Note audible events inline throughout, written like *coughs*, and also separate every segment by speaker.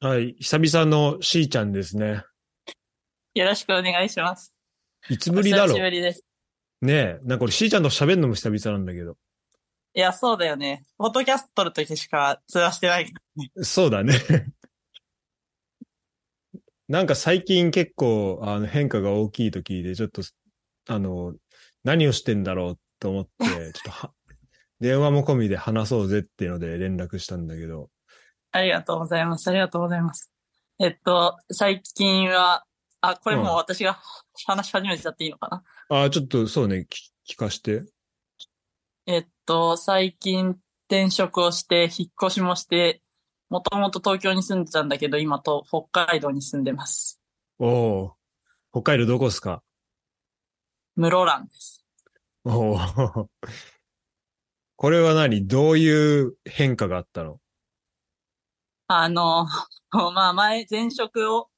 Speaker 1: はい、久々のしーちゃんですね。
Speaker 2: よろしくお願いします。
Speaker 1: いつぶりだ
Speaker 2: お
Speaker 1: ろ
Speaker 2: 久しぶ
Speaker 1: う
Speaker 2: りです。
Speaker 1: ねえ、なんかこれしーちゃんと喋るのも久々なんだけど。
Speaker 2: いや、そうだよね。フォトキャスト撮るときしか通話してない。
Speaker 1: そうだね。 *laughs* なんか最近結構あの変化が大きい時で、ちょっと、あの、何をしてんだろうと思
Speaker 2: *laughs*
Speaker 1: って、ちょっとは、電話も込みで話そうぜっていうので連絡したんだけど。
Speaker 2: ありがとうございます。ありがとうございます。えっと、最近は、あ、これもう私が話し始めちゃっていいのかな、
Speaker 1: ああ、ちょっとそうね、聞聞かして。
Speaker 2: えっと、最近転職をして、引っ越しもして、もともと東京に住んでたんだけど、今と北海道に住んでます。
Speaker 1: おお北海道どこっすか
Speaker 2: 室蘭です。
Speaker 1: おおこれは何どういう変化があったの
Speaker 2: あの、 *laughs* まあ前、前職を、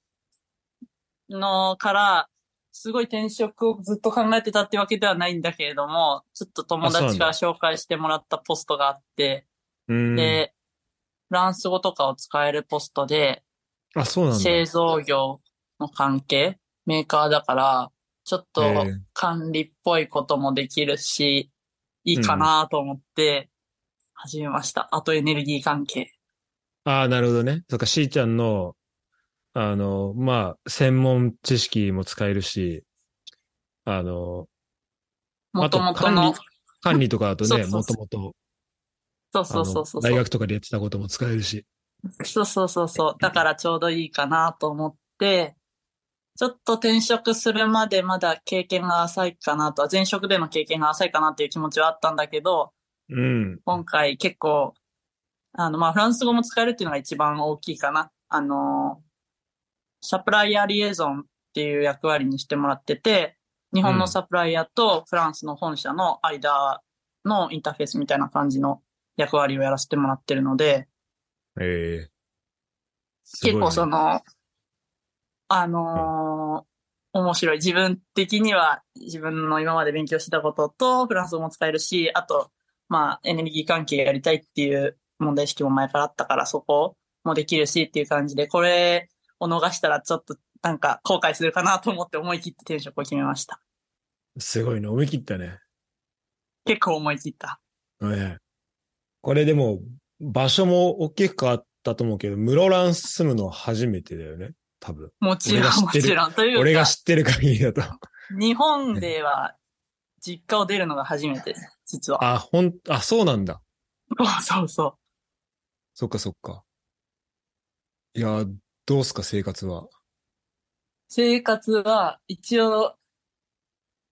Speaker 2: のから、すごい転職をずっと考えてたってわけではないんだけれども、ちょっと友
Speaker 1: あそう
Speaker 2: 達
Speaker 1: なん
Speaker 2: が
Speaker 1: だ
Speaker 2: 紹介してもらったポストがあって、
Speaker 1: うーん。
Speaker 2: で、フランス語とかを使えるポストで、
Speaker 1: あ、そうなんだ。
Speaker 2: 製造業の関係、メーカーだから、ちょっと
Speaker 1: えー
Speaker 2: 管理っぽいこともできるし、いいかなと思って始めました。あとエネルギー関係。
Speaker 1: ああ、なるほどね。そっか、しーちゃんの、あの、まあ、専門知識も使えるし、あの、あ
Speaker 2: も
Speaker 1: と
Speaker 2: ともとの、
Speaker 1: 管理とかだとね、
Speaker 2: そ
Speaker 1: も
Speaker 2: う
Speaker 1: と
Speaker 2: そう
Speaker 1: もと、
Speaker 2: そうそ
Speaker 1: あ
Speaker 2: うそうそ
Speaker 1: の、
Speaker 2: うそう。
Speaker 1: 大学とかでやってたことも使えるし。
Speaker 2: そうそうそうそう。だからちょうどいいかなと思って、ちょっと転職するまでまだ経験が浅いかなと、前職での経験が浅いかなっていう気持ちはあったんだけど、
Speaker 1: うん。
Speaker 2: 今回結構、あの、まあ、フランス語も使えるっていうのが一番大きいかな。あの、サプライヤーリエゾンっていう役割にしてもらってて、日本
Speaker 1: うん
Speaker 2: のサプライヤーとフランスの本社の間のインターフェースみたいな感じの役割をやらせてもらってるので、
Speaker 1: ええ
Speaker 2: 結構そ、の、あのー面白い。自分的には自分の今まで勉強してたこととフランス語も使えるし、あと、まあエネルギー関係やりたいっていう問題意識も前からあったからそこもできるしっていう感じで、これを逃したらちょっとなんか後悔するかなと思って思い切って転職を決めました。
Speaker 1: すごいね。思い切ったね。
Speaker 2: 結構思い切った。
Speaker 1: ええこれでも、場所も大きく変わったと思うけど、室蘭住むの初めてだよね。多分。
Speaker 2: もちろ
Speaker 1: 俺が知
Speaker 2: ん、
Speaker 1: っ
Speaker 2: も
Speaker 1: てる
Speaker 2: ちろん。というか、
Speaker 1: 俺が知ってる限りだと。
Speaker 2: 日本では実家を出るのが初めてです、実は。
Speaker 1: あ、ほん、あ、そうなんだ。
Speaker 2: *laughs* そうそうそう。
Speaker 1: そっかそっか。いやー、どうすか、生活は。
Speaker 2: 生活は一応、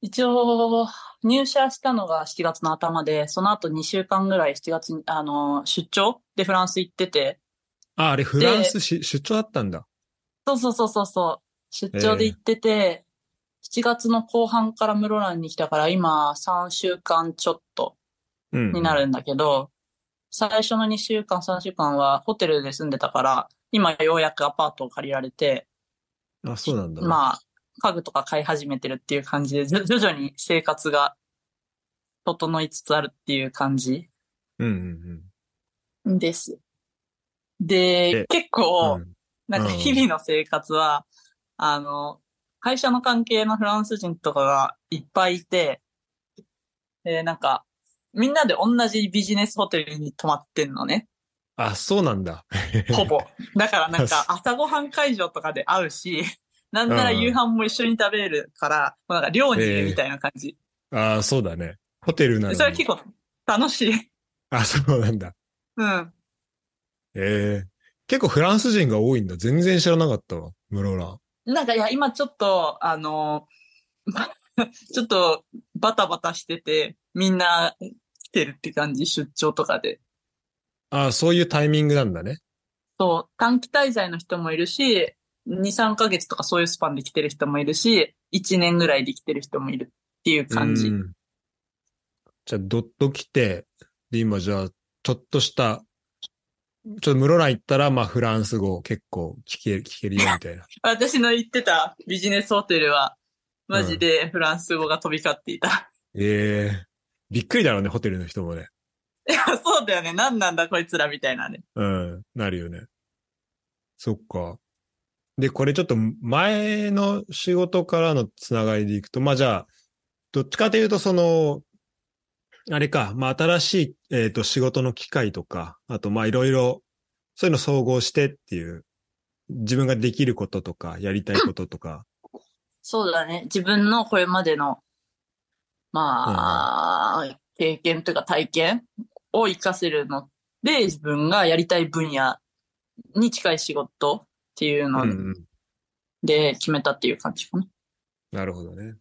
Speaker 2: 一応入社したのが7月の頭で、その後2週間ぐらい7月に、あの、出張でフランス行ってて、
Speaker 1: あ、あれ、フランスし出張だったんだ。
Speaker 2: そうそうそうそうそう、出張で行ってて、7月の後半から室蘭に来たから今3週間ちょっと
Speaker 1: うん
Speaker 2: にな。るんだけど、最初の2週間3週間はホテルで住んでたから、今ようやくアパートを借りられて、
Speaker 1: あ、そうなんだ。
Speaker 2: まあ、家具とか買い始めてるっていう感じで、徐徐々に生活が整いつつあるっていう感じ
Speaker 1: うんうん
Speaker 2: です。
Speaker 1: え
Speaker 2: で、結
Speaker 1: うん。
Speaker 2: 構、
Speaker 1: うん
Speaker 2: なんか
Speaker 1: うん
Speaker 2: 日々の生活は、あの、会社の関係のフランス人とかがいっぱいいて、で、なんか、みんなで同じビジネスホテルに泊まってんのね。
Speaker 1: あ、そうなんだ。
Speaker 2: *laughs* ほぼ。だからなんか朝ごはん会場とかで会うし、 *laughs* なんなら
Speaker 1: うん
Speaker 2: 夕飯も一緒に食べるから、もうなんか寮にいるみたいな感じ。
Speaker 1: あ、そうだね。ホテルなのに。
Speaker 2: でそれは結構楽しい。 *laughs*
Speaker 1: あ、そうなんだ。
Speaker 2: うん。
Speaker 1: ええ結構フランス人が多いんだ。全然知らなかったわ。室蘭。
Speaker 2: なんかいや、今ちょっと、あの、 *laughs* ばちょっとバタバタしてて、みんな来てるって感じ、出張とかで。
Speaker 1: あ、そういうタイミングなんだね。
Speaker 2: そう、短期滞在の人もいるし、2、3ヶ月とかそういうスパンで来てる人もいるし、1年ぐらいで来てる人もいるっていう感じ。
Speaker 1: うんじゃあ、どっと来て、で、今じゃあ、ちょっとした、ちょっと室蘭行ったら、まあ、フランス語を結構聞ける、聞けるよみたいな。
Speaker 2: 私の行ってたビジネスホテルは、マジでフランス語が飛び交っていた。 *laughs*
Speaker 1: ええびっくりだろうね、ホテルの人もね。
Speaker 2: いや、そうだよね。何なんだこいつらみたいなね。
Speaker 1: うん、なるよね。そっか。で、これちょっと前の仕事からのつながりでいくと、まあじゃあ、どっちかというとその、あれか、まあ新しい、えっ、と仕事の機会とか、あとまあいろいろ、そういうの総合してっていう、自分ができることとか、やりたいこととか。
Speaker 2: そうだね。自分のこれまでの、まあ、経験というか体験を活かせるので、自分がやりたい分野に近い仕事っていう
Speaker 1: う
Speaker 2: の
Speaker 1: んうん。
Speaker 2: で決めたっていう感じかな。
Speaker 1: なるほどね。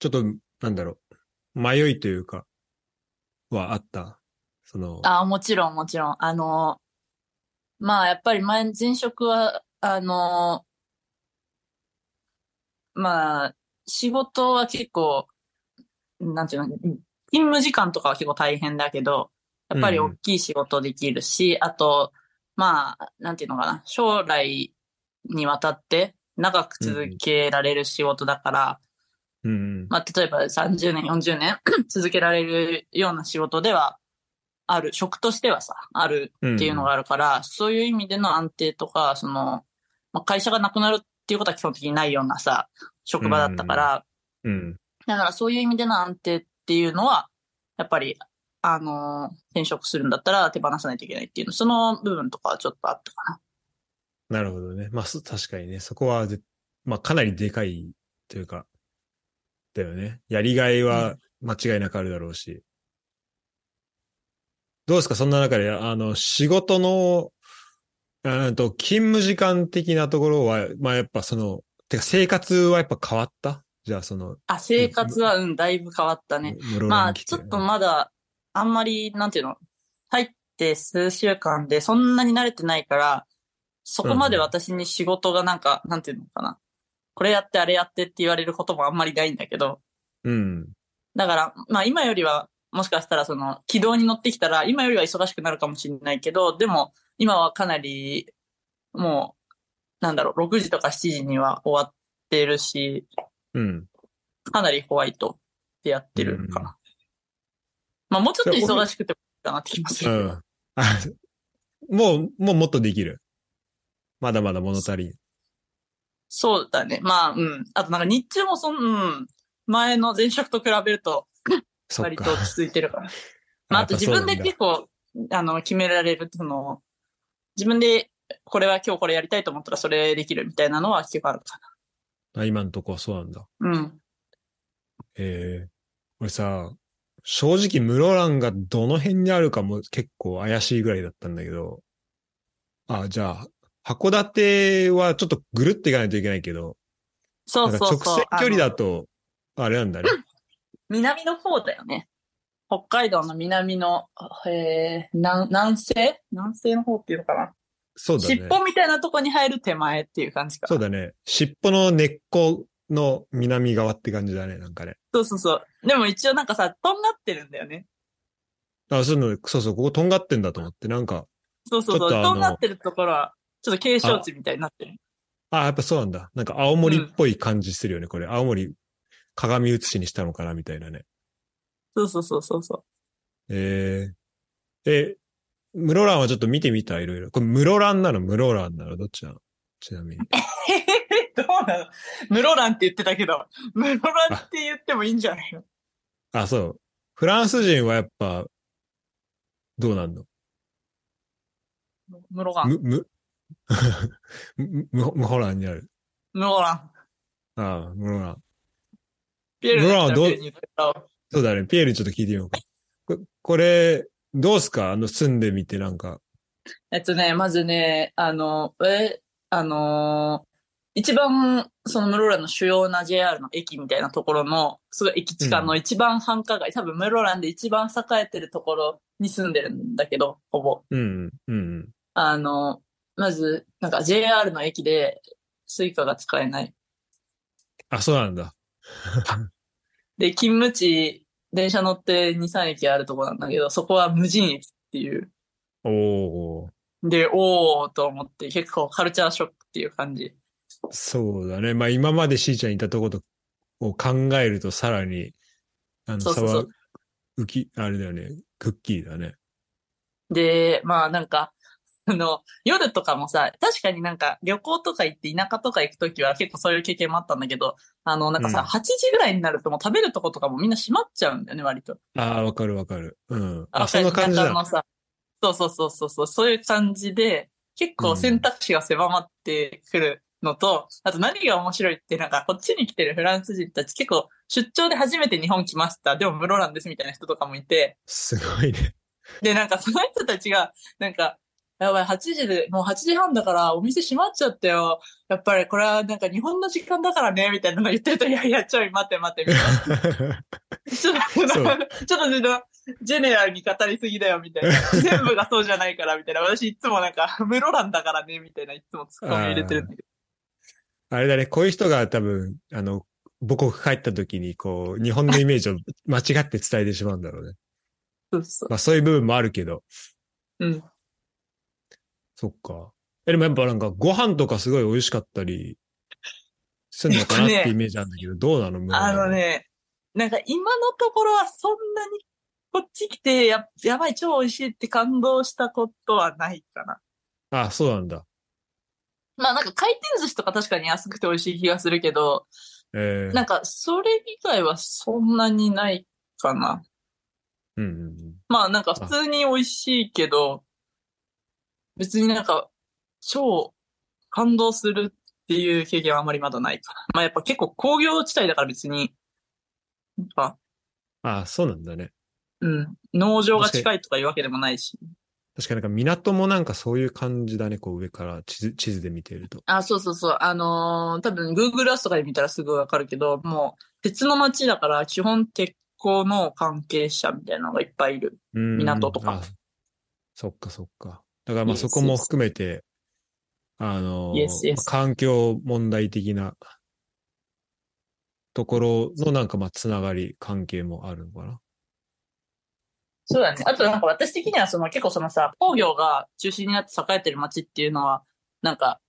Speaker 1: ちょっと、なんだろう。迷いというか、はあった。その、
Speaker 2: ああ、もちろん、もちろん。あの、まあ、やっぱり前、前職は、あの、まあ、仕事は結構、なんていうの、勤務時間とかは結構大変だけど、やっぱり
Speaker 1: うん
Speaker 2: 大きい仕事できるし、あと、まあ、なんていうのかな、将来にわたって長く続けられる仕事だから、
Speaker 1: うんうん。
Speaker 2: まあ、例えば30年、40年 *coughs* 続けられるような仕事ではある、職としてはさ、あるっていうのがあるから、そういう意味での安定とか、その、まあ、会社がなくなるっていうことは基本的にないようなさ、職場だったから、
Speaker 1: うん。
Speaker 2: だからそういう意味での安定っていうのは、やっぱり、あのー転職するんだったら手放さないといけないっていうの、その部分とかはちょっとあったかな。
Speaker 1: なるほどね。まあ、そ確かにね、そこはぜ、まあ、かなりでかいというか、だよね。やりがいは間違いなくあるだろうし。どうですかそんな中で、あの、仕事の、うんと、勤務時間的なところは、まあ、やっぱその、てか生活はやっぱ変わったじゃあ、その、
Speaker 2: あ、生活は、うん、だいぶ変わったね。
Speaker 1: 室蘭
Speaker 2: まあ、
Speaker 1: に来て
Speaker 2: ちょっとまだ、あんまり、なんていうの、入って数週間で、そんなに慣れてないから、そこまで私に仕事がなんか、なんていうのかな。これやって、あれやってって言われることもあんまりないんだけど、
Speaker 1: うん。
Speaker 2: だから、まあ今よりは、もしかしたらその、軌道に乗ってきたら、今よりは忙しくなるかもしれないけど、でも、今はかなり、もう、なんだろう、6時とか7時には終わってるし、
Speaker 1: うん。
Speaker 2: かなりホワイトでやってるかな。まあ、もうちょっと忙しくてもいいかなって気もす
Speaker 1: う
Speaker 2: るけど。
Speaker 1: ん。あ *laughs* もう、もうもっとできる。まだまだ物足りん。
Speaker 2: そうだね。まあ、うん。あとなんか日中もそん、うん、前の前職と比べると
Speaker 1: そっ
Speaker 2: 割と
Speaker 1: か。
Speaker 2: 落ち着いてるから。まあ、あと自分で結構、あの、決められる、その、自分でこれは今日これやりたいと思ったらそれできるみたいなのは結構あるか
Speaker 1: あ、今んとこはそうなんだ。
Speaker 2: な。うん。
Speaker 1: ええ俺さ、正直室蘭がどの辺にあるかも結構怪しいぐらいだったんだけど。あ、じゃあ、函館はちょっとぐるっていかないといけないけど、
Speaker 2: そう
Speaker 1: なん
Speaker 2: そう
Speaker 1: か
Speaker 2: そう。
Speaker 1: 直線距離だ
Speaker 2: あの
Speaker 1: と、あれなんだね。
Speaker 2: 南の方だよね。北海道の南の、えー、南、南西南西の方っていうのかな。
Speaker 1: そうだね。
Speaker 2: 尻尾みたいなとこに入る手前っていう感じかな
Speaker 1: そうだね。尻尾の根っこの南側って感じだね、なんかね。
Speaker 2: そうそうそう。でも一応なんかさ、とんがってるんだよね。
Speaker 1: あ、そういうの、そうそう、こことんがってんだと思って、なんか、
Speaker 2: そうそうそう。
Speaker 1: ちょっとあの
Speaker 2: とんがってるところは、ちょっと景勝地みたいになってる。
Speaker 1: あ、やっぱそうなんだ。なんか青森っぽい感じするよね、これ。青森、鏡写しにしたのかな、みたいなね。
Speaker 2: そうそうそうそう *laughs* そう。
Speaker 1: えええ、室蘭はちょっと見てみたい、ろいろ。これ室蘭なの室蘭なのどっちなのちなみに。
Speaker 2: へへへ、どうなの室蘭って言ってたけど、室蘭って言ってもいいんじゃないの
Speaker 1: あ、そう。フランス人はやっぱ、どうなんの
Speaker 2: 室蘭。
Speaker 1: む、む、む、む、むほらんにある。
Speaker 2: 室蘭。
Speaker 1: ああ、室蘭。
Speaker 2: ピエールの
Speaker 1: 室蘭はどう
Speaker 2: インタビューに言ってた
Speaker 1: そうだね。ピエールにちょっと聞いてみようか。ここれ、どうすかあの、住んでみてなんか。
Speaker 2: えっとね、まずね、あの、え、あのー一番、その室蘭の主要な JR の駅みたいなところの、すごい駅地下の一番繁華街、多分室蘭で一番栄えてるところに住んでるんだけど、ほぼ。
Speaker 1: うん、うん、うん。
Speaker 2: あの、まず、なんか JR の駅でスイカが使えない。
Speaker 1: あ、そうなんだ。
Speaker 2: で、勤務地、電車乗って2、3駅あるとこなんだけど、そこは無人駅っていう。
Speaker 1: おお
Speaker 2: で、おーと思って、結構カルチャーショックっていう感じ。
Speaker 1: そうだね。まあ今までしーちゃんいたとことを考えるとさらに、あの、
Speaker 2: そう
Speaker 1: 差
Speaker 2: そうそう
Speaker 1: は浮き、あれだよね。クッキーだね。
Speaker 2: で、まあなんか、あの、夜とかもさ、確かになんか旅行とか行って田舎とか行くときは結構そういう経験もあったんだけど、あの、なんかさ、
Speaker 1: うん
Speaker 2: 8時ぐらいになるともう食べるとことかもみんな閉まっちゃうんだよね、割と。
Speaker 1: ああ、わかるわかる。うん。あ、
Speaker 2: あ
Speaker 1: その感じ
Speaker 2: 田舎の
Speaker 1: だ。
Speaker 2: さそうそうそうそうそう、そういう感じで、結構選択肢が狭まってくるのと、あと何が面白いって、なんかこっちに来てるフランス人たち結構出張で初めて日本来ました。でも室蘭ですみたいな人とかもいて、
Speaker 1: すごいね。
Speaker 2: で、なんかその人たちが、なんか、やばい、8時で、もう8時半だからお店閉まっちゃったよ。やっぱりこれはなんか日本の時間だからね、みたいなの言ってると、いやいや、ちょい待って待って、み
Speaker 1: *laughs*
Speaker 2: たいな。ちょっと、
Speaker 1: そう
Speaker 2: あのちょっと自分、ジェネラルに語りすぎだよ、みたいな。全部がそうじゃないから、みたいな。私いつもなんか、室蘭だからね、みたいな、いつもツッコミ入れてるんだけど。
Speaker 1: *laughs* あれだね、こういう人が多分、あの、母国帰った時に、こう、日本のイメー
Speaker 2: *laughs*
Speaker 1: ジを間違って伝えてしまうんだろうね。
Speaker 2: そうそう。
Speaker 1: まあそういう部分もあるけど。
Speaker 2: うん。
Speaker 1: そっか。え、でもやっぱなんかご飯とかすごい美味しかったり、すんのかなっ
Speaker 2: えっと
Speaker 1: て
Speaker 2: ね
Speaker 1: イメージあるんだけど、どうなの
Speaker 2: あの。ね、なんか今のところはそんなにこっち来てや、やばい、超美味しいって感動したことはないかな。
Speaker 1: 室蘭はあ、そうなんだ。
Speaker 2: まあなんか回転寿司とか確かに安くて美味しい気がするけど、
Speaker 1: ええ
Speaker 2: なんかそれ以外はそんなにないかな。
Speaker 1: うんうんうん。
Speaker 2: まあなんか普通に美味しいけど、別になんか超感動するっていう経験はあんまりまだないかな。まあやっぱ結構工業地帯だから別に、やっぱ、
Speaker 1: ああ、そうなんだね。
Speaker 2: うん、農場が近いとかいうわけでもないし。
Speaker 1: 確かなんか港もなんかそういう感じだね、こう上から地図、地図で見てると。
Speaker 2: あ、そうそうそう。あのー多分 Google Earth とかで見たらすぐわかるけど、もう、鉄の街だから、基本鉄鋼の関係者みたいなのがいっぱいいる。
Speaker 1: うん
Speaker 2: 港と
Speaker 1: あ
Speaker 2: か
Speaker 1: そっかそっか。だからまあ
Speaker 2: Yes,
Speaker 1: そこも含めて、あの、
Speaker 2: Yes, yes.
Speaker 1: まあ環境問題的なところのなんかまあつながり、関係もあるのかな。
Speaker 2: そうだね。あとなんか私的には、その結構そのさ、工業が中心になって栄えてる街っていうのは、なんか、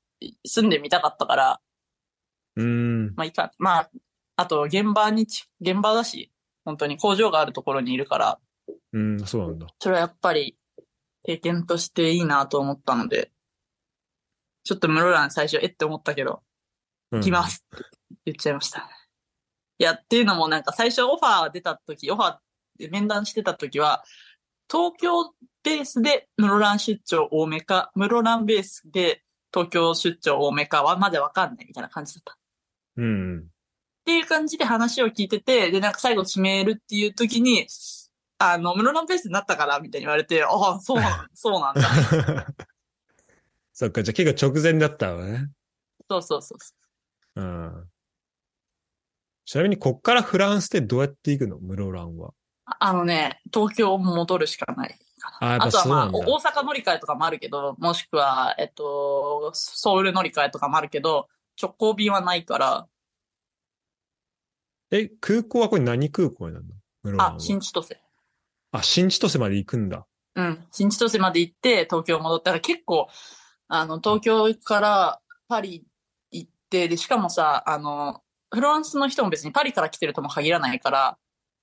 Speaker 2: 住んでみたかったから、
Speaker 1: うん。
Speaker 2: まあいいか。まあ、あと現場にち、現場だし、本当に工場があるところにいるから、
Speaker 1: うん、そうなんだ。
Speaker 2: それはやっぱり経験としていいなと思ったので、ちょっと室蘭最初、えって思ったけど、
Speaker 1: うん
Speaker 2: 行きま。すって言っちゃいました。いや、っていうのもなんか最初オファー出た時、オファーで面談してた時は、東京ベースで室蘭出張多めか、室蘭ベースで東京出張多めかはまだわかんないみたいな感じだった。っ
Speaker 1: うん。 *laughs*
Speaker 2: ていう感じで話を聞いてて、で、なんか最後決めるっていう時に、あの、室蘭ベースになったから、みたいに言われて、ああ、そうなん、そうな
Speaker 1: *laughs*
Speaker 2: んだ。
Speaker 1: そっか、じゃあ結構直前だったわね。
Speaker 2: そうそうそうそう。
Speaker 1: うん。ちなみに、こっからフランスってどうやって行くの室蘭は。
Speaker 2: あのね、東京戻るしかない。
Speaker 1: あ、やっ
Speaker 2: あ
Speaker 1: ぱ
Speaker 2: とは
Speaker 1: そうな
Speaker 2: まあ、
Speaker 1: んだ。
Speaker 2: お大阪乗り換えとかもあるけど、もしくは、えっと、ソウル乗り換えとかもあるけど、直行便はないから、
Speaker 1: え、空港はこれ何空港になるの室蘭
Speaker 2: あ
Speaker 1: は、。
Speaker 2: 新千歳。
Speaker 1: あ、新千歳まで行くんだ。
Speaker 2: うん。新千歳まで行って、東京戻ったら結構、あの、東京からパリ行って、で、しかもさ、あの、フランスの人も別にパリから来てるとも限らないから、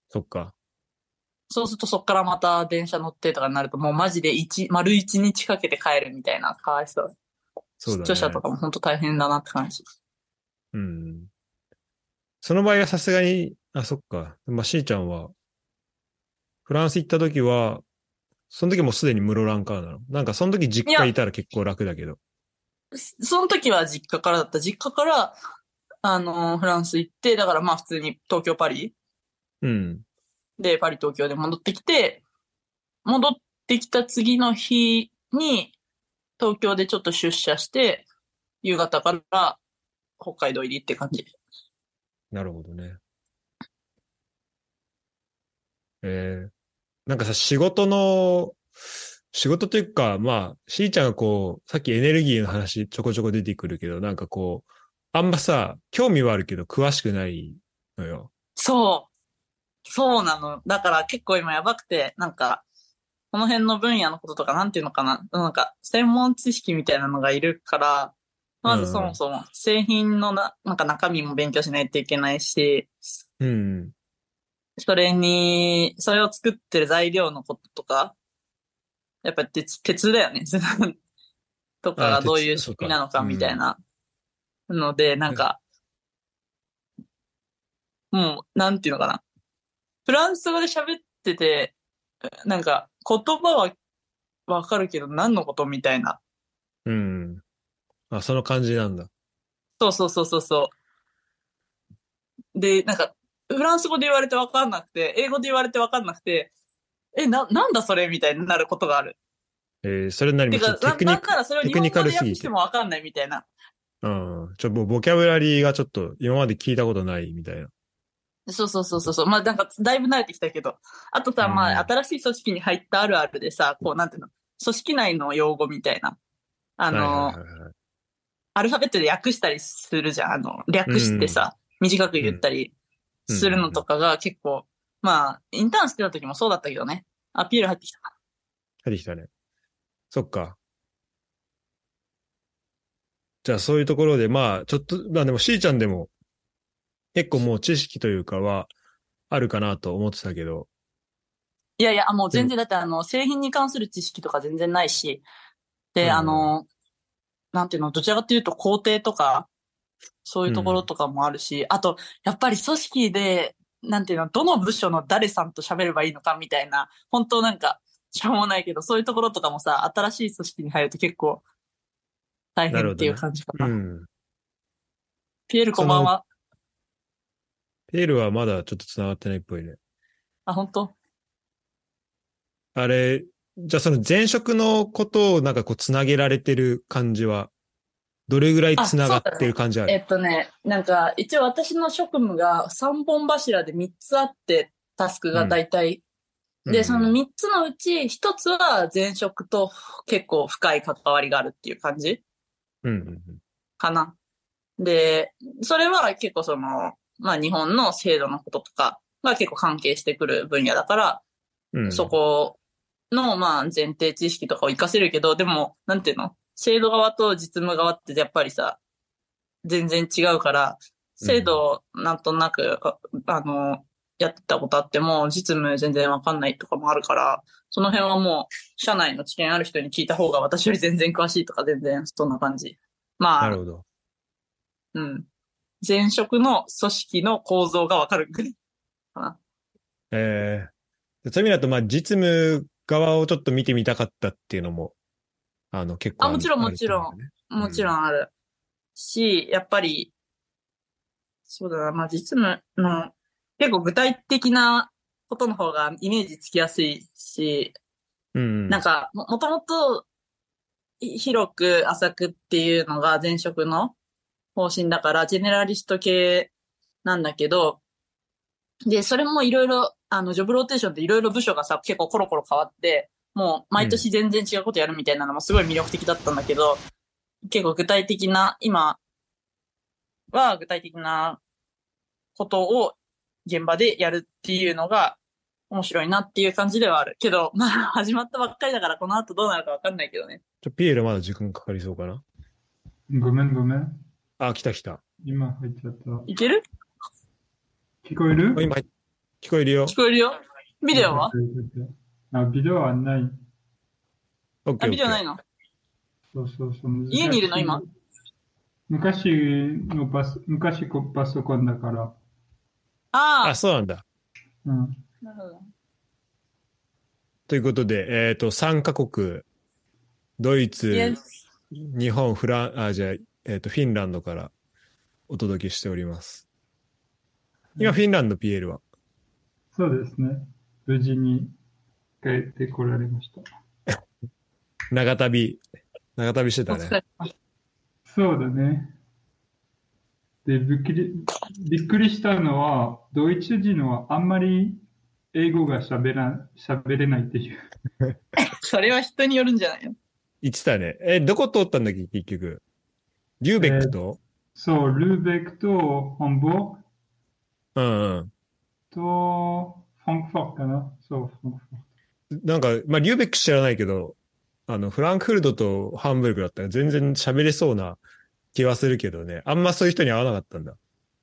Speaker 1: そっか。
Speaker 2: そうするとそっからまた電車乗ってとかになると、もうマジで一、丸一日かけて帰るみたいな、かわいそう。
Speaker 1: そうだね。
Speaker 2: 出張者とかも本当大変だなって感じ。
Speaker 1: うん。その場合はさすがに、あ、そっか。まあ、しーちゃんは、フランス行った時は、その時もうすでに室蘭からなの。なんかその時実家いたら結構楽だけど。
Speaker 2: その時は実家からだった。実家から、あのーフランス行って、だからまあ普通に東京、パリ
Speaker 1: うん。
Speaker 2: で、パリ、東京で戻ってきて、戻ってきた次の日に、東京でちょっと出社して、夕方から北海道入りって感じ。
Speaker 1: なるほどね。えー、なんかさ、仕事の、仕事というか、まあ、しーちゃんがこう、さっきエネルギーの話ちょこちょこ出てくるけど、なんかこう、あんまさ、興味はあるけど詳しくないのよ。
Speaker 2: そう。そうなの。だから結構今やばくて、なんか、この辺の分野のこととか、なんていうのかな。なんか、専門知識みたいなのがいるから、まずそもそも製品のな、なんか中身も勉強しないといけないし、
Speaker 1: うん。
Speaker 2: それに、それを作ってる材料のこととか、やっぱ鉄、鉄だよね。 *laughs* とかがどういう出費なのかみたいなので、なんか、もう、なんていうのかな。フランス語で喋ってて、なんか、言葉はわかるけど、何のことみたいな。
Speaker 1: うん。あ、その感じなんだ。
Speaker 2: そうそうそうそうそう。で、なんか、フランス語で言われてわかんなくて、英語で言われてわかんなくて、え、な、なんだそれみたいになることがある。
Speaker 1: えー、それなり
Speaker 2: て
Speaker 1: にちょ
Speaker 2: か
Speaker 1: っ、と
Speaker 2: な
Speaker 1: テクニ
Speaker 2: な
Speaker 1: ッ
Speaker 2: ん
Speaker 1: ク、
Speaker 2: ならそれを日
Speaker 1: テク
Speaker 2: 本
Speaker 1: ニ
Speaker 2: 語
Speaker 1: カル
Speaker 2: です
Speaker 1: ぎて
Speaker 2: 訳してもわかんないみたいな。
Speaker 1: うん。ちょ、もうボキャブラリーがちょっと今まで聞いたことないみたいな。
Speaker 2: そうそうそうそうそう。まあなんか、だいぶ慣れてきたけど。あとさ、
Speaker 1: うん
Speaker 2: まあ、新しい組織に入ったあるあるでさ、こう、なんていうの、組織内の用語みたいな。あの、
Speaker 1: はいはいはいはい
Speaker 2: アルファベットで訳したりするじゃん。あの、略してさ、短く言ったりするのとかが結構、まあ、インターンしてた時もそうだったけどね。アピール入ってきたな。
Speaker 1: 入ってきたね。そっか。じゃあそういうところで、まあ、ちょっと、まあでも、しーちゃんでも、結構もう知識というかは、あるかなと思ってたけど、
Speaker 2: いやいや、もう全然、だってあの、製品に関する知識とか全然ないし、
Speaker 1: う
Speaker 2: で、
Speaker 1: ん
Speaker 2: あの、なんていうの、どちらかというと工程とか、そういうところとかもあるし、あと、やっぱり組織で、なんていうの、どの部署の誰さんと喋ればいいのかみたいな、本当なんか、しょうもないけど、そういうところとかもさ、新しい組織に入ると結構、大
Speaker 1: なる
Speaker 2: 変
Speaker 1: ほ
Speaker 2: っ
Speaker 1: ど
Speaker 2: て
Speaker 1: ね
Speaker 2: いう感じか
Speaker 1: う
Speaker 2: な。
Speaker 1: ん。
Speaker 2: ピエールこんばんは。
Speaker 1: ペールはまだちょっと繋がってないっぽいね。
Speaker 2: あ、本当
Speaker 1: あれ、じゃあその前職のことをなんかこう繋げられてる感じは、どれぐらい繋がってる感じある
Speaker 2: えっとね、なんか、一応私の職務が3本柱で3つあって、タスクが大体。で、その3つのうち1つは前職と結構深い関わりがあるっていう感じ
Speaker 1: うんうんうん。
Speaker 2: かな。で、それは結構その、まあ日本の制度のこととかが結構関係してくる分野だから、
Speaker 1: うん
Speaker 2: そこの、まあ、前提知識とかを活かせるけど、でも、なんていうの制度側と実務側ってやっぱりさ、全然違うから、制度をなんとなく、ああの、やってたことあっても、実務全然わかんないとかもあるから、その辺はもう、社内の知見ある人に聞いた方が私より全然詳しいとか全然そんな感じ。ま
Speaker 1: な
Speaker 2: あ
Speaker 1: る、ほど。
Speaker 2: うん。前職の組織の構造がわかるぐらいかな。
Speaker 1: ええそういう意味だと、まあ、実務側をちょっと見てみたかったっていうのも、あの、結構
Speaker 2: あもちろんもちろん
Speaker 1: ん。
Speaker 2: もちろんある。し、やっぱり、そうだな、まあ実務の、結構具体的なことの方がイメージつきやすいし、
Speaker 1: うん。
Speaker 2: なん、かも、もともと、い広く浅くっていうのが前職の方針だから、ジェネラリスト系なんだけど、で、それもいろいろ、あの、ジョブローテーションっていろいろ部署がさ、結構コロコロ変わって、もう毎年全然違うことやるみたいなのもすごい魅力的だったんだけど、結構具体的な、今は具体的なことを現場でやるっていうのが面白いなっていう感じではある。けど、まあ、始まったばっかりだからこの後どうなるかわかんないけどね。
Speaker 1: ちょ、ピエールまだ時間かかりそうかな。
Speaker 3: ごめんごめん。
Speaker 1: あ、来た来た。
Speaker 3: 今入っちゃった。
Speaker 2: いける
Speaker 3: 聞こえる
Speaker 1: 今、聞こえるよ
Speaker 2: 聞。こえるよビデオは
Speaker 3: あ、ビデオはない。
Speaker 1: オッケ
Speaker 2: あ、
Speaker 1: ー。。
Speaker 2: ビデオないいの
Speaker 3: そうそうそう。
Speaker 2: 家にいるの今
Speaker 3: 昔のパソ、昔こパソコンだから。
Speaker 2: あ
Speaker 1: あ、そうなんだ。
Speaker 3: うん。
Speaker 2: あ、なるほど。
Speaker 1: ということで、えっ、と、3カ国、ドイツ、
Speaker 2: イエス。
Speaker 1: 日本、フラン、あ、じゃあ、えっ、と、フィンランドからお届けしております。今、フィンランド、ピエールは。
Speaker 3: そうですね。無事に帰ってこられました。
Speaker 1: 長旅、長旅して
Speaker 2: お
Speaker 1: たね
Speaker 2: 疲。れ。
Speaker 3: そうだね。で、びっくり、びっくりしたのは、ドイツ人はあんまり英語が喋ら、喋れないっていう。
Speaker 2: それは人によるんじゃないの
Speaker 1: 行ってたね。え、どこ通ったんだっけ、結局。リューベックと、
Speaker 3: そう、ルーベックとホンボーク
Speaker 1: うんうん。
Speaker 3: とフランクフォートかな。そう、フランクフォート。
Speaker 1: なんか、まあ、リューベック知らないけど、あの、フランクフルトとハンブルクだったら全然喋れそうな気はするけどね。あんまそういう人に会わなかったんだ。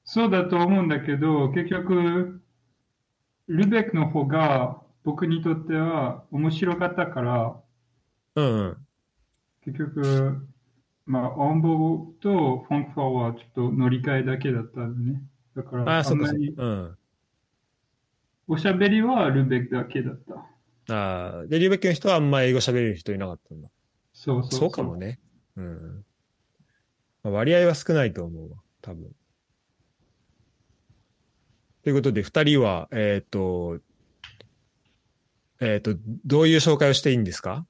Speaker 3: そうだと思うんだけど、結局、ルーベックの方が僕にとっては面白かったから、
Speaker 1: うん、うん。
Speaker 3: 結局、まあ、オンボとフォンクフォーはちょっと乗り換えだけだったんでね。だか
Speaker 1: あ
Speaker 3: ら、
Speaker 1: あ、
Speaker 3: あ
Speaker 1: そ
Speaker 3: ん
Speaker 1: っか
Speaker 3: ま
Speaker 1: そっ
Speaker 3: り
Speaker 1: か。うん。
Speaker 3: おしゃべりはルベックだけだった。
Speaker 1: ああ、で、リューベックの人はあんま英語喋れる人いなかったんだ。
Speaker 3: そうそう
Speaker 1: そうかもね。うん。まあ、割合は少ないと思うわ、多分。ということで、二人は、えっ、と、えっ、と、どういう紹介をしていいんですか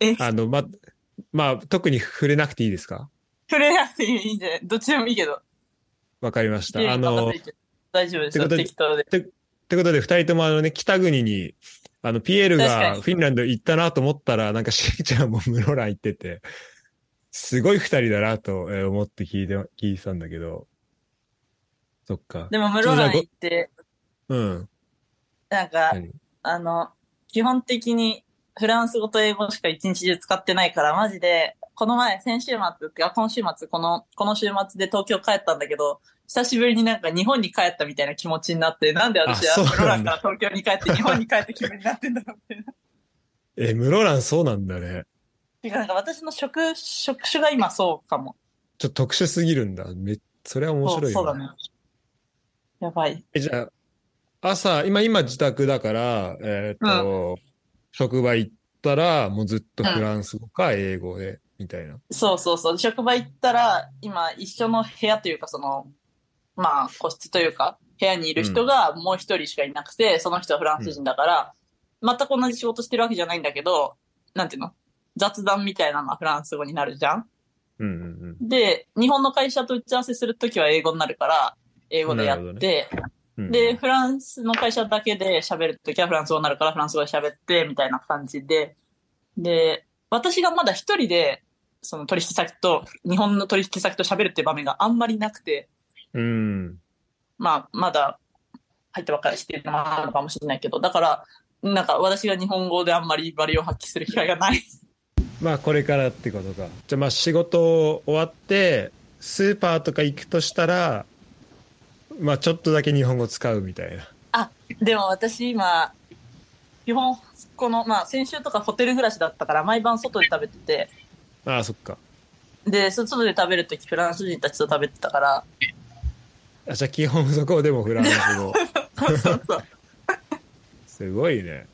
Speaker 2: え、
Speaker 1: あの、ま、まあ、特に触れなくていいですか
Speaker 2: 触れなくていいんじゃないどっちでもいいけど。
Speaker 1: わかりまし
Speaker 2: ゲ
Speaker 1: た。
Speaker 2: ー
Speaker 1: あ
Speaker 2: ム任
Speaker 1: の、
Speaker 2: せるけど大丈夫です
Speaker 1: ってこ
Speaker 2: よ、
Speaker 1: とで
Speaker 2: 適当で。
Speaker 1: ってことで、二人ともあのね、北国に、あの、ピエール
Speaker 2: 確か
Speaker 1: が
Speaker 2: に
Speaker 1: フィンランド行ったなと思ったら、なんかしーちゃんも室蘭行ってて、すごい二人だなとえー思って聞いて、聞いてたんだけど。そっか。
Speaker 2: でも、室蘭行って、
Speaker 1: うん。
Speaker 2: なんか
Speaker 1: 何、
Speaker 2: あの、基本的にフランス語と英語しか一日中使ってないから、マジで、この前、先週末っていうか、今週末、この、この週末で東京帰ったんだけど、久しぶりになんか日本に帰ったみたいな気持ちになって、なんで私
Speaker 1: あそ
Speaker 2: は
Speaker 1: うなんだ
Speaker 2: 室蘭から東京に帰って日本に帰った気分になってんだろうって。
Speaker 1: えー、室蘭そうなんだね。
Speaker 2: てか、なんか私の職、職種が今そうかも。
Speaker 1: ちょっと特殊すぎるんだ。め、それは面白い
Speaker 2: そうそう
Speaker 1: わ
Speaker 2: だね。やばい。
Speaker 1: えじゃあ、朝、今、今自宅だから、えっ、と、職場行ったら、もうずっとフランス語か英語で、みたいな。
Speaker 2: そうそうそう。職場行ったら、今一緒の部屋というか、その、まあ、個室というか、部屋にいる人がもう一人しかいなくて、その人はフランス人だから、全く同じ仕事してるわけじゃないんだけど、なんていうの雑談みたいなのはフランス語になるじゃん
Speaker 1: うんうんうん。
Speaker 2: で、日本の会社と打ち合わせするときは英語になるから、英語でや
Speaker 1: なる
Speaker 2: っ
Speaker 1: ほど
Speaker 2: て、
Speaker 1: うん
Speaker 2: で、フランスの会社だけで喋るときはフランス語になるからフランス語で喋って、みたいな感じで。で、私がまだ一人で、その取引先と、日本の取引先と喋るっていう場面があんまりなくて、
Speaker 1: うん。
Speaker 2: まあ、まだ入ったばっかりしてるのもあるのかもしれないけど、だから、なんか私が日本語であんまりバリを発揮する機会が *laughs* ない。
Speaker 1: まあこれからってことか。じゃあまあ仕事終わって、スーパーとか行くとしたら、まあちょっとだけ日本語使うみたいな。
Speaker 2: でも私今、基本、この、まあ先週とかホテル暮らしだったから毎晩外で食べてて、
Speaker 1: ああ、そっか。
Speaker 2: で、外で食べるときフランス人たちと食べてたから、
Speaker 1: あじゃあ基本そこでもフランス語。
Speaker 2: そうそうそう。
Speaker 1: すごいね。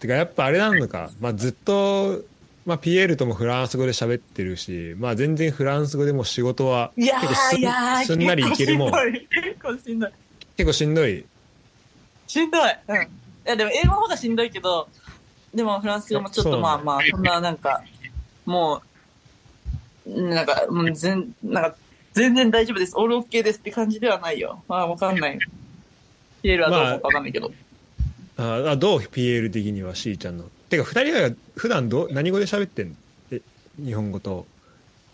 Speaker 1: てかやっぱあれなのか。まあずっと、まあピエールともフランス語で喋ってるし、まあ全然フランス語でも仕事は、
Speaker 2: *laughs* いや
Speaker 1: 結構す
Speaker 2: ー、
Speaker 1: ん
Speaker 2: いやー、
Speaker 1: すんなりいけるもん
Speaker 2: 結構しんどい。
Speaker 1: 結構しんどい。
Speaker 2: しんどい。うん。いや、でも英語の方がしんどいけど、でもフランス語もちょっ
Speaker 1: そ
Speaker 2: と
Speaker 1: うな
Speaker 2: まあ
Speaker 1: んだ
Speaker 2: まあ、そんななんか、もう、なんか、もう全、なんか、全然大丈夫です。オールオッケーですって感じではないよ。まあ、わかんない。ピエールはどう思うかわかんないけど。
Speaker 1: ああどう ?PL 的には C ちゃんの。てか二人は普段どう何語で喋ってんのえ日本語と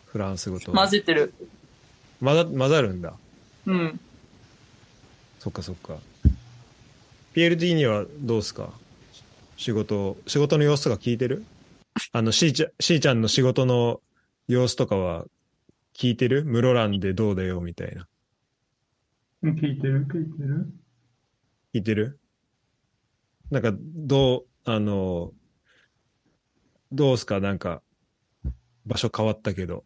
Speaker 1: フランス語と。
Speaker 2: 混ぜてる。
Speaker 1: 混ざ混ざるんだ。
Speaker 2: うん。
Speaker 1: そっかそっか。PLD にはどうすか仕事、仕事の様子とか聞いてるあの、しーちゃん、しーちゃんの仕事の様子とかは聞いてる室蘭でどうだよみたいな。
Speaker 3: うん聞いてる聞いてる
Speaker 1: 聞いてるなんか、どう、あの、どうすかなんか、場所変わったけど。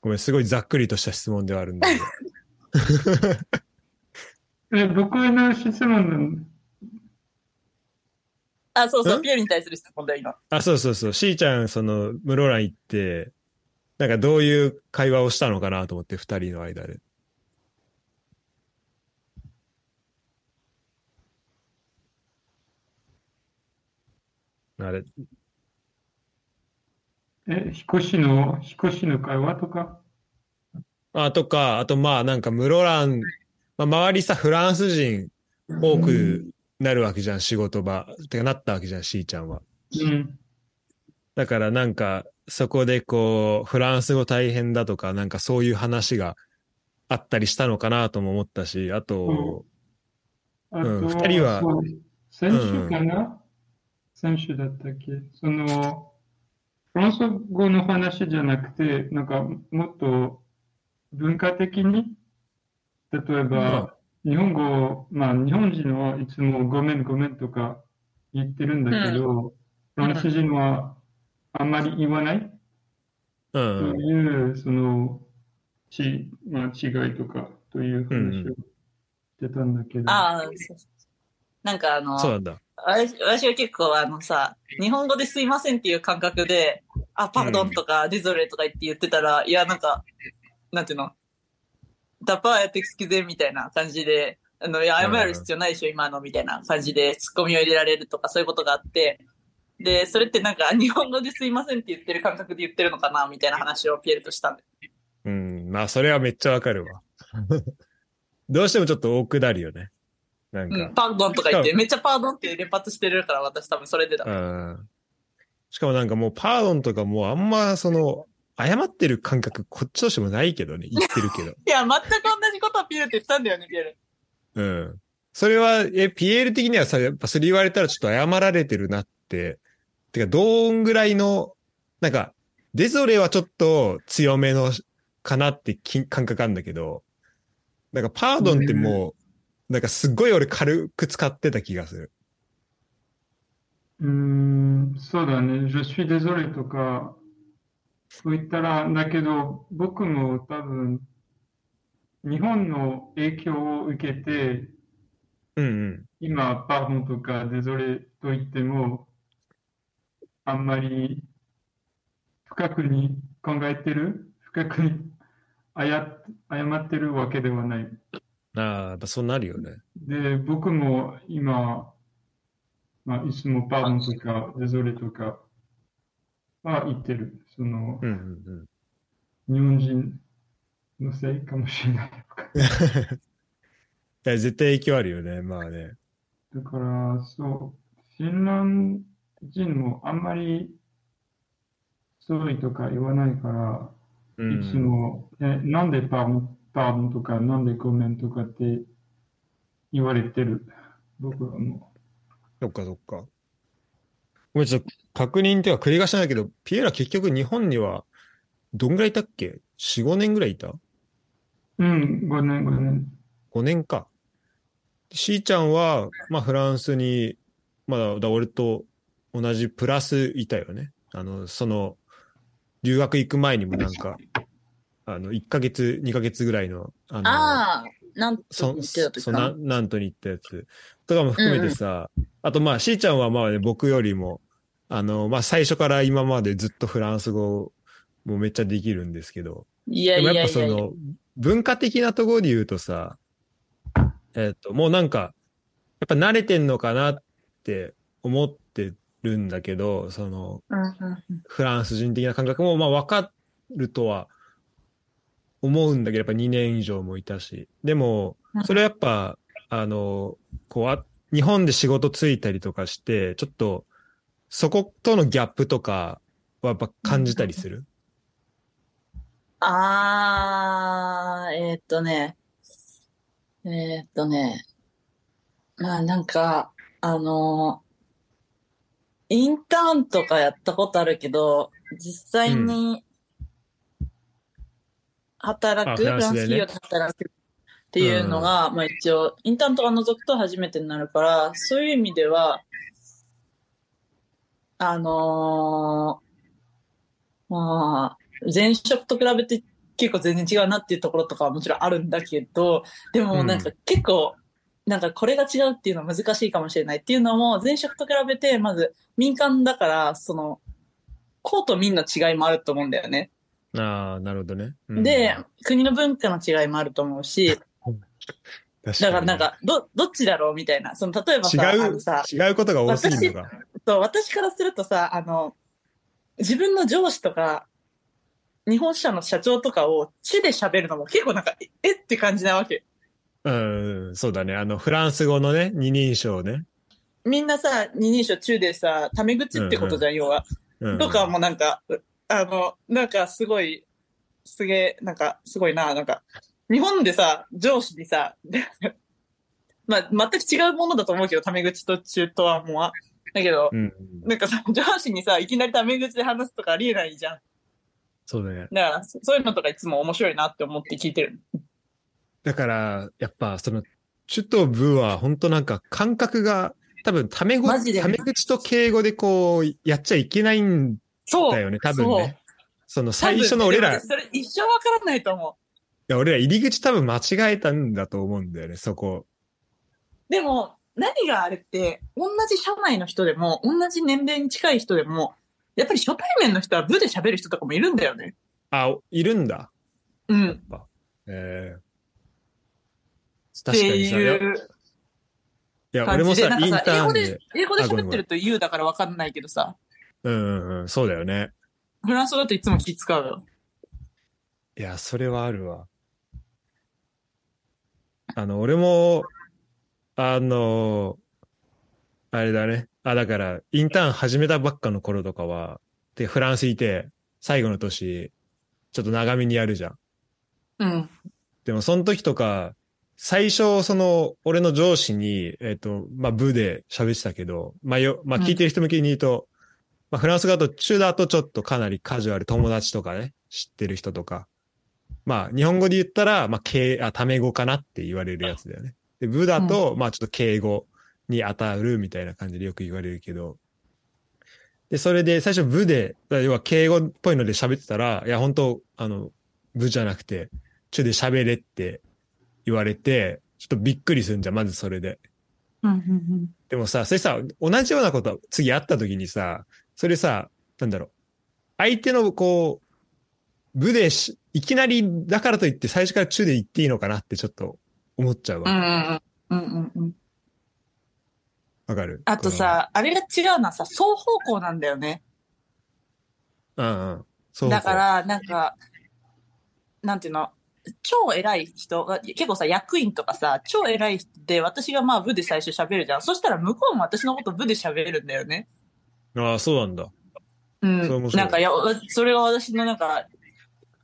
Speaker 1: ごめん、すごいざっくりとした質問ではあるんだけど。
Speaker 3: え僕の質問なん
Speaker 2: あ、そうそう、
Speaker 1: ん
Speaker 2: ピエールに対する質問だよ、今。
Speaker 1: あ、そうそうそう。しーちゃん、その、室蘭行って、なんかどういう会話をしたのかなと思って、二人の間で。あれ、
Speaker 3: え、引っ越しの、引っ越しの会話とか
Speaker 1: あ、とか、あとまあなんか室蘭、まあ、周りさ、フランス人多くなるわけじゃん、仕事場。てかなったわけじゃん、しーちゃんは。
Speaker 3: うん。
Speaker 1: だからなんか、そこでこう、フランス語大変だとか、なんかそういう話があったりしたのかなとも思ったし、あと、
Speaker 3: あ
Speaker 1: う
Speaker 3: と、
Speaker 1: ん二人は
Speaker 3: そう先週かな先週だったっけその、フランス語の話じゃなくて、なんかもっと文化的に、例えば、日本語、まあ日本人はいつもごめんごめんとか言ってるんだけど、フランス人はあんまり言わない
Speaker 1: う
Speaker 3: と
Speaker 1: ん。
Speaker 3: いう、その、ち、まあ違いとかという話をしてたんだけど。
Speaker 2: ああ、そうそうなんかあの、
Speaker 1: そうなんだ。
Speaker 2: 私私は結構あのさ、日本語ですいませんっていう感覚で、あ、パードンとか、ディゾレとか言って言ってたら、いや、なんか、なんていうの、ダパーやってくすきぜみたいな感じで、あの、いや、謝る必要ないでしょ、今の、みたいな感じで、ツッコミを入れられるとか、そういうことがあって、で、それってなんか、日本語ですいませんって言ってる感覚で言ってるのかな、みたいな話をピエールとしたんで。
Speaker 1: うん。まあ、それはめっちゃわかるわ。 *laughs* どうしてもちょっと多くなるよね。なん
Speaker 2: うん、
Speaker 1: か。
Speaker 2: パードンとか言って、めっちゃパードンって連発してるから、私多分それでだ。
Speaker 1: うん。しかもなんかもう、パードンとかもうあんま、その、謝ってる感覚、こっちとしてもないけどね。言ってるけど。
Speaker 2: いや、全く同じことをピエールって言ったんだよね、ピエール。
Speaker 1: うん。それは、え、ピエール的にはさ、やっぱそれ言われたらちょっと謝られてるなって。てか、どんぐらいの、なんか、デゾレはちょっと強めのかなってき感覚あるんだけど、なんかパードンってもう、なんかすっごい俺軽く使ってた気がする。
Speaker 3: うーん、そうだね。Je suis désolé とか、そう言ったら、だけど、僕も多分、日本の影響を受けて、
Speaker 1: うん
Speaker 3: 今、パーホンとかデゾレと言っても、あんまり深くに考えてる、深くにあや、謝ってるわけではない。
Speaker 1: うん。ああ、やっぱそうなるよね。
Speaker 3: で、僕も今、まあ、いつもパーホンとかデゾレとかは言ってる。その、
Speaker 1: うんうんうん。
Speaker 3: 日本人のせいかもしれない。
Speaker 1: *laughs* いや、絶対影響あるよね。まあね。
Speaker 3: だから、そう、フィンランド人もあんまり、ソイとか言わないから、
Speaker 1: う
Speaker 3: いつも、え、なんでパーム、パームとか、なんでごめんとかって言われてる。僕はも
Speaker 1: そっかそっか。ごめん、ちょっと確認っていうか繰り返しなんだけど、ピエラ結局日本にはどんぐらいいたっけ ?4、5年ぐらいいた
Speaker 3: う。うん、ごめん、ごめん。
Speaker 1: ?5 年か。しーちゃんは、まあフランスに、まだ、だ俺と同じプラスいたよね。あの、その、留学行く前にもなんか、あの、1ヶ月、2ヶ月ぐらいの、あの、
Speaker 2: ああ、なんと言
Speaker 1: そ
Speaker 2: っ
Speaker 1: う、
Speaker 2: てた時
Speaker 1: そ
Speaker 2: か
Speaker 1: う
Speaker 2: な
Speaker 1: な、なんとに行ったやつとかも含めてさ、あとまあ、しーちゃんはまあね、僕よりも、あの、まあ最初から今までずっとフランス語もめっちゃできるんですけど、
Speaker 2: いや
Speaker 1: で
Speaker 2: い
Speaker 1: も
Speaker 2: やい
Speaker 1: や
Speaker 2: や
Speaker 1: っ
Speaker 2: い
Speaker 1: ぱそ
Speaker 2: や。
Speaker 1: の、文化的なところで言うとさ、えっと、もうなんか、やっぱ慣れてんのかなって思ってるんだけど、その、
Speaker 2: うんうん
Speaker 1: フランス人的な感覚も、まあ、分かるとは思うんだけど、やっぱ2年以上もいたし。でも
Speaker 2: うん、
Speaker 1: それはやっぱ、あの、こうあ、日本で仕事ついたりとかして、ちょっと、そことのギャップとかはやっぱ感じたりする。
Speaker 2: あー、えーっとね。えーっとね。まあなんか、あのーインターンとかやったことあるけど、実際に働く、
Speaker 1: あフ
Speaker 2: フ
Speaker 1: ランス
Speaker 2: ラン
Speaker 1: で
Speaker 2: ス
Speaker 1: ね
Speaker 2: 企業で働くっていうのが、まあ一応、インターンとか除くと初めてになるから、そういう意味では、あのーまあ、前職と比べて結構全然違うなっていうところとかはもちろんあるんだけど、でもなんか結構、なんかこれが違うっていうのは難しいかもしれないっていうのも、前職と比べて、まず民間だから、その、公と民の違いもあると思うんだよね。
Speaker 1: ああ、なるほどね。うん
Speaker 2: で、、国の文化の違いもあると思うし、
Speaker 1: 確
Speaker 2: だ
Speaker 1: に
Speaker 2: からなん、か、ど、どっちだろうみたいな。その、例えばさ、あ
Speaker 1: 違う
Speaker 2: のさ、、
Speaker 1: 違うことが多すぎるのが。
Speaker 2: そう、私からするとさ、あの、自分の上司とか、日本支社の社長とかを地で喋るのも結構なんか、ええって感じなわけ。
Speaker 1: うん、そうだね。あの、フランス語のね、二人称ね。
Speaker 2: みんなさ、二人称中でさ、タメ口ってことじゃん、要は。
Speaker 1: うん、
Speaker 2: とかもなんか、うあの、なんかすごい、すげえ、なんかすごいな、なんか、日本でさ、上司にさ、 *laughs* まあ、全く違うものだと思うけど、タメ口と中とはもうあ、だけど
Speaker 1: う、ん、
Speaker 2: なんかさ、上司にさ、いきなりタメ口で話すとかありえないじゃん。
Speaker 1: そうだね。
Speaker 2: だから、そそういうのとかいつも面白いなって思って聞いてる。
Speaker 1: だから、やっぱその、チュとブは本当なんか感覚が、多分タメ語、
Speaker 2: マジで
Speaker 1: タメ口と敬語でこう、やっちゃいけないん
Speaker 2: そう。
Speaker 1: だよね、多分ね。その
Speaker 2: そう。多分
Speaker 1: 最初の俺ら、
Speaker 2: で
Speaker 1: い
Speaker 2: もそれ一生わからないと思
Speaker 1: や俺ら入り口多分間違えたんだと思うんだよね、そこ。
Speaker 2: う。でも、何があれって、同じ社内の人でも、同じ年齢に近い人でも、やっぱり初対面の人は部で喋る人とかもいるんだよね。
Speaker 1: あ、いるんだ。
Speaker 2: う
Speaker 1: やっ
Speaker 2: ん。
Speaker 1: ぱ。えー
Speaker 2: っ
Speaker 1: 確か
Speaker 2: て
Speaker 1: にさ、いやい
Speaker 2: いう
Speaker 1: や俺
Speaker 2: 感
Speaker 1: も
Speaker 2: じで、
Speaker 1: さ
Speaker 2: な、ん
Speaker 1: イン
Speaker 2: かさ、
Speaker 1: タ
Speaker 2: 英
Speaker 1: ー
Speaker 2: 語
Speaker 1: ンで
Speaker 2: で、、英語で
Speaker 1: あごめん
Speaker 2: 喋ってると U だからわかんないけどさ、
Speaker 1: うんうんうん、そうだよね。
Speaker 2: フランス語だといつも気使うよ。
Speaker 1: いや、それはあるわ。あの、俺も、あの、あれだね。あ、だから、インターン始めたばっかの頃とかは、で、フランスいて、最後の年、ちょっと長めにやるじゃん。
Speaker 2: うん。
Speaker 1: でも、その時とか、最初、その、俺の上司に、えっ、と、まあ、部で喋ってたけど、まあ、よ、まあ、聞いてる人向けに言うと、まあ、フランス語だと、中だとちょっとかなりカジュアル、友達とかね、知ってる人とか、まあ、日本語で言ったら、まあ、敬、あ、タメ語かなって言われるやつだよね。で、部だと、まあ、ちょっと敬語に当たるみたいな感じでよく言われるけど、で、それで、最初部で、要は敬語っぽいので喋ってたら、いや、本当あの、部じゃなくて、中で喋れって言われて、ちょっとびっくりするんじゃん、まずそれで。
Speaker 2: うん、うん、
Speaker 1: でもさ、それさ、同じようなこと次会った時にさ、それさ、なんだろう。相手のこう、部でし、いきなりだからといって最初から中で言っていいのかなってちょっと思っちゃう
Speaker 2: うん。
Speaker 1: わ。
Speaker 2: う
Speaker 1: わ、
Speaker 2: ん、うん、うん、うん。
Speaker 1: かる
Speaker 2: あと、さ、あれが違うのはさ、双方向なんだよね。
Speaker 1: このうんうん。そうそう
Speaker 2: だか、ら、なんか、なんていうの、超偉い人が、結構さ、役員とかさ、超偉い人で、私がまあ部で最初喋るじゃん。そしたら向こうも私のこと部で喋るんだよね。
Speaker 1: ああ、そうなんだ。
Speaker 2: う
Speaker 1: それ面白い
Speaker 2: ん。なんか、いや、それは私のなんか、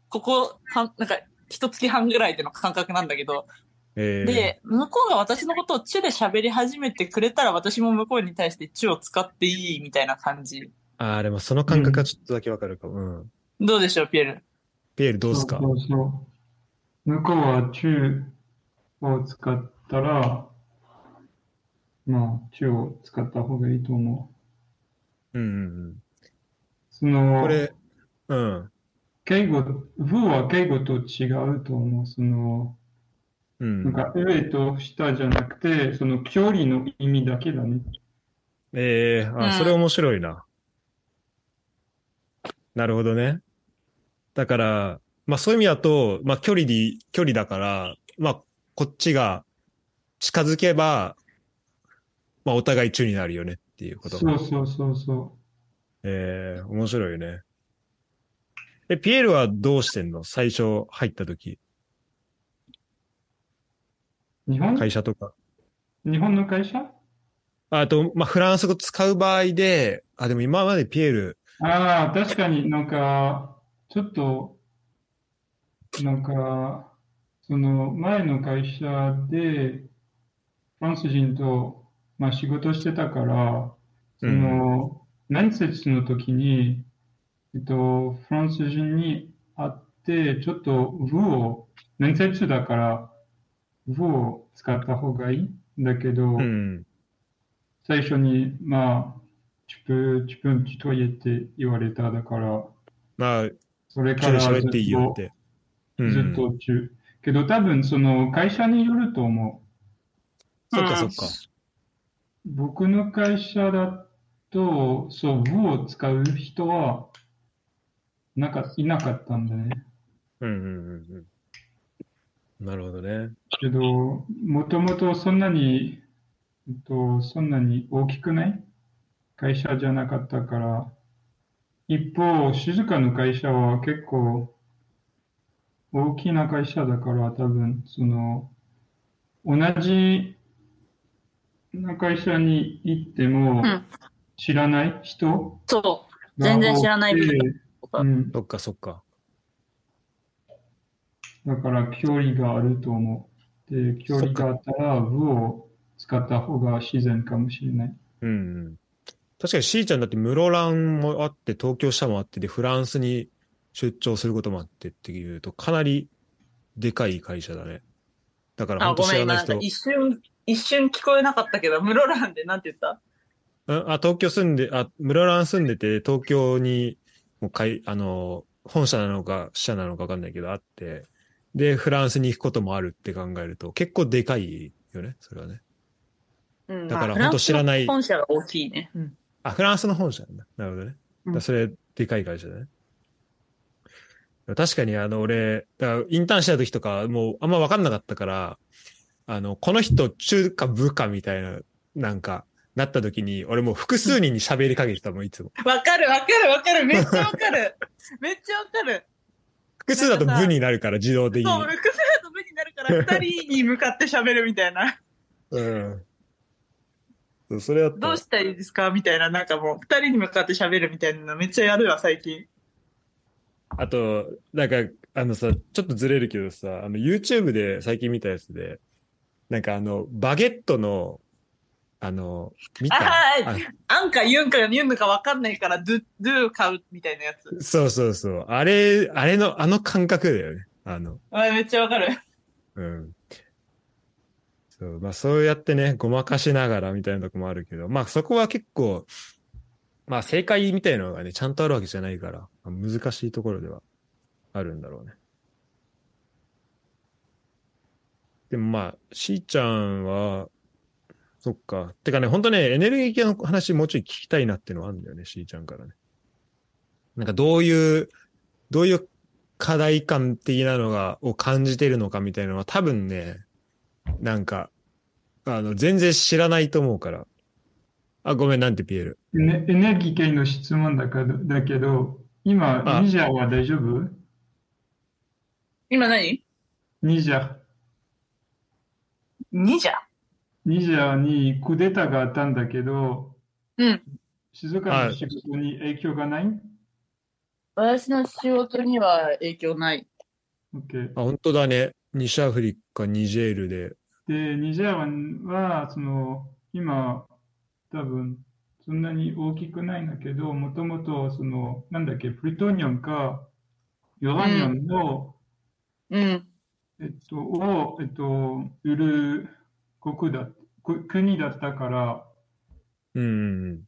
Speaker 2: ここ、はんなんか、一月半ぐらいでの感覚なんだけど、
Speaker 1: えー、
Speaker 2: で、向こうが私のことをチュで喋り始めてくれたら、私も向こうに対してチュを使っていいみたいな感じ。
Speaker 1: ああ、でもその感覚はちょっとだけわかるかも。うん。
Speaker 2: どうでしょう、ピエール。
Speaker 1: ピエールどうすか
Speaker 3: そうそうそう向こうは中を使ったら、まあ、中を使った方がいいと思う。
Speaker 1: うんうんうん。
Speaker 3: その
Speaker 1: こ、れ、うん。
Speaker 3: 敬語、部は敬語と違うと思う。その、
Speaker 1: うん。
Speaker 3: なんか上と下じゃなくて、その距離の意味だけだね。
Speaker 1: ええあ、
Speaker 2: うん
Speaker 1: それ面白いな。なるほどね。だから、まあそういう意味だと、まあ距離で、距離だから、まあこっちが近づけば、まあお互い中になるよねっていうこと。
Speaker 3: そうそうそうそ
Speaker 1: ええ面白いね。え、ピエールはどうしてんの最初入った時、
Speaker 3: う。日本
Speaker 1: 会社とか。
Speaker 3: 日本の会社
Speaker 1: あと、まあフランス語使う場合で、あ、でも今までピエール、
Speaker 3: ああ、確かになんか、ちょっと、なんか、その前の会社で、フランス人と、まあ、仕事してたから、その、面接の時に、えっと、フランス人に会って、ちょっと、ブを、面接だから、ブを使った方がいいんだけど
Speaker 1: う、ん。
Speaker 3: 最初に、まあ、チュプ、チュプンチュトイエって言われた。だから、
Speaker 1: まあ、
Speaker 3: それか
Speaker 1: 中で
Speaker 3: ら
Speaker 1: 喋っていいよって。う
Speaker 3: ずっと、
Speaker 1: ん
Speaker 3: ずっと中。けど多分、その会社によると思う。
Speaker 1: そっかそっか。
Speaker 3: 僕の会社だと、そう、部を使う人は、なんか、いなかったんだね。
Speaker 1: うんうんうんうん。なるほどね。
Speaker 3: けど、もともとそんなに、えっと、そんなに大きくない会社じゃなかったから、一方、静かの会社は結構大きな会社だから、多分、その、同じな会社に行っても
Speaker 2: うん
Speaker 3: 知らない人
Speaker 2: そ
Speaker 3: が
Speaker 2: 全然知らない
Speaker 3: 多くて
Speaker 2: 分
Speaker 3: うん、
Speaker 1: そっかそっか。
Speaker 3: だから距離があると思う。で、距離があったら、部を使った方が自然かもしれない。
Speaker 1: うんうん。確かにしーちゃんだって室蘭もあって、東京支社もあってで、フランスに出張することもあってっていうと、かなりでかい会社だね。だから
Speaker 2: あ、
Speaker 1: 本当
Speaker 2: ご
Speaker 1: 知
Speaker 2: めん、
Speaker 1: ら
Speaker 2: 今
Speaker 1: ない
Speaker 2: なんか
Speaker 1: 人。
Speaker 2: 一瞬、一瞬聞こえなかったけど、室蘭でなんて言った
Speaker 1: うんあ、東京住んで、あ、室蘭住んでて、東京に、もうかい、あの、本社なのか、支社なのかわかんないけど、あって、で、フランスに行くこともあるって考えると、結構でかいよね、それはね。
Speaker 2: うん、
Speaker 1: だから
Speaker 2: まあ
Speaker 1: ほんと知らない
Speaker 2: フランスの本社が大きいね。うん。
Speaker 1: あ、フランスの本社なんだ。なるほどね。だからそれ、でかい会社だね。確かに、あの、俺、だからインターンした時とか、もう、あんま分かんなかったから、あの、この人、中華部下みたいな、なんか、なった時に、俺もう複数人に喋りかけてたもん、いつも。
Speaker 2: わかるわかるわかる。めっちゃわか *laughs* る。めっちゃわかる。
Speaker 1: 複数だと
Speaker 2: なんかさ
Speaker 1: 部になるから、自動的に。
Speaker 2: そう、ルクセラと無になるから、二人に向かって喋るみたい *laughs* な。
Speaker 1: うん。そうそれやった
Speaker 2: どうしたらいいですかみたいな、なんかもう、二人に向かって喋るみたいなのめっちゃやるわ、最近。
Speaker 1: あと、なんか、あのさ、ちょっとずれるけどさ、あの、YouTube で最近見たやつで、なんかあの、バゲットの、あの、見た
Speaker 2: あはい
Speaker 1: あ
Speaker 2: アンかユンかユンのかわかんないから、ドゥ、ドゥ買うみたいなやつ。
Speaker 1: そうそうそう。あれ、あれの、あの感覚だよね。あの、
Speaker 2: あめっちゃわかる。
Speaker 1: うん。そう、まあそうやってね、ごまかしながらみたいなとこもあるけど、まあそこは結構、まあ正解みたいなのがね、ちゃんとあるわけじゃないから、まあ難しいところではあるんだろうね。でもまあ、しーちゃんは、そっか。てかね、ほんとね、エネルギー系の話もうちょい聞きたいなっていうのはあるんだよね、しーちゃんからね。なんかどういう、どういう課題感的なのが、を感じてるのかみたいなのは多分ね、なんか、あの、全然知らないと思うから。あ、ごめん、なんてピエール。
Speaker 3: エネエネルギー系の質問だけど、だけど今、
Speaker 1: あ
Speaker 3: ニジャーは大丈夫
Speaker 2: 今何
Speaker 3: ニジャー。
Speaker 2: ?2 じゃ。
Speaker 3: ニジェーにクーデターがあったんだけど、
Speaker 2: うん。
Speaker 3: 静岡の仕事に影響がない
Speaker 2: 私の仕事には影響ない。
Speaker 3: ?OK。
Speaker 1: あ、本当だね。西アフリカ、ニジェールで。
Speaker 3: で、ニジェーは、その、今、多分、そんなに大きくないんだけど、もともと、その、なんだっけ、プルトニウムか、ヨラニウムの、
Speaker 2: うん。
Speaker 3: えっと、を、えっと、売る国だ、く国だったから、
Speaker 1: うんうんうん。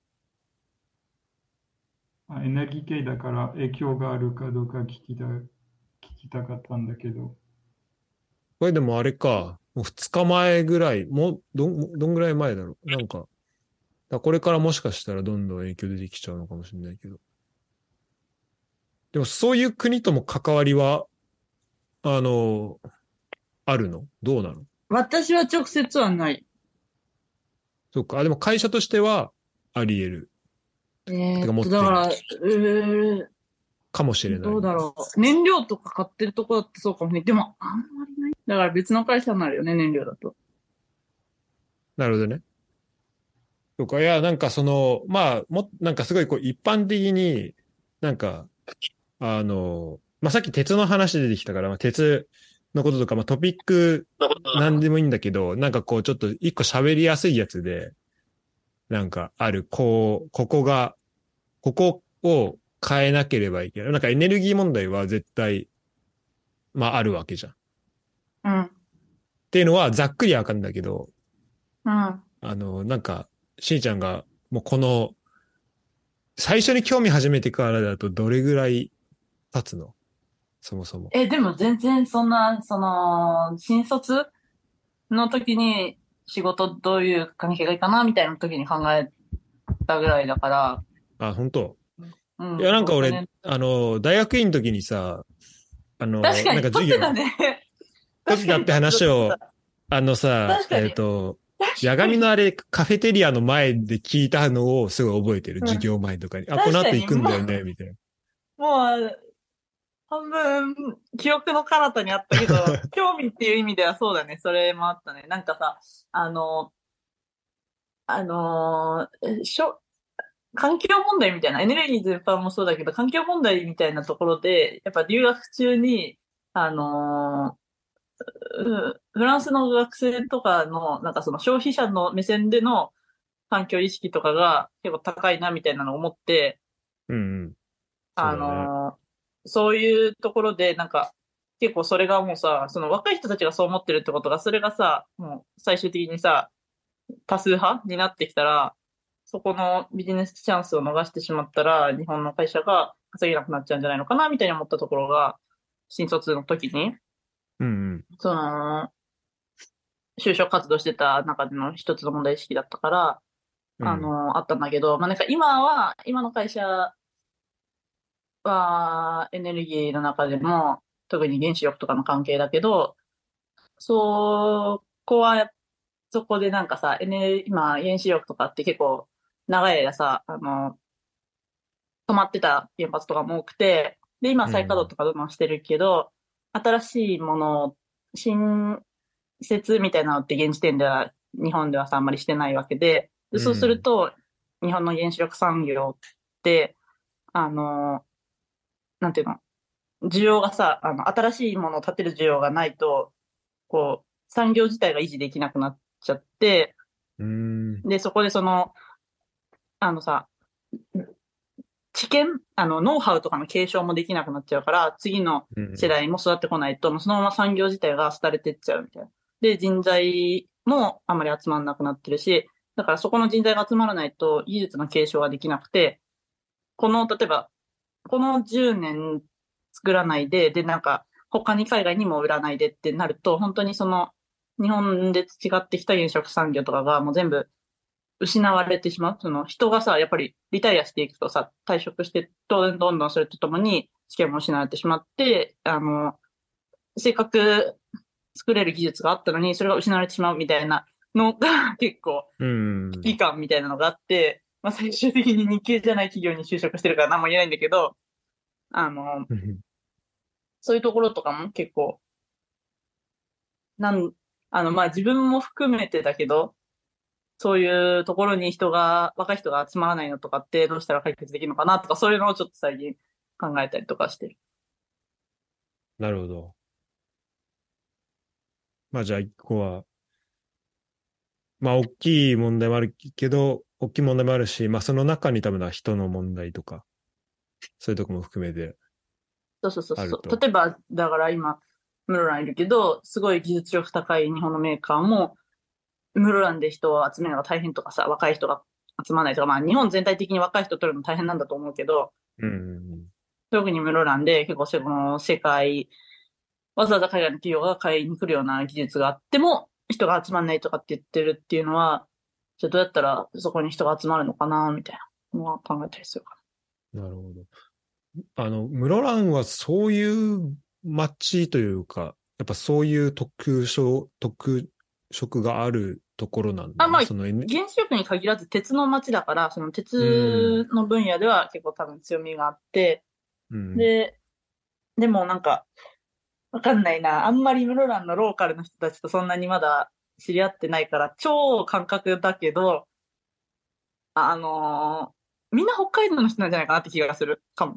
Speaker 3: あエネルギー系だから影響があるかどうか聞きた、聞きたかったんだけど、
Speaker 1: これでもあれか。もう2日前ぐらい。もう、どん、どんぐらい前だろう。なんか。だからこれからもしかしたらどんどん影響出てきちゃうのかもしれないけど。でもそういう国とも関わりは、あの、あるのどうなの
Speaker 2: 私は直接はない。
Speaker 1: そっか。あ、でも会社としてはあり得る
Speaker 2: え
Speaker 1: てか持っ
Speaker 2: ー、
Speaker 1: て
Speaker 2: と
Speaker 1: る
Speaker 2: だから、うー
Speaker 1: かもしれない。
Speaker 2: どうだろう。燃料とか買ってるとこだってそうかもね。でも、あんまりない。だから別の会社になるよね、燃料だと。
Speaker 1: なるほどね。とか、いや、なんかその、まあ、も、なんかすごいこう一般的に、なんか、あの、まあさっき鉄の話出てきたから、まあ、鉄のこととか、まあトピックなんでもいいんだけど、なんかこうちょっと一個喋りやすいやつで、なんかある、こう、ここが、ここを変えなければいけない。なんかエネルギー問題は絶対、まああるわけじゃん。っ
Speaker 2: うん。
Speaker 1: ていうのはざっくりわかるんだけど、
Speaker 2: うん。
Speaker 1: あの、なんか、しーちゃんが、もうこの、最初に興味始めてからだとどれぐらい経つのそもそも。
Speaker 2: え、でも全然そんな、その、新卒の時に仕事どういう関係がいいかなみたいな時に考えたぐらいだから。
Speaker 1: あ、本当。
Speaker 2: うん、
Speaker 1: いや、なんか
Speaker 2: そうね
Speaker 1: 俺、あの、大学院の時にさ、あの、
Speaker 2: 確か
Speaker 1: なん
Speaker 2: に、
Speaker 1: か
Speaker 2: 取
Speaker 1: 授
Speaker 2: って
Speaker 1: 業、
Speaker 2: たね。
Speaker 1: 取ってたって話を
Speaker 2: *laughs* 確、
Speaker 1: あのさ
Speaker 2: 確、かに
Speaker 1: えっと、ヤガミのあれ、カフェテリアの前で聞いたのをすごい覚えてる。
Speaker 2: うん
Speaker 1: 授業前とかに。あ、こ
Speaker 2: 確
Speaker 1: の
Speaker 2: かに
Speaker 1: 後行くんだよね、みたいな。
Speaker 2: もう、半分、記憶の彼方にあったけど、興味っていう意味ではそうだね。それもあったね。なんかさ、あの、あの、えしょ、環境問題みたいな、エネルギー全般もそうだけど、環境問題みたいなところで、やっぱ留学中に、あのうフランスの学生とかの、なんかその消費者の目線での環境意識とかが結構高いなみたいなのを思って、
Speaker 1: うんうん。
Speaker 2: あのーそういうところで、なんか、結構それがもうさ、その若い人たちがそう思ってるってことが、それがさ、もう最終的にさ、多数派になってきたら、そこのビジネスチャンスを逃してしまったら、日本の会社が稼げなくなっちゃうんじゃないのかな、みたいに思ったところが、新卒の時に、
Speaker 1: うんうん。
Speaker 2: その、就職活動してた中での一つの問題意識だったから、
Speaker 1: うん
Speaker 2: あ、の、あったんだけど、まあ、なんか今は、今の会社は、エネルギーの中でも、特に原子力とかの関係だけど、そこは、そこでなんかさ、エネ今、原子力とかって結構、長い間さ、あの、止まってた原発とかも多くて、で、今再稼働とかどんどんしてるけど、新しいもの、新設みたいなのって現時点では、日本ではさ、あんまりしてないわけで、
Speaker 1: うん
Speaker 2: でそうすると、日本の原子力産業って、あの、なんていうの、需要がさ、あの、新しいものを建てる需要がないと、こう、産業自体が維持できなくなっちゃって、
Speaker 1: うん。
Speaker 2: で、そこでその、あのさ、知見、あの、ノウハウとかの継承もできなくなっちゃうから、次の
Speaker 1: うん
Speaker 2: 世代も育ってこないと、もうそのまま産業自体が廃れてっちゃうみたいな。で、人材もあまり集まんなくなってるし、だからそこの人材が集まらないと技術の継承ができなくて、この、例えば、この10年作らないで、で、なんか、他に海外にも売らないでってなると、本当にその、日本で培ってきた原子力産業とかがもう全部失われてしまう。その人がさ、やっぱりリタイアしていくとさ、退職してどんどんどんそれとともに知見も失われてしまって、あの、せっかく作れる技術があったのに、それが失われてしまうみたいなのが *laughs* 結構
Speaker 1: うん。
Speaker 2: 危機感みたいなのがあって、まあ最終的に日系じゃない企業に就職してるから何も言えないんだけど、あの、
Speaker 1: うん
Speaker 2: そういうところとかも結構、なん、あの、まあ、自分も含めてだけど、そういうところに人が、若い人が集まらないのとかってどうしたら解決できるのかなとか、そういうのをちょっと最近考えたりとかしてる。
Speaker 1: なるほど。まあじゃあ一個は、まあ大きい問題もあるけど、大きい問題もあるし、まあその中に多分な人の問題とか、そういうとこも含めて。
Speaker 2: そうそうそう
Speaker 1: ある
Speaker 2: そ
Speaker 1: と
Speaker 2: う。例えば、だから今、室蘭いるけど、すごい技術力高い日本のメーカーも、室蘭で人を集めるのが大変とかさ、若い人が集まらないとか、まあ、日本全体的に若い人取るの大変なんだと思うけど、
Speaker 1: うん。
Speaker 2: 特に室蘭で結構その世界、わざわざ海外の企業が買いに来るような技術があっても、人が集まんないとかって言ってるっていうのは、じゃあどうやったらそこに人が集まるのかな、みたいなのは考えたりするか
Speaker 1: なるほど。あの、室蘭はそういう街というか、やっぱそういう特徴、特色があるところなんだ、
Speaker 2: あまあ
Speaker 1: その N-
Speaker 2: な。原子力に限らず鉄の街だから、その鉄の分野では結構多分強みがあって、
Speaker 1: うん、
Speaker 2: で、でもなんか、わかんないな。あんまり室蘭のローカルの人たちとそんなにまだ知り合ってないから、超感覚だけど、あのーみんな北海道の人なんじゃないかなって気がするかも。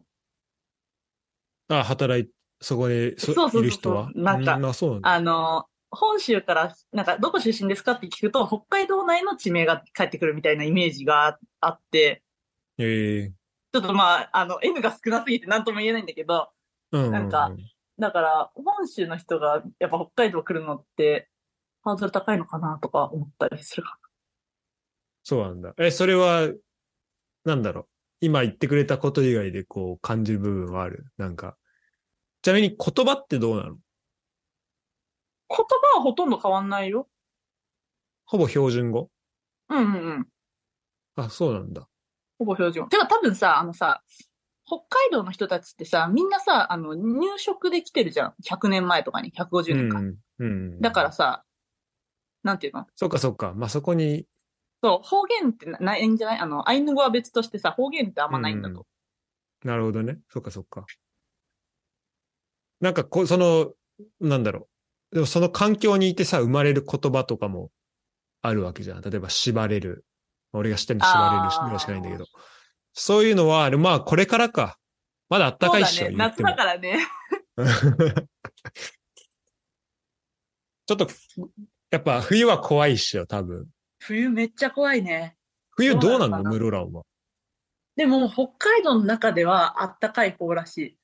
Speaker 1: あ、働い、そこに、そ
Speaker 2: そうそうそうそう
Speaker 1: いる人は
Speaker 2: なんか
Speaker 1: うあ、そうなんだ。
Speaker 2: あのー本州から、なんか、どこ出身ですかって聞くと、北海道内の地名が返ってくるみたいなイメージがあって、
Speaker 1: ええ
Speaker 2: ちょっとまあ、あの、N が少なすぎて何とも言えないんだけど、
Speaker 1: うんうんうん。
Speaker 2: なんかだから、本州の人がやっぱ北海道来るのって、ハードル高いのかなとか思ったりするか
Speaker 1: そうなんだ。え、それは、なんだろう。今言ってくれたこと以外でこう感じる部分はある。なんか。ちなみに言葉ってどうなの
Speaker 2: な。言葉はほとんど変わんないよ。
Speaker 1: ほぼ標準語
Speaker 2: うんうんうん。
Speaker 1: あ、そうなんだ。
Speaker 2: ほぼ標準語。てか多分さ、あのさ、北海道の人たちってさ、みんなさ、あの、入植で来てるじゃん。100年前とかに、150年か。
Speaker 1: うんうん。
Speaker 2: だから。さ、なんていうの
Speaker 1: そっかそっか。まあ、そこに、
Speaker 2: そう、方言ってなないんじゃないあの、アイヌ語は別としてさ、方言ってあんまないんだと。
Speaker 1: なるほどね。そっかそっか。なんかこう、その、なんだろう。でもその環境にいてさ、生まれる言葉とかもあるわけじゃん。例えば、縛れる。俺が知ってるの縛れるし
Speaker 2: あー
Speaker 1: のしかないんだけど。そういうのはある、まあ、これからか。まだ暖
Speaker 2: そ
Speaker 1: か
Speaker 2: う
Speaker 1: いっ
Speaker 2: だ
Speaker 1: しょ、
Speaker 2: ね。
Speaker 1: 言って
Speaker 2: 夏
Speaker 1: も
Speaker 2: だからね。
Speaker 1: *laughs* ちょっと、やっぱ冬は怖いっしょ、多分。
Speaker 2: 冬めっちゃ怖いね。
Speaker 1: 冬どうな
Speaker 2: そうな
Speaker 1: の
Speaker 2: のかな
Speaker 1: 室蘭は。
Speaker 2: でも、北海道の中ではあったかい方らしい。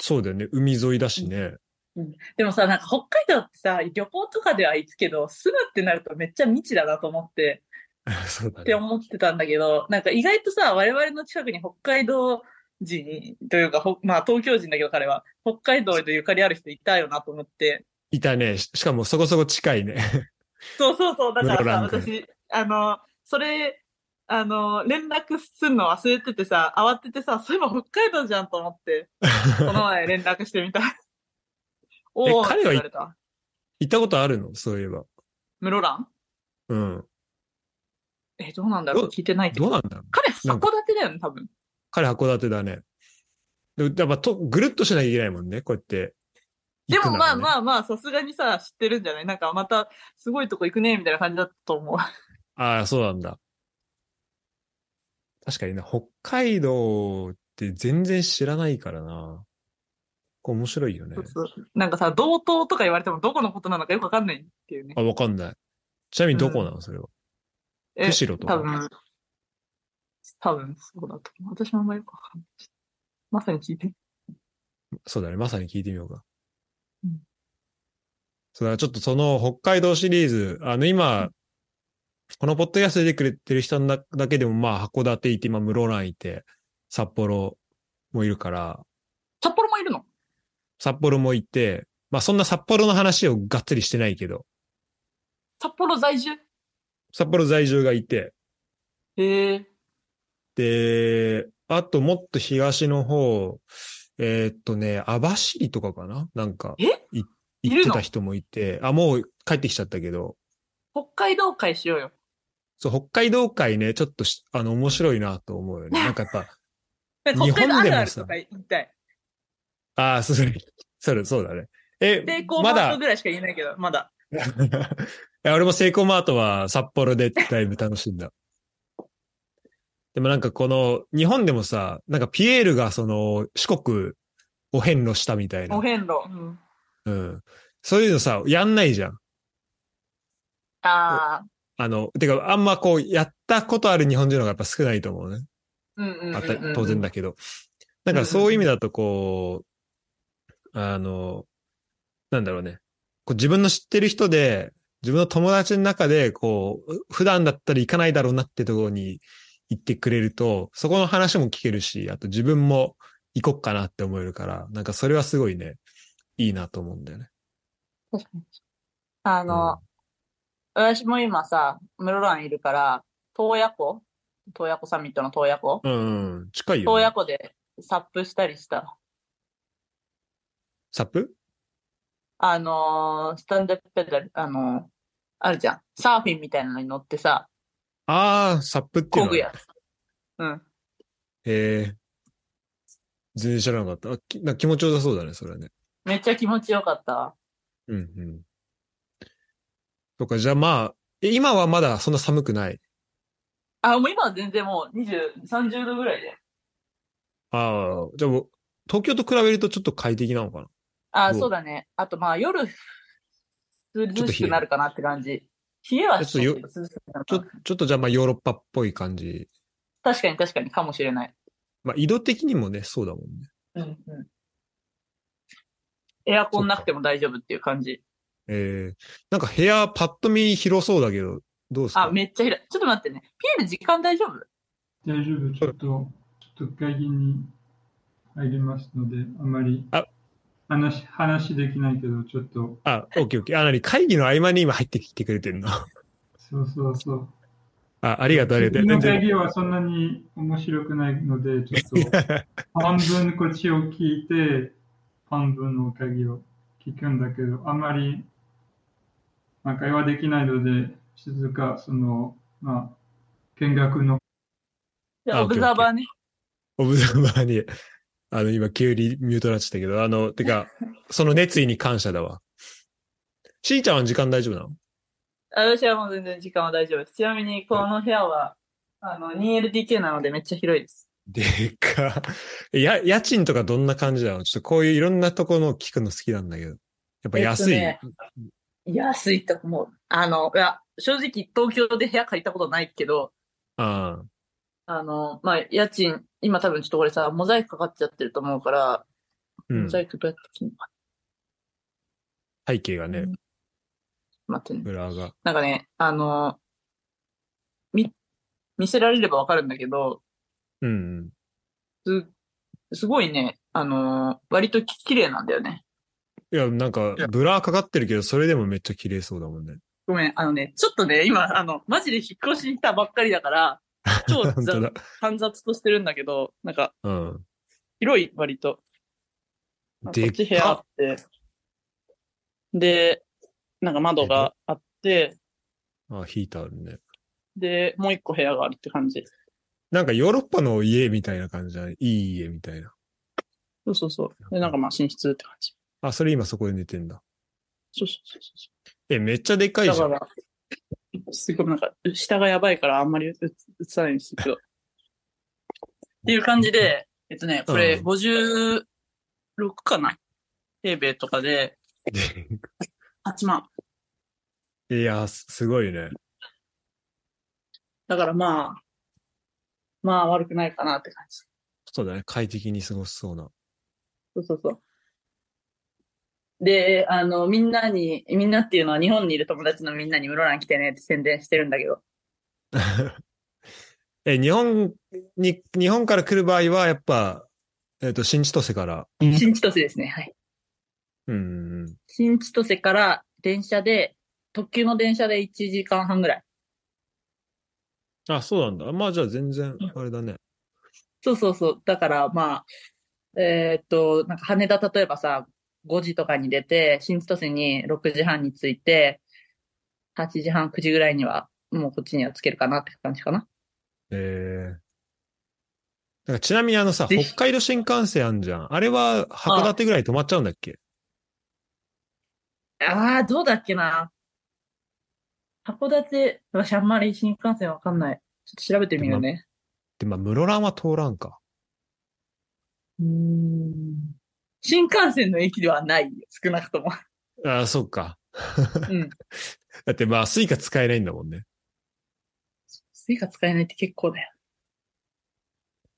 Speaker 1: そうだよね。海沿いだしね。
Speaker 2: うんでもさ、なんか北海道ってさ、旅行とかでは行くけど、住むってなるとめっちゃ未知だなと思って、
Speaker 1: *laughs* そうだ
Speaker 2: って
Speaker 1: ね。
Speaker 2: 思ってたんだけど、なんか意外とさ、我々の近くに北海道人というか、ほまあ東京人だけど彼は、北海道でゆかりある人いたよなと思って、
Speaker 1: いたね。ししかもそこそこ近いね。 *laughs*
Speaker 2: そうそうそう、だからさ、
Speaker 1: 室蘭
Speaker 2: 私、あの、それ、あの、連絡すんの忘れててさ、慌ててさ、そういえば北海道じゃんと思って、この前連絡してみた。
Speaker 1: *laughs*
Speaker 2: おお、
Speaker 1: 彼は
Speaker 2: 言われた。
Speaker 1: 行ったことあるのそういえば。
Speaker 2: 室蘭
Speaker 1: うん。
Speaker 2: え、どうなんだろう
Speaker 1: どう
Speaker 2: 聞いてないけ
Speaker 1: どう
Speaker 2: ど。
Speaker 1: なんだろう
Speaker 2: 彼、
Speaker 1: なん
Speaker 2: 函
Speaker 1: か
Speaker 2: 館だよね、多分。
Speaker 1: 彼函館だね。でやっぱと、ぐるっとしなきゃいけないもんね。こうやって。
Speaker 2: でもまあ
Speaker 1: あ。
Speaker 2: まあまあ、さすがにさ、知ってるんじゃないなんかまた、すごいとこ行くね、みたいな感じだったと思う。
Speaker 1: ああ、そうなんだ。確かにね、北海道って全然知らないからな。これ面白いよね。
Speaker 2: なんかさ、同等とか言われてもどこのことなのかよくわかんないっていうね。
Speaker 1: あ、わかんない。ちなみにどこなの、それは。
Speaker 2: え
Speaker 1: *laughs* 釧路とか
Speaker 2: 多分、多分そうだと思う。私もあんまりよくわかんない。まさに聞いて。
Speaker 1: そうだね。まさに聞いてみようか。
Speaker 2: うん
Speaker 1: そうだ、ちょっとその北海道シリーズ、あの今、このポッドキャストで出てくれてる人だだけでも、まあ、函館いて、今、室蘭いて、札幌もいるから、
Speaker 2: 札幌もいるの
Speaker 1: 札幌もいて、まあ、そんな札幌の話をがっつりしてないけど、
Speaker 2: 札幌在住
Speaker 1: 札幌在住がいて、
Speaker 2: へえ。
Speaker 1: で、あともっと東の方、えーっとね、網走とかかななんか、
Speaker 2: え
Speaker 1: い
Speaker 2: い
Speaker 1: 行っ
Speaker 2: る
Speaker 1: て
Speaker 2: の
Speaker 1: た人もいて、あ、もう帰ってきちゃったけど、
Speaker 2: 北海道会しようよ。
Speaker 1: そう、北海道会ね、ちょっとし、あの、面白いなと思うよね。
Speaker 2: *laughs*
Speaker 1: なんかやっぱ、
Speaker 2: 北
Speaker 1: 日本
Speaker 2: 海道あ
Speaker 1: で
Speaker 2: る
Speaker 1: も
Speaker 2: ある
Speaker 1: さ
Speaker 2: とか言いたい。
Speaker 1: ああ、それ、それ、そうだね。え
Speaker 2: 成、功
Speaker 1: ま
Speaker 2: マー
Speaker 1: だ
Speaker 2: ト、ぐらいしか言えないけど、まだ。
Speaker 1: *laughs* いや俺もセイコーマートは札幌でだいぶ楽しんだ。でもなんかこの、日本でもさ、なんかピエールがその、四国を遍路したみたいな
Speaker 2: お。遍路。うん、
Speaker 1: うん。そういうのさ、やんないじゃん。
Speaker 2: ああ。
Speaker 1: あの、てか、あんまこう、やったことある日本人の方がやっぱ少ないと思うね。
Speaker 2: うんうんうんうん
Speaker 1: あた当然だけど。なんかそういう意味だとこう、あの、なんだろうね。こう自分の知ってる人で、自分の友達の中で、こう、普段だったら行かないだろうなってところに行ってくれると、そこの話も聞けるし、あと自分も行こっかなって思えるから、なんかそれはすごいね、いいなと思うんだよね。
Speaker 2: 確かに。あの、私も今さ、室蘭いるから、洞爺湖洞爺湖サミットの洞爺湖
Speaker 1: うん、うんうん、近いよ、
Speaker 2: 洞
Speaker 1: ね
Speaker 2: 爺。湖でサップしたりした。
Speaker 1: サップ
Speaker 2: あのースタンデップペダル、あのーあるじゃん。サーフィンみたいなのに乗ってさ、
Speaker 1: ああ、サップっていうの
Speaker 2: 漕
Speaker 1: は
Speaker 2: ぐやつ。うん。
Speaker 1: へえ。全然知らなかった。あきなんか気持ちよさそうだね、それはね。
Speaker 2: めっちゃ気持ちよかったわ。
Speaker 1: うんうん。とか、じゃあまあ、え今はまだそんな寒くない。
Speaker 2: あ、もう今は全然もう20、30度ぐらいで。
Speaker 1: ああ、じゃあもう東京と比べるとちょっと快適なのかな。
Speaker 2: あ、
Speaker 1: お
Speaker 2: そうだね。あとまあ夜、涼しくなるかなって感じ。冷えはしないけど涼しくなる
Speaker 1: ち
Speaker 2: か
Speaker 1: ょ
Speaker 2: な、
Speaker 1: ちょっとじゃあまあヨーロッパっぽい感じ。
Speaker 2: 確かに確かにかもしれない。
Speaker 1: まあ移動的にもね、そうだもんね。
Speaker 2: うんうんエアコンなくても大丈夫っていう感じ。
Speaker 1: ええなんか部屋パッと見広そうだけど、どうですか
Speaker 2: あ、めっちゃ広い。ちょっと待ってね。ピエール時間大丈夫
Speaker 3: 大丈夫、ちょっと、ちょっと会議に入りますので、あまり
Speaker 1: あ
Speaker 3: 話話できないけど、ちょっと、
Speaker 1: あ、オッケーオッケー。あ、なに会議の合間に今入ってきてくれてるの。 *laughs* あ、
Speaker 3: そうそうそう。
Speaker 1: ありがとう、ありがとう。
Speaker 3: 次
Speaker 1: 全
Speaker 3: の
Speaker 1: 然
Speaker 3: 会議はそんなに面白くないので、ちょっ
Speaker 1: *laughs*
Speaker 3: と半分こっちを聞いて、半分の会議を聞くんだけど、あまり、まあ、会話できないので、静か、その、まあ、見学の
Speaker 2: じゃ
Speaker 1: あ
Speaker 2: あ、
Speaker 1: オ
Speaker 2: オ
Speaker 1: ッケー
Speaker 2: ブザーバーね。
Speaker 1: オブザーバーに、あの、今、急にミュートになってたけど、あの、てか、その熱意に感謝だわ。しーちゃんは時間大丈夫なの
Speaker 2: 私はもう全然時間は大丈夫です。ちなみに、この部屋は、あの、2LDK なのでめっちゃ広いです。
Speaker 1: でか。や、家賃とかどんな感じなのちょっとこういういろんなところの聞くの好きなんだけど。やっぱ安い。
Speaker 2: えっ安いと思う。あの、いや、正直東京で部屋借りたことないけど、
Speaker 1: ああ
Speaker 2: あの、まあ、家賃、今多分ちょっとこれさ、モザイクかかっちゃってると思うから、
Speaker 1: うん
Speaker 2: モザイクどうやって切るのか
Speaker 1: 背景がね、
Speaker 2: 待ってね。
Speaker 1: 裏が。
Speaker 2: なんかね、あの、み、見せられればわかるんだけど、
Speaker 1: うん
Speaker 2: す、すごいね、あの、割とき綺麗なんだよね。
Speaker 1: うん。いや、なんか
Speaker 3: いや、
Speaker 1: ブラーかかってるけど、それでもめっちゃ綺麗そうだもんね。
Speaker 2: ごめん、あのね、ちょっとね、今、あの、マジで引っ越しに来たばっかりだ *laughs* から、超
Speaker 1: 本当だ。
Speaker 2: 煩雑としてるんだけど、なんか、
Speaker 1: うん。
Speaker 2: 広い、割と。なんかこ
Speaker 1: で
Speaker 2: っち部
Speaker 1: っ
Speaker 2: 屋あ
Speaker 1: か。
Speaker 2: って。で、なんか窓があって、
Speaker 1: あ、ヒーターあるね。
Speaker 2: で、もう一個部屋があるって感じ。
Speaker 1: なんかヨーロッパの家みたいな感じじゃないいい家みたいな。
Speaker 2: そうそうそう。で、なんかまあ寝室って感じ。
Speaker 1: あ、それ今そこで寝てんだ。
Speaker 2: そうそうそうそ
Speaker 1: え、めっちゃでか
Speaker 2: う。
Speaker 1: い
Speaker 2: だ
Speaker 1: じゃ
Speaker 2: か
Speaker 1: ん。
Speaker 2: ら、すごいなんか、下がやばいからあんまり映映さないんですけど。っていう感じ。で、えっとね、これ
Speaker 1: うん
Speaker 2: 56かな平米とかで8万。
Speaker 1: *laughs* いや、すすごいね。
Speaker 2: だからまあ、まあ悪くないかなって感じ。
Speaker 1: そうだね。快適に過ごしそうな。
Speaker 2: そうそうそう。で、あの、みんなに、みんなっていうのは日本にいる友達のみんなに室蘭来てねって宣伝してるんだけど。
Speaker 1: え、日本に、日本から来る場合は、やっぱ、えっ、と、新千歳から。
Speaker 3: うん
Speaker 2: 新千歳ですね。はい。
Speaker 1: うん。
Speaker 2: 新千歳から電車で、特急の電車で1時間半ぐらい。
Speaker 1: あ、そうなんだ。まあ、じゃあ全然、あれだね。
Speaker 2: そうそうそう。だからまあ、えーっと、なんか羽田例えばさ、5時とかに出て、新千歳に6時半に着いて、8時半、9時ぐらいには、もうこっちには着けるかなって感じかな。
Speaker 1: えーなんかちなみにあのさ、
Speaker 2: ぜひ
Speaker 1: 北海道新幹線あんじゃん。あれは函館ぐらい止まっちゃうんだっけ
Speaker 2: ああ、どうだっけな。函館、私あんまり新幹線わかんない。ちょっと調べてみようね。
Speaker 1: で、まあ、室蘭は通らんか。
Speaker 2: うーん。新幹線の駅ではない。少なく *laughs* とも。
Speaker 1: ああ、そうか。
Speaker 2: うん。
Speaker 1: だってまあ、スイカ使えないんだもんね。
Speaker 2: スイカ使えないって結構だよ。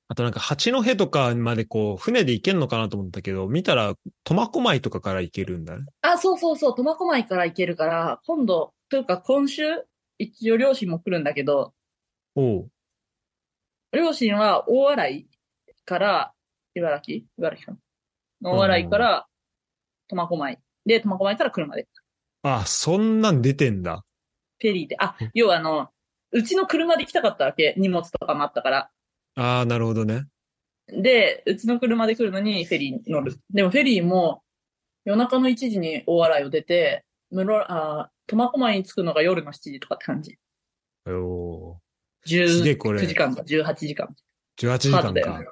Speaker 1: あとなんか、八戸とかまでこう、船で行けんのかなと思ったけど、見たら、苫小牧とかから行けるんだね。
Speaker 2: あ、そうそうそう。苫小牧から行けるから、今度、というか今週、一応両親も来るんだけど、
Speaker 1: おう。
Speaker 2: 両親は大洗から、茨城茨城かな大洗から苫小牧。で、苫小牧から車で。
Speaker 1: ああ、そんなん出てんだ。
Speaker 2: ペリーで。あ
Speaker 1: うん、
Speaker 2: 要はあの、うちの車で来たかったわけ。荷物とかもあったから。
Speaker 1: ああ、なるほどね。
Speaker 2: で、うちの車で来るのにフェリーに乗る。でもフェリーも夜中の1時に大洗を出て、室、あー、苫小牧に着くのが夜の7時とかって感じ。
Speaker 1: おおすげえこれ
Speaker 2: 19時間か18時間。
Speaker 1: ー。18時
Speaker 2: ハード
Speaker 1: 間
Speaker 2: だよ
Speaker 1: か
Speaker 2: ね。。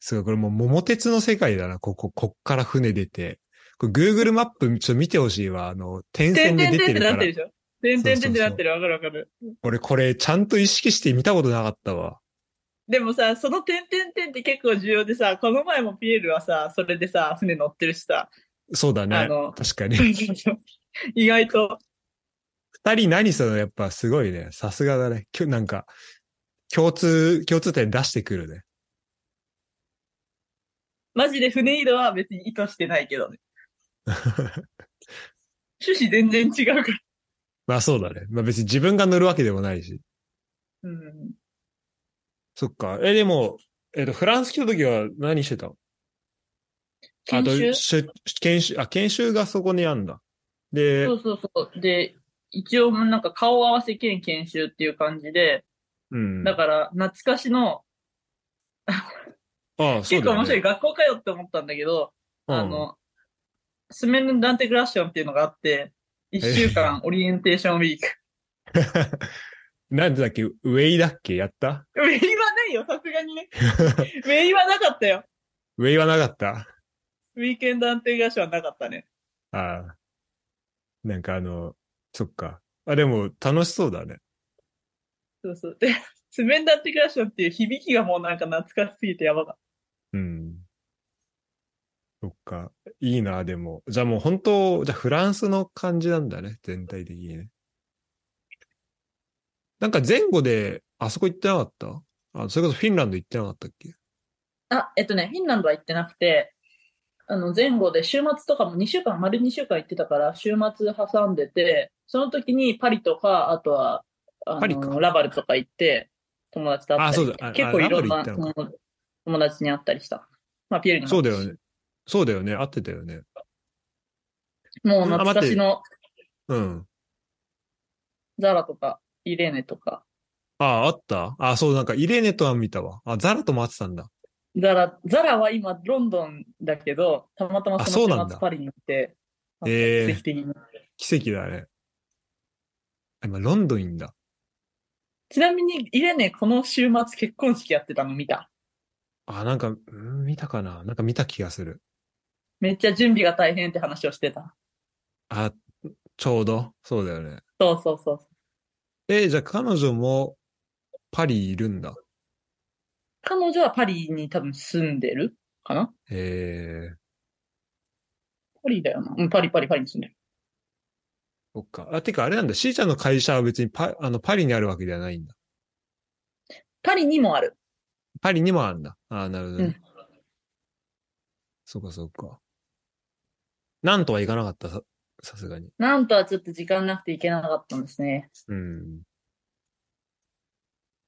Speaker 1: すごい、これもう桃鉄の世界だな、ここ、こっから船出て。これ Google マップちょっと見てほしいわ。あの、点
Speaker 2: て
Speaker 1: 線
Speaker 2: ん
Speaker 1: で
Speaker 2: て
Speaker 1: 出
Speaker 2: んてんってて
Speaker 1: る
Speaker 2: な
Speaker 1: か
Speaker 2: っ
Speaker 1: ら
Speaker 2: てるで。しょてんてんてんってなってる。わかるわかる。
Speaker 1: 俺これちゃんと意識して見たことなかったわ。
Speaker 2: でもさ、そのてんてんてんって結構重要でさ、この前もピエールはさ、それでさ、船乗ってるしさ、 *laughs*
Speaker 1: そうだ
Speaker 2: あ
Speaker 1: ね。
Speaker 2: の、
Speaker 1: 確かに。
Speaker 2: 意外と
Speaker 1: 二人何その、やっぱすごいね。さすがだね。きょなんか、共通、共通点出してくるね。
Speaker 2: マジで船移動は別に意図してないけ
Speaker 1: *laughs*
Speaker 2: どね。趣旨全然違うから。
Speaker 1: まあそうだね。まあ別に自分が乗るわけでもないし。
Speaker 2: うん。
Speaker 1: そっか。え、でも、えっ、と、フランス来た時は何してたの
Speaker 2: 研修
Speaker 1: あとしゅ、研修、あ、研修がそこにあんだ。で、
Speaker 2: そうそうそう。で、一応なんか顔合わせ兼研修っていう感じで、
Speaker 1: うん。
Speaker 2: だから懐かしの、
Speaker 1: ああ、そうだ
Speaker 2: 結構
Speaker 1: よね
Speaker 2: 面白い、学校かよって思ったんだけど、
Speaker 1: うん
Speaker 2: あの、スメルダンテグラッションっていうのがあって、一週間オリエンテーションウィーク。 *laughs*
Speaker 1: なんだっけ、ウェイだっけやった
Speaker 2: ウェイはないよ、さすがに
Speaker 1: *laughs*
Speaker 2: ね。ウェイはなかったよ。
Speaker 1: ウェイはなかった
Speaker 2: ウィーケンダンテグラッションはなかったね。
Speaker 1: ああ。なんかあの、そっか。あ、でも楽しそうだね。
Speaker 2: そうそう。で、スメンダンテグラッションっていう響きがもうなんか懐かしすぎてやばかった。
Speaker 1: うん。そっか。いいな、でも。じゃあもう本当、じゃあフランスの感じなんだね。全体的にね。なんか前後で、あそこ行ってなかったあ、それこそフィンランド行ってなかったっけ
Speaker 2: あ、えっとね、フィンランドは行ってなくて、あの前後で週末とかも2週間、丸2週間行ってたから、週末挟んでて、その時にパリとか、あとは、あ
Speaker 1: パリか
Speaker 2: のラバルとか行って、友達と会ったりして
Speaker 1: あそうだあ
Speaker 2: 結構いろん
Speaker 1: ラ
Speaker 2: な
Speaker 1: バル行っ
Speaker 2: 友友達に会ったりした。まあ、ピエールにも
Speaker 1: そうだよね。そうだよね。合ってたよね。
Speaker 2: もう懐かしの
Speaker 1: うん。
Speaker 2: ザラとか、イレーネとか、
Speaker 1: ああ、あったああ、そう、なんか、イレーネとは見たわ。あ、ザラとも合ってたんだ。
Speaker 2: ザラ、ザラは今ロンドンだけど、たまたま
Speaker 1: あそ
Speaker 2: そうの
Speaker 1: なん
Speaker 2: 週
Speaker 1: だ
Speaker 2: 末パリに行って、なんか
Speaker 1: えー
Speaker 2: 奇跡的に。
Speaker 1: 奇跡だね。あ今、ロンドンいんだ。
Speaker 2: ちなみに、イレーネこの週末結婚式やってたの見た。
Speaker 1: あ、なんか、うん見たかななんか見た気がする。
Speaker 2: めっちゃ準備が大変って話をしてた。
Speaker 1: あ、ちょうど。そうだよね。
Speaker 2: そうそうそう。
Speaker 1: え、じゃあ彼女もパリいるんだ。
Speaker 2: 彼女はパリに多分住んでるかな
Speaker 1: ええ
Speaker 2: パリだよな。うん、パリパリパリに住んでる。
Speaker 1: そっか。あ、てかあれなんだ。しーちゃんの会社は別にパあのパリにあるわけではないんだ。
Speaker 2: パリにもある。
Speaker 1: パリにもあるんだ。ああ、なるほどね。
Speaker 2: うん
Speaker 1: そっかそっか。なんとはいかなかった、ささすがに。
Speaker 2: なんとはちょっと時間なくて行けなかったんですね。
Speaker 1: うん。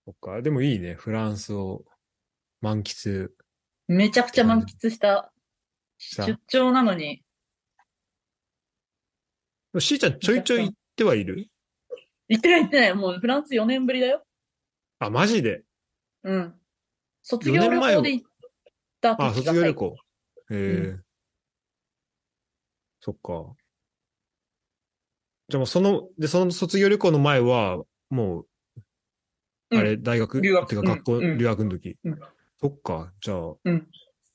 Speaker 1: そっか。でもいいね。フランスを満喫
Speaker 2: めちゃくちゃ満喫した。
Speaker 1: した。
Speaker 2: 出張なのに、
Speaker 1: しーちゃんちょいちょい行ってはいる
Speaker 2: 行ってない行ってない。もうフランス4年ぶりだよ。
Speaker 1: あ、マジで。
Speaker 2: うん。卒業
Speaker 1: 4
Speaker 2: 旅
Speaker 1: 年前を
Speaker 2: 行で行った時が
Speaker 1: あ、卒業
Speaker 2: 最
Speaker 1: 旅
Speaker 2: 後
Speaker 1: 行。へえそっか。じゃあもうその、で、その卒業旅行の前は、もう、
Speaker 2: うん
Speaker 1: あれ、大学、
Speaker 2: 留学
Speaker 1: てか学校、
Speaker 2: うんうん
Speaker 1: 留学の時、
Speaker 2: うん
Speaker 1: そっか、じゃあ、
Speaker 2: うん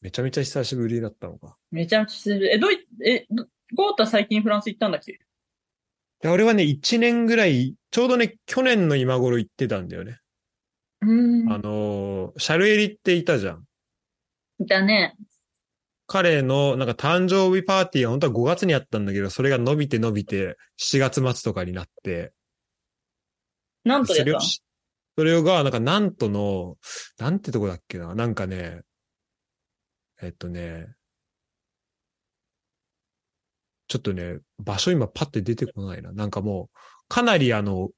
Speaker 1: めちゃめちゃ久しぶりだったのか。
Speaker 2: めちゃめちゃする。え、どうい、え、どゴータ最近フランス行ったんだっけ
Speaker 1: で、俺はね、1年ぐらい、ちょうどね、去年の今頃行ってたんだよね。
Speaker 2: うー
Speaker 1: あ
Speaker 2: ん。
Speaker 1: のーシャルエリっていたじゃん。
Speaker 2: いたね。
Speaker 1: 彼の、なんか誕生日パーティーは本当は5月にあったんだけど、それが伸びて伸びて、7月末とかになって、
Speaker 2: なんと
Speaker 1: そ
Speaker 2: や
Speaker 1: れ
Speaker 2: っ
Speaker 1: を
Speaker 2: た
Speaker 1: しそれが、なんか、なんとの、なんてとこだっけな、なんかね、えっとね、ちょっとね、場所今パッて出てこないな。なんかもう、かなりあの、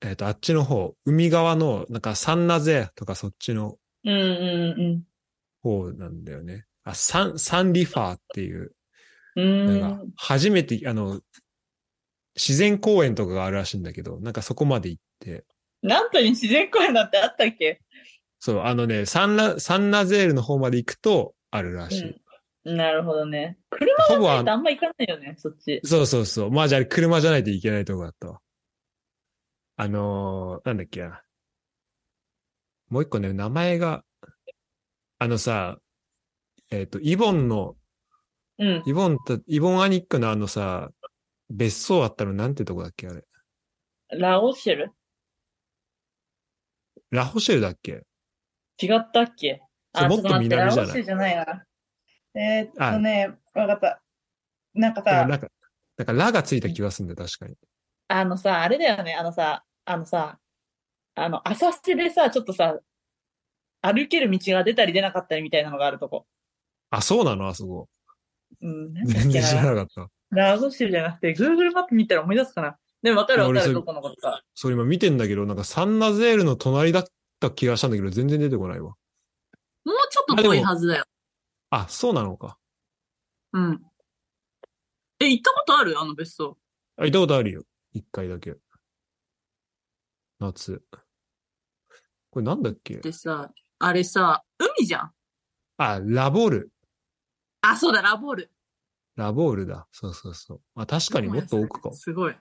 Speaker 1: えっと、あっちの方、海側の、なんか、サンナゼとかそっちの
Speaker 2: うんうん
Speaker 1: 方なんだよね。あ、サン、サンリファーっていう、
Speaker 2: うん。う
Speaker 1: なん
Speaker 2: ー
Speaker 1: か
Speaker 2: ん。、
Speaker 1: 初めて、あの、自然公園とかがあるらしいんだけど、なんかそこまで行って、
Speaker 2: なんとに自然公園なんてあったっけ
Speaker 1: そう、あのね、サンラ、サンナゼールの方まで行くとあるらしい。
Speaker 2: うん、なるほどね。車
Speaker 1: ほぼ
Speaker 2: な
Speaker 1: あ
Speaker 2: いとあんま行かないよね、そっち。
Speaker 1: そうそうそう。まあじゃあ車じゃないといけないとこだったわ。あのーなんだっけな。もう一個ね、名前が、あのさ、えっ、と、イボンの、
Speaker 2: うん。
Speaker 1: イボンと、イボンアニックのあのさ、別荘あったのなんてとこだっけあれ。
Speaker 2: ラオシェル
Speaker 1: ラホシェルだっけ
Speaker 2: 違ったっけ
Speaker 1: そ
Speaker 2: あ、
Speaker 1: う
Speaker 2: ち
Speaker 1: も
Speaker 2: ょ
Speaker 1: っ
Speaker 2: っ
Speaker 1: と
Speaker 2: と待って、
Speaker 1: 南
Speaker 2: ラ
Speaker 1: じゃ
Speaker 2: オ
Speaker 1: ない
Speaker 2: シェルじゃないな。えー、っとね、わかった。なんか
Speaker 1: でも
Speaker 2: さ
Speaker 1: な、んか、なんかラがついた気がするんだよ、確かに。
Speaker 2: あのさ、あれだよね、あのさ、あのさ、あの、浅瀬でさ、ちょっとさ、歩ける道が出たり出なかったりみたいなのがあるとこ。
Speaker 1: あ、そうなのあそこ。
Speaker 2: うん、なんだっ
Speaker 1: 全
Speaker 2: け
Speaker 1: 然知ら
Speaker 2: な。
Speaker 1: なかった。
Speaker 2: ラオシェルじゃなくて、Google マップ見たら思い出すかな。でも分かる
Speaker 1: いや
Speaker 2: 分
Speaker 1: 俺
Speaker 2: か
Speaker 1: そ
Speaker 2: る、
Speaker 1: れ
Speaker 2: どこのことか。
Speaker 1: そう、今見てんだけど、なんかサンナゼールの隣だった気がしたんだけど、全然出てこないわ。
Speaker 2: もうちょ
Speaker 1: っと遠いは
Speaker 2: ずだよ。
Speaker 1: あ、そうなのか。
Speaker 2: うん。え、行ったことあるあの別荘。
Speaker 1: あ、行ったことあるよ。一回だけ。夏。これなんだっけ
Speaker 2: でさ、あれさ、海じゃん。
Speaker 1: あ、ラボール。
Speaker 2: あ、そうだ、ラボール。
Speaker 1: ラボールだ。そうそうそう。あ、確かにもっと奥か。
Speaker 2: すごい。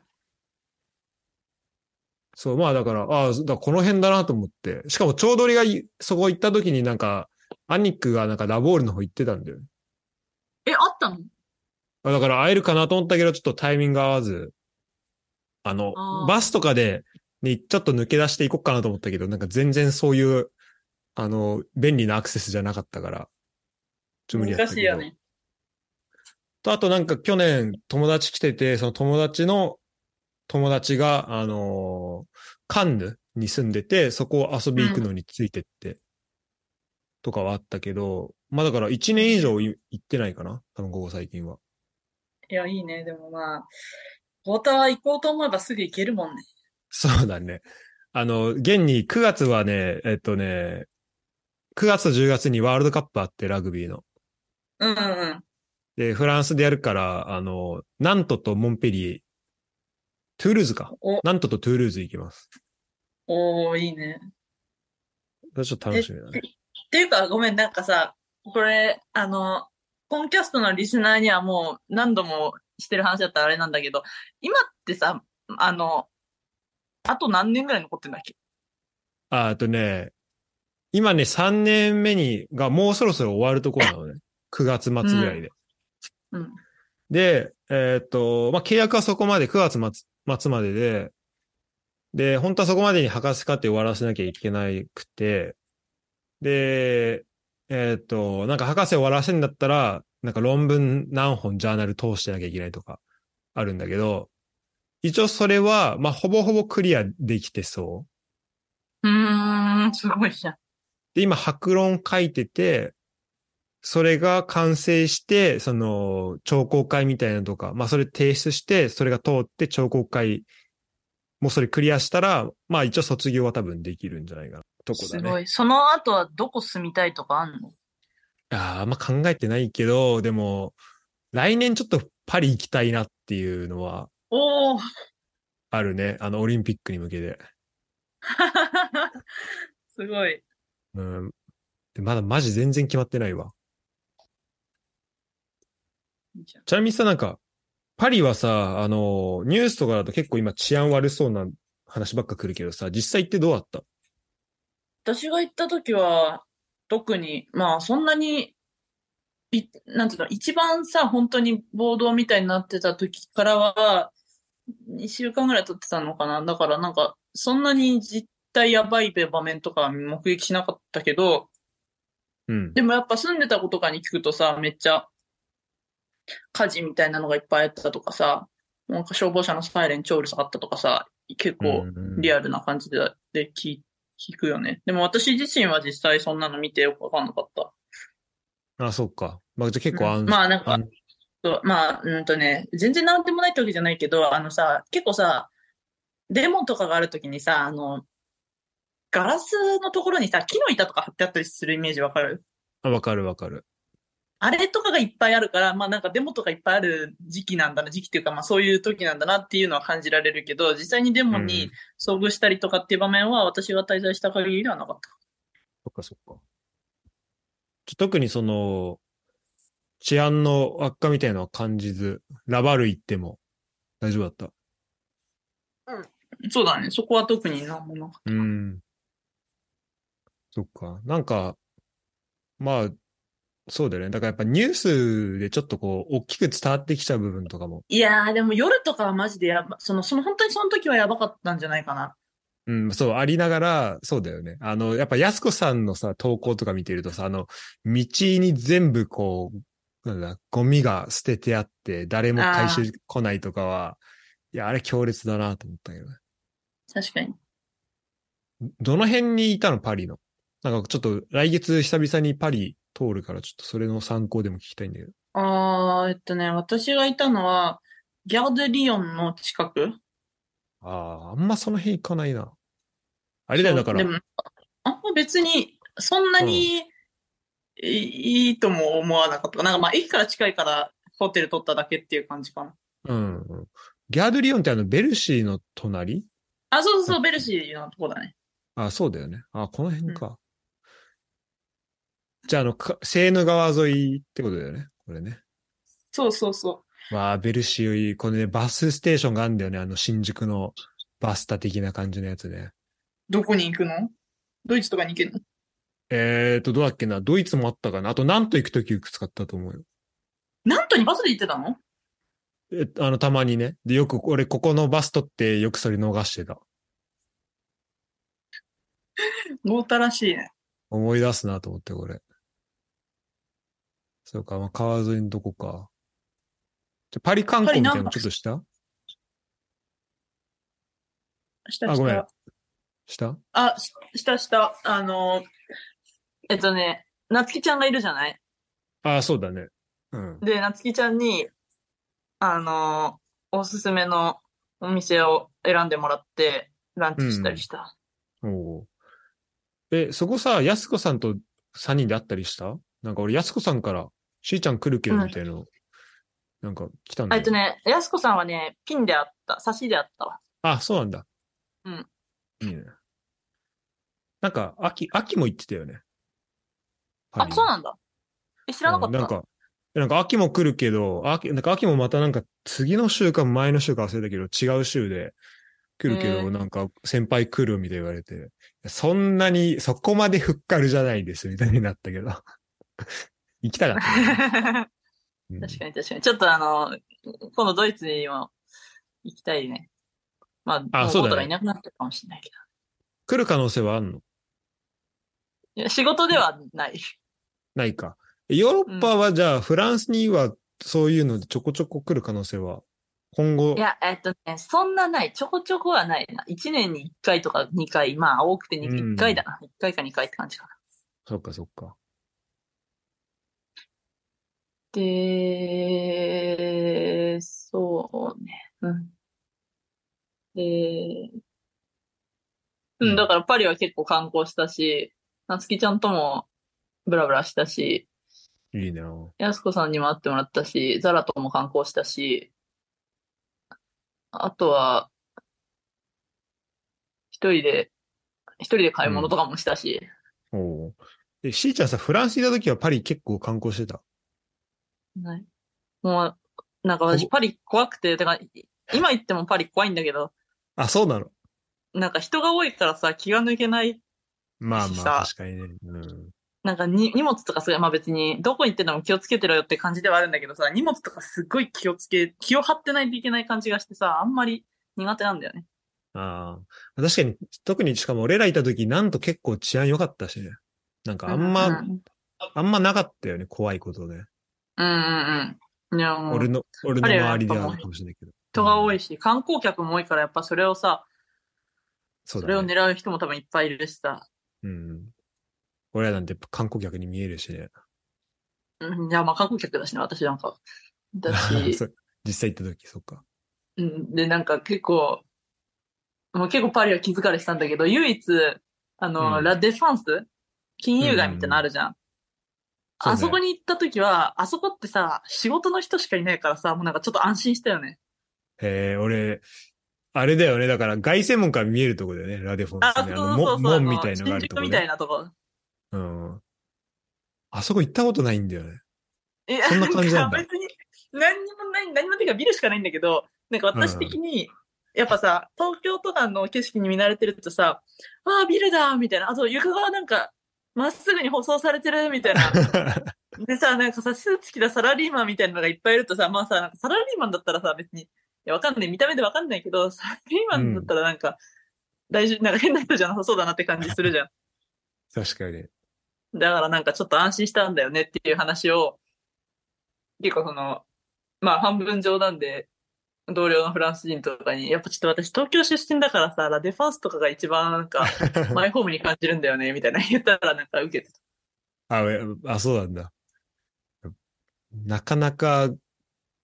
Speaker 1: そう、まあだから、ああ、だからこの辺だなと思って。しかも、ちょうどりがいそこ行った時になんか、アニックがなんかラボールの方行ってたんだよね。
Speaker 2: え、あったの
Speaker 1: あだから会えるかなと思ったけど、ちょっとタイミング合わず、あの、
Speaker 2: あー
Speaker 1: バスとかで、にちょっと抜け出していこうかなと思ったけど、なんか全然そういう、あの、便利なアクセスじゃなかったから、ちょっと無理や
Speaker 2: 難
Speaker 1: った
Speaker 2: し
Speaker 1: け
Speaker 2: い
Speaker 1: ど。
Speaker 2: よね。
Speaker 1: と、あとなんか去年友達来てて、その友達の友達が、あのーカンヌに住んでて、そこを遊び行くのについてって。とかはあったけど、まあだから1年以上い行ってないかな多分ここ最近は。
Speaker 2: いや、いいね。でもまあ、ウォーターは行こうと思えばすぐ行けるもんね。
Speaker 1: そうだね。あの、現に9月はね、えっとね、9月と10月にワールドカップあって、ラグビーの。
Speaker 2: うんうんうん。
Speaker 1: で、フランスでやるから、あの、ナントとモンペリエ、トゥールーズか。
Speaker 2: お、
Speaker 1: ナントとトゥールーズ行きます。
Speaker 2: おー、いいね。
Speaker 1: それちょっと楽しみだね。
Speaker 2: っていうか、ごめん、なんかさ、これ、あの、コンキャストのリスナーにはもう何度もしてる話だったらあれなんだけど、今ってさ、あの、あと何年ぐらい残ってんだっけ
Speaker 1: ああとね、今ね、3年目に、がもうそろそろ終わるところなの
Speaker 2: *laughs*
Speaker 1: ね。9月末ぐらいで。
Speaker 2: うん。
Speaker 1: で、えーっと、まあ、契約はそこまで、9月末末までで、で、本当はそこまでに博士課程終わらせなきゃいけなくて、で、えーっと、なんか博士終わらせるんだったら、なんか論文何本ジャーナル通してなきゃいけないとか、あるんだけど、一応それは、まあ、ほぼほぼクリアできてそう。
Speaker 2: うーん、すごいじゃん。
Speaker 1: で、今、白論書いてて、それが完成して、その、聴講会みたいなのとか、まあ、それ提出して、それが通って聴講会、もうそれクリアしたら、まあ、一応卒業は多分できるんじゃないかな。とこだ
Speaker 2: す
Speaker 1: ね。
Speaker 2: ごい。その後はどこ住みたいとかあんの
Speaker 1: あーあんま考えてないけど、でも、来年ちょっとパリ行きたいなっていうのは
Speaker 2: おー *laughs*
Speaker 1: あるね。あの、オリンピックに向けて。
Speaker 2: すごい。
Speaker 1: うん。でまだマジ全然決まってないわ。
Speaker 2: いいじゃん
Speaker 1: ちなみにさ、なんか、パリはさ、あの、ニュースとかだと結構今治安悪そうな話ばっか来るけどさ、実際ってどうだった
Speaker 2: 私が行った時は、特に、まあそんなに、い、なんていうの、一番さ、本当に暴動みたいになってた時からは、2週間ぐらい経ってたのかな。だからなんか、そんなに実態やばい場面とかは目撃しなかったけど、
Speaker 1: うん。
Speaker 2: でもやっぱ住んでた子とかに聞くとさ、めっちゃ火事みたいなのがいっぱいあったとかさ、なんか消防車のサイレン超うるさかったとかさ、結構リアルな感じでで聞聞くよね。でも私自身は実際そんなの見てよくわかんなかった。
Speaker 1: あ、そっか。まあ、じゃあ結構
Speaker 2: う
Speaker 1: 安
Speaker 2: んまあなんか
Speaker 1: 安、
Speaker 2: そうまあ、うんとね、全然なんでもないってわけじゃないけど、あのさ、結構さ、デモとかがあるときにさ、あの、ガラスのところにさ、木の板とか貼ってあったりするイメージわかる
Speaker 1: あわかるわかる。
Speaker 2: あれとかがいっぱいあるから、まあなんかデモとかいっぱいある時期なんだな、時期っていうかまあそういう時なんだなっていうのは感じられるけど、実際にデモ
Speaker 1: うん
Speaker 2: に遭遇したりとかっていう場面は私が滞在した限りではなかった。
Speaker 1: そっかそっか。ちょ特にその、治安の悪化みたいなのは感じず、ラバル行っても大丈夫だった。
Speaker 2: そうだね、そこは特に何もなかっ
Speaker 1: うん。そっか。なんか、まあ、そうだよね。だからやっぱニュースでちょっとこう、大きく伝わってきちゃう部分とかも。
Speaker 2: た。いやーでも夜とかはマジでやば、その、その本当にその時はやばかったんじゃないかな。
Speaker 1: うん、そう、ありながら、そうだよね。あの、やっぱ、安子さんのさ、投稿とか見てるとさ、あの、道に全部こう、なんだ、ゴミが捨ててあって、誰も回収来ないとかは、いや、あれ強烈だなと思ったけどね。
Speaker 2: 確かに。
Speaker 1: どの辺にいたの、パリの。なんかちょっと、来月久々にパリ通るから、ちょっとそれの参考でも聞きたいんだけど。
Speaker 2: あー、えっとね、私がいたのは、ギャーデリオンの近く。
Speaker 1: ああ、あんまその辺行かないな。あれだよ、だか
Speaker 2: そうで
Speaker 1: ら。
Speaker 2: も、あんま別に、そんなにいいいとも思わなかった。なんかまあ、駅から近いからホテル取っただけっていう感じかな。
Speaker 1: うん、うん。ギャードリオンってあの、ベルシーの隣
Speaker 2: あ、そうそうそう、ベルシーのとこだね。
Speaker 1: あ、そうだよね。あ、この辺か。じゃあ、あの、かセーヌ川沿いってことだよね。これね。
Speaker 2: そうそうそ
Speaker 1: わあ、ベルシーより、このね、バスステーションがあるんだよね。あの、新宿のバスタ的な感じのやつね。
Speaker 2: う。どこに行くのドイツとかに行けるの
Speaker 1: えーと、どうだっけな。ドイツもあったかな。あと、なんと行くときよく使ったと思うよ。
Speaker 2: なんとにバスで行ってたの
Speaker 1: え、あの、たまにね。で、よく、俺、ここのバス取って、よくそれ逃してた。
Speaker 2: ノータらしいね。
Speaker 1: 思い出すなと思って、これ。そうか、まあ、川沿いのとこか。じゃあパリ観光みたいなのちょっとした
Speaker 2: 下
Speaker 1: あごめん
Speaker 2: 下。
Speaker 1: した
Speaker 2: あ、し下下。あの、えっとね、なつきちゃんがいるじゃない
Speaker 1: ああ、そうだね。うん。
Speaker 2: で、なつきちゃんに、あのーおすすめのお店を選んでもらって、ランチしたりした。
Speaker 1: おうえ、そこさ、やすこさんと3人で会ったりしたなんか俺、やすこさんから、しーちゃん来るけど、
Speaker 2: うん
Speaker 1: みたいな、なんか来たん
Speaker 2: あ
Speaker 1: だ
Speaker 2: えっ
Speaker 1: よ
Speaker 2: と。ね、やすこさんはね、ピンであった、差しであったわ。
Speaker 1: あ、そうなんだ。
Speaker 2: うん。
Speaker 1: いいね。なんか、秋、秋も行ってたよね。
Speaker 2: あ、そ
Speaker 1: の
Speaker 2: うなんだ。え、知らなかった。
Speaker 1: なんか、なんか秋も来るけど、秋、なんか秋もまたなんか次の週か前の週か忘れたけど、違う週で来るけど、
Speaker 2: へー
Speaker 1: なんか先輩来るみたいに言われて、そんなに、そこまでふっかるじゃないです、みたいになったけど。 *laughs* 行きたかった
Speaker 2: *laughs*
Speaker 1: ね、うん
Speaker 2: 確かに確かに。ちょっとあの、今度ドイツにも行きたいね。まあ、
Speaker 1: あ
Speaker 2: も
Speaker 1: そうだね
Speaker 2: ボトがいなくなったかもしれないけ
Speaker 1: 来る可能性はあるの
Speaker 2: ど。いや仕事ではない。
Speaker 1: ないか。ヨーロッパはじゃあ、フランスにはそういうのでちょこちょこ来る可能性は、今後
Speaker 2: い、や、えっとね、そんなない。ちょこちょこはないな。1年に1回とか2回。まあ、多くて
Speaker 1: うん
Speaker 2: 1, 回だな。1回か2回って感じかな。
Speaker 1: そっかそっか。
Speaker 2: で、そうね。うん。で、う
Speaker 1: うん
Speaker 2: ん、だからパリは結構観光したし、なつきちゃんともブラブラしたし、
Speaker 1: いいなぁ
Speaker 2: やすこさんにも会ってもらったし、ザラとも観光したし、あとは、一人で、一人で買い物とかもしたし、
Speaker 1: おうえ、しーちゃんさ、フランスにいた時はパリ結構観光してた。
Speaker 2: ないもう、なんか私
Speaker 1: お
Speaker 2: パリ怖くて、だから今行ってもパリ怖いんだけど、
Speaker 1: あ、そうなの
Speaker 2: なんか人が多いからさ、気が抜けない。
Speaker 1: まあ
Speaker 2: し
Speaker 1: まあ、
Speaker 2: た
Speaker 1: 確かにね。うん。
Speaker 2: なんかに荷物とかすごい、まあ別に、どこ行ってでも気をつけてろよって感じではあるんだけどさ、荷物とかすごい気をつけ、気を張ってないといけない感じがしてさ、あんまり苦手なんだよね。
Speaker 1: ああ。確かに、特にしかも俺らいた時、なんと結構治安良かったしね。なんかあんま、
Speaker 2: うん
Speaker 1: あんまなかったよね、怖いことね。
Speaker 2: うんうんうん。いや、もう
Speaker 1: 俺、の、俺の
Speaker 2: パリはやっ
Speaker 1: 周
Speaker 2: ぱ
Speaker 1: りではあるかもしれないけど。
Speaker 2: 人が多
Speaker 1: い。
Speaker 2: いし、観光客も多いから、やっぱそれをさ、
Speaker 1: そう
Speaker 2: それ
Speaker 1: だ
Speaker 2: を
Speaker 1: ね。
Speaker 2: 狙う人も多分いっぱいいるしさ、
Speaker 1: うん。俺らなんてやっぱ観光客に見えるしね。
Speaker 2: うん、いや、まあ観光客だしね、私なんか。
Speaker 1: *laughs*
Speaker 2: だ
Speaker 1: そ
Speaker 2: し、
Speaker 1: う実際行った時、そっか。
Speaker 2: うん、で、なんか結構、もう結構パリは気づかれしたんだけど、唯一、あの、
Speaker 1: うん
Speaker 2: ラ・デファンス金融街みたいなのあるじゃん。
Speaker 1: そうね
Speaker 2: あそこに行った時は、あそこってさ、仕事の人しかいないからさ、もうなんかちょっと安心したよね。
Speaker 1: えー、俺、あれだよね。だから、外専門から見えるとこだよね、ラデフォン
Speaker 2: あ、
Speaker 1: ス
Speaker 2: そう
Speaker 1: ね。
Speaker 2: そう
Speaker 1: の
Speaker 2: そう
Speaker 1: 門
Speaker 2: そう。
Speaker 1: 門みたいなのがあ
Speaker 2: 新
Speaker 1: ると
Speaker 2: 宿
Speaker 1: こ、ね。
Speaker 2: みたいなとこ。
Speaker 1: うん。あそこ行ったことないんだよね。 *laughs*
Speaker 2: え
Speaker 1: そんな感じなんだ
Speaker 2: か別に、何にもない、何もっていうかビルしかないんだけど、なんか私的に、やっぱさ、東京とかの景色に見慣れてるとさ、ああ、ビルだみたいな。あと、床がなんか、まっすぐに舗装されてるみ
Speaker 1: *laughs*
Speaker 2: たいな。でさ、なんかさ、スーツ着たサラリーマンみたいなのがいっぱいいるとさ、まあさ、なんかサラリーマンだったらさ、別に、いや、わかんない。見た目でわかんないけど、サラリーマンだったらなんか、大丈夫、なんか変な人じゃなさそうだなって感じするじゃん。
Speaker 1: 確かに。
Speaker 2: だからなんかちょっと安心したんだよねっていう話を、結構その、まあ半分冗談で、同僚のフランス人とかに、やっぱちょっと私東京出身だからさ、ラデファンスとかが一番な
Speaker 1: *laughs*
Speaker 2: んか、マイホームに感じるんだよね、みたいな言ったらなんか受けてた。
Speaker 1: あ、えあ、そうなんだ。なかなか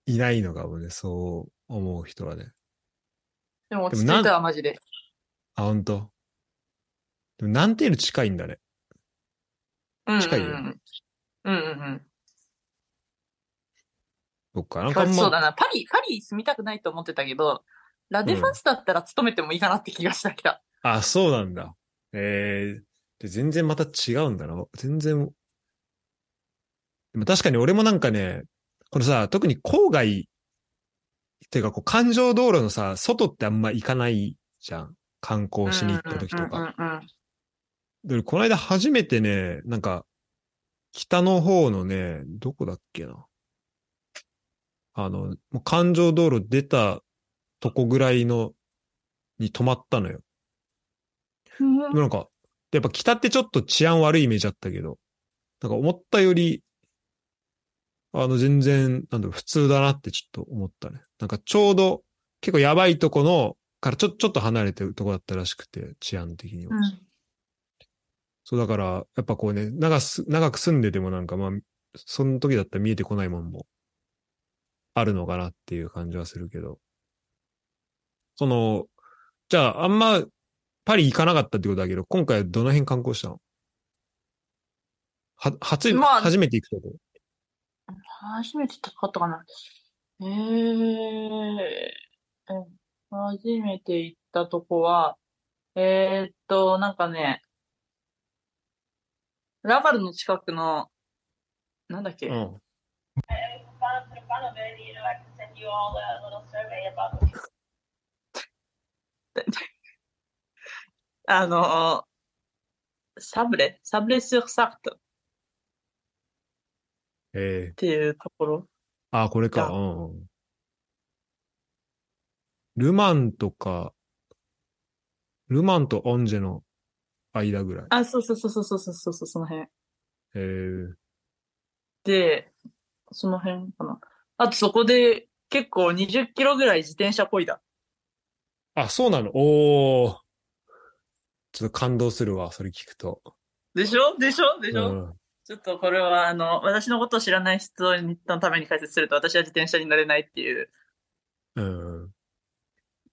Speaker 1: いないのかもね、そう思う人はね。
Speaker 2: でも落
Speaker 1: で
Speaker 2: ち
Speaker 1: もな
Speaker 2: 着
Speaker 1: ん
Speaker 2: いたわ、マジで。
Speaker 1: あ、ほんと。でも何程度近いんだね。
Speaker 2: うん
Speaker 1: 近いよ
Speaker 2: うんうん。うんうん
Speaker 1: そっか、な
Speaker 2: うんん。
Speaker 1: かあん
Speaker 2: そうだ
Speaker 1: ま、
Speaker 2: な。パリ、パリ住みたくないと思ってたけど、ラデファンスだったら勤めてもいいかなって気がしたきた。
Speaker 1: あ、そうなんだ。えー、で全然また違うんだな。全然。でも確かに俺もなんかね、このさ、特に郊外、っていうかこう、環状道路のさ、外ってあんま行かないじゃん。観光しに行った時とか。
Speaker 2: うんうんうんうん
Speaker 1: で、この間初めてね、なんか、北の方のね、どこだっけな。あの、もう環状道路出たとこぐらいの、に止まったのよ。
Speaker 2: うん
Speaker 1: でもなんか、やっぱ北ってちょっと治安悪いイメージあったけど、なんか思ったより、あの、全然、なんだろう、普通だなってちょっと思ったね。なんかちょうど、結構やばいとこの、からちょ、ちょっと離れてるとこだったらしくて、治安的には。
Speaker 2: うん
Speaker 1: そうだから、やっぱこうね、長す長く住んでてもなんかまあ、その時だったら見えてこないもんもあるのかなっていう感じはするけど。その、じゃああんまパリ行かなかったってことだけど、今回はどの辺観光したのは、初、
Speaker 2: まあ
Speaker 1: 初めて行くとこ。
Speaker 2: 初めて高かったかな。ええー、初めて行ったとこは、えーっと、なんかね、ラバルの近くの、なんだっけ、
Speaker 1: うん。
Speaker 4: fun for the fun of it, you know, I can send you all a little survey about the
Speaker 2: *laughs* あの、サブレ、サブレスサクトっ
Speaker 1: ええ
Speaker 2: ていうところ。
Speaker 1: ああ、これか。
Speaker 2: だ
Speaker 1: うんうん。ルマンとか、ルマンとオンジェの間ぐらい。
Speaker 2: あ、そうそうそうそうそうそうそう、その辺。
Speaker 1: ええ
Speaker 2: で、その辺かな。あとそこで結構20キロぐらい自転車こいだ。
Speaker 1: あ、そうなのおお。ちょっと感動するわ、それ聞くと。
Speaker 2: でしょでしょでし
Speaker 1: う
Speaker 2: ょ、
Speaker 1: ん。
Speaker 2: ちょっとこれはあの、私のことを知らない人のために解説すると私は自転車に乗れないっていう
Speaker 1: うん。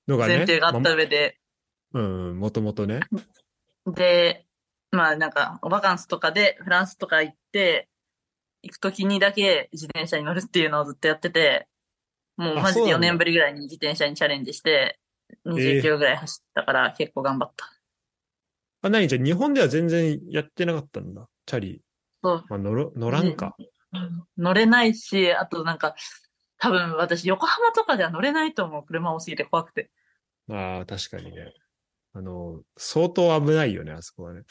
Speaker 1: のがね。
Speaker 2: 前提があっ
Speaker 1: ま
Speaker 2: た上で、
Speaker 1: うん、もともとね。
Speaker 2: で、まあなんか、おバカンスとかでフランスとか行って、行くときにだけ自転車に乗るっていうのをずっとやってて、もう
Speaker 1: あ
Speaker 2: マジ
Speaker 1: そう
Speaker 2: で
Speaker 1: な
Speaker 2: 4
Speaker 1: んだ
Speaker 2: 年ぶりぐらいに自転車にチャレンジして、20キロぐらい走ったから結構頑張った。
Speaker 1: あ、何じゃあ日本では全然やってなかったんだ。チャリ。
Speaker 2: そう
Speaker 1: まあ、乗ろ、乗らんか。
Speaker 2: 乗れないし、あとなんか、多分私、横浜とかでは乗れないと思う。車多すぎて怖くて。
Speaker 1: まあ、確かにね。あの、相当危ないよね、あそこはね。っ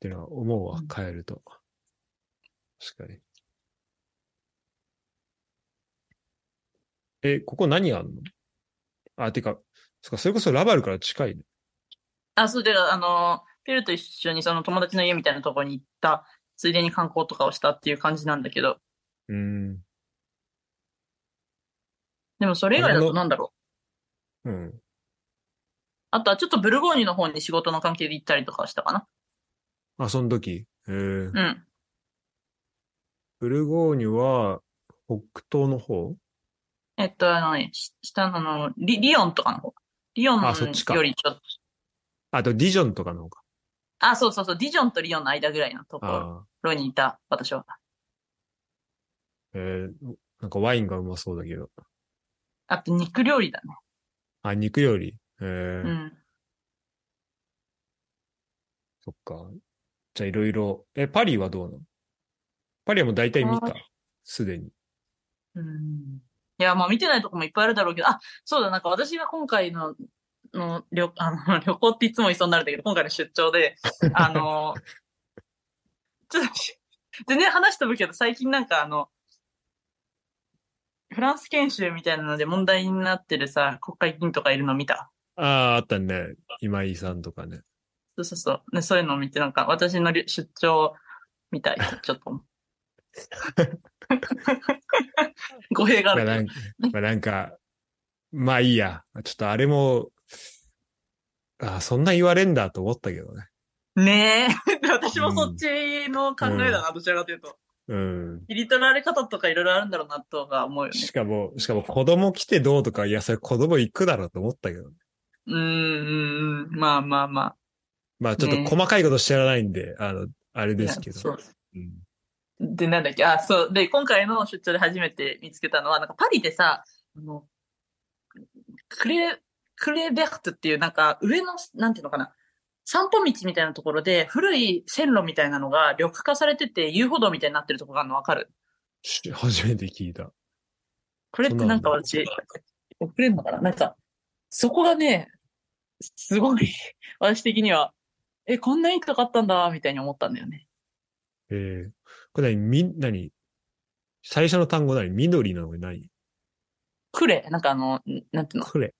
Speaker 1: ていうのは思うわ
Speaker 2: う、ん
Speaker 1: 帰ると。確かに。え、ここ何あんのあ、てか、そっか、それこそラバルから近いね。
Speaker 2: あ、そうで、あの、ペルと一緒にその友達の家みたいなところに行った、ついでに観光とかをしたっていう感じなんだけど、
Speaker 1: うん。
Speaker 2: でもそれ以外だ
Speaker 1: あの
Speaker 2: となんだろう。
Speaker 1: うん。
Speaker 2: あとはちょっとブルゴーニュの方に仕事の関係で行ったりとかはしたかな。
Speaker 1: あ、その時。えー、
Speaker 2: うん。
Speaker 1: ブルゴーニュは、北東の方
Speaker 2: えっと、あのね、し下のあのリ、リヨンとかの方。リヨン
Speaker 1: あそっちか
Speaker 2: よりちょっと、
Speaker 1: あと、ディジョンとかの方か。
Speaker 2: あそうそうそう、ディジョンとリヨンの間ぐらいのとこ
Speaker 1: ああ。
Speaker 2: ろにいた、私は。
Speaker 1: えー、なんかワインがうまそうだけど。
Speaker 2: あと肉料理だね。
Speaker 1: あ、肉より。えー、
Speaker 2: うん。
Speaker 1: そっか。じゃあいろいろ。え、パリはどうなのパリはもう大体見た
Speaker 2: あ。
Speaker 1: すでに。
Speaker 2: うんいや、まあ見てないとこもいっぱいあるだろうけど、あ、そうだ、なんか私が今回の、の旅、 *laughs* あの、旅行っていつも言いそうになるんだけど、今回の出張で、あの、ちょっと、全然話してぶけど、最近なんかあの、フランス研修みたいなので問題になってるさ、国会議員とかいるの見た
Speaker 1: ああ、あったね。今井さんとかね。
Speaker 2: そうそうそう。ね、そういうのを見て、なんか私の旅出張みたい、ちょっと。語弊があ
Speaker 1: まあ
Speaker 2: るけ
Speaker 1: なんか、まあ
Speaker 2: ど
Speaker 1: なんか、まあいいや。ちょっとあれも、ああ、そんな言われんだと思ったけどね。
Speaker 2: ねえ。私もそっちの考えだな、どちらかというと。
Speaker 1: うん。
Speaker 2: 切り取られ方とかいろいろあるんだろうなとか思うよね。
Speaker 1: しかも、しかも子供来てどうとか、いや、それ子供行くだろうと思ったけどね。
Speaker 2: うーん、うんまあまあま
Speaker 1: まあちょっと
Speaker 2: ね
Speaker 1: 細かいこと知らないんで、あの、あれ
Speaker 2: あ。
Speaker 1: ですけど。
Speaker 2: いやそう。
Speaker 1: うん
Speaker 2: で、なんだっけ、あ、そう。で、今回の出張で初めて見つけたのは、なんかパリでさ、あの、クレ、クレベルトっていうなんか上の、なんていうのかな、散歩道みたいなところで古い線路みたいなのが緑化されてて遊歩道みたいになってるところがあるのわかる
Speaker 1: し初めて聞いた。
Speaker 2: これってなんか私、遅れるのかななんか、そこがね、すごい、 *laughs* 私的には、え、こんなにかかったんだ、みたいに思ったんだよね。
Speaker 1: えー、これ何み、何最初の単語何緑なのに何
Speaker 2: クレ、なんかあの、んなんていうの
Speaker 1: クレ。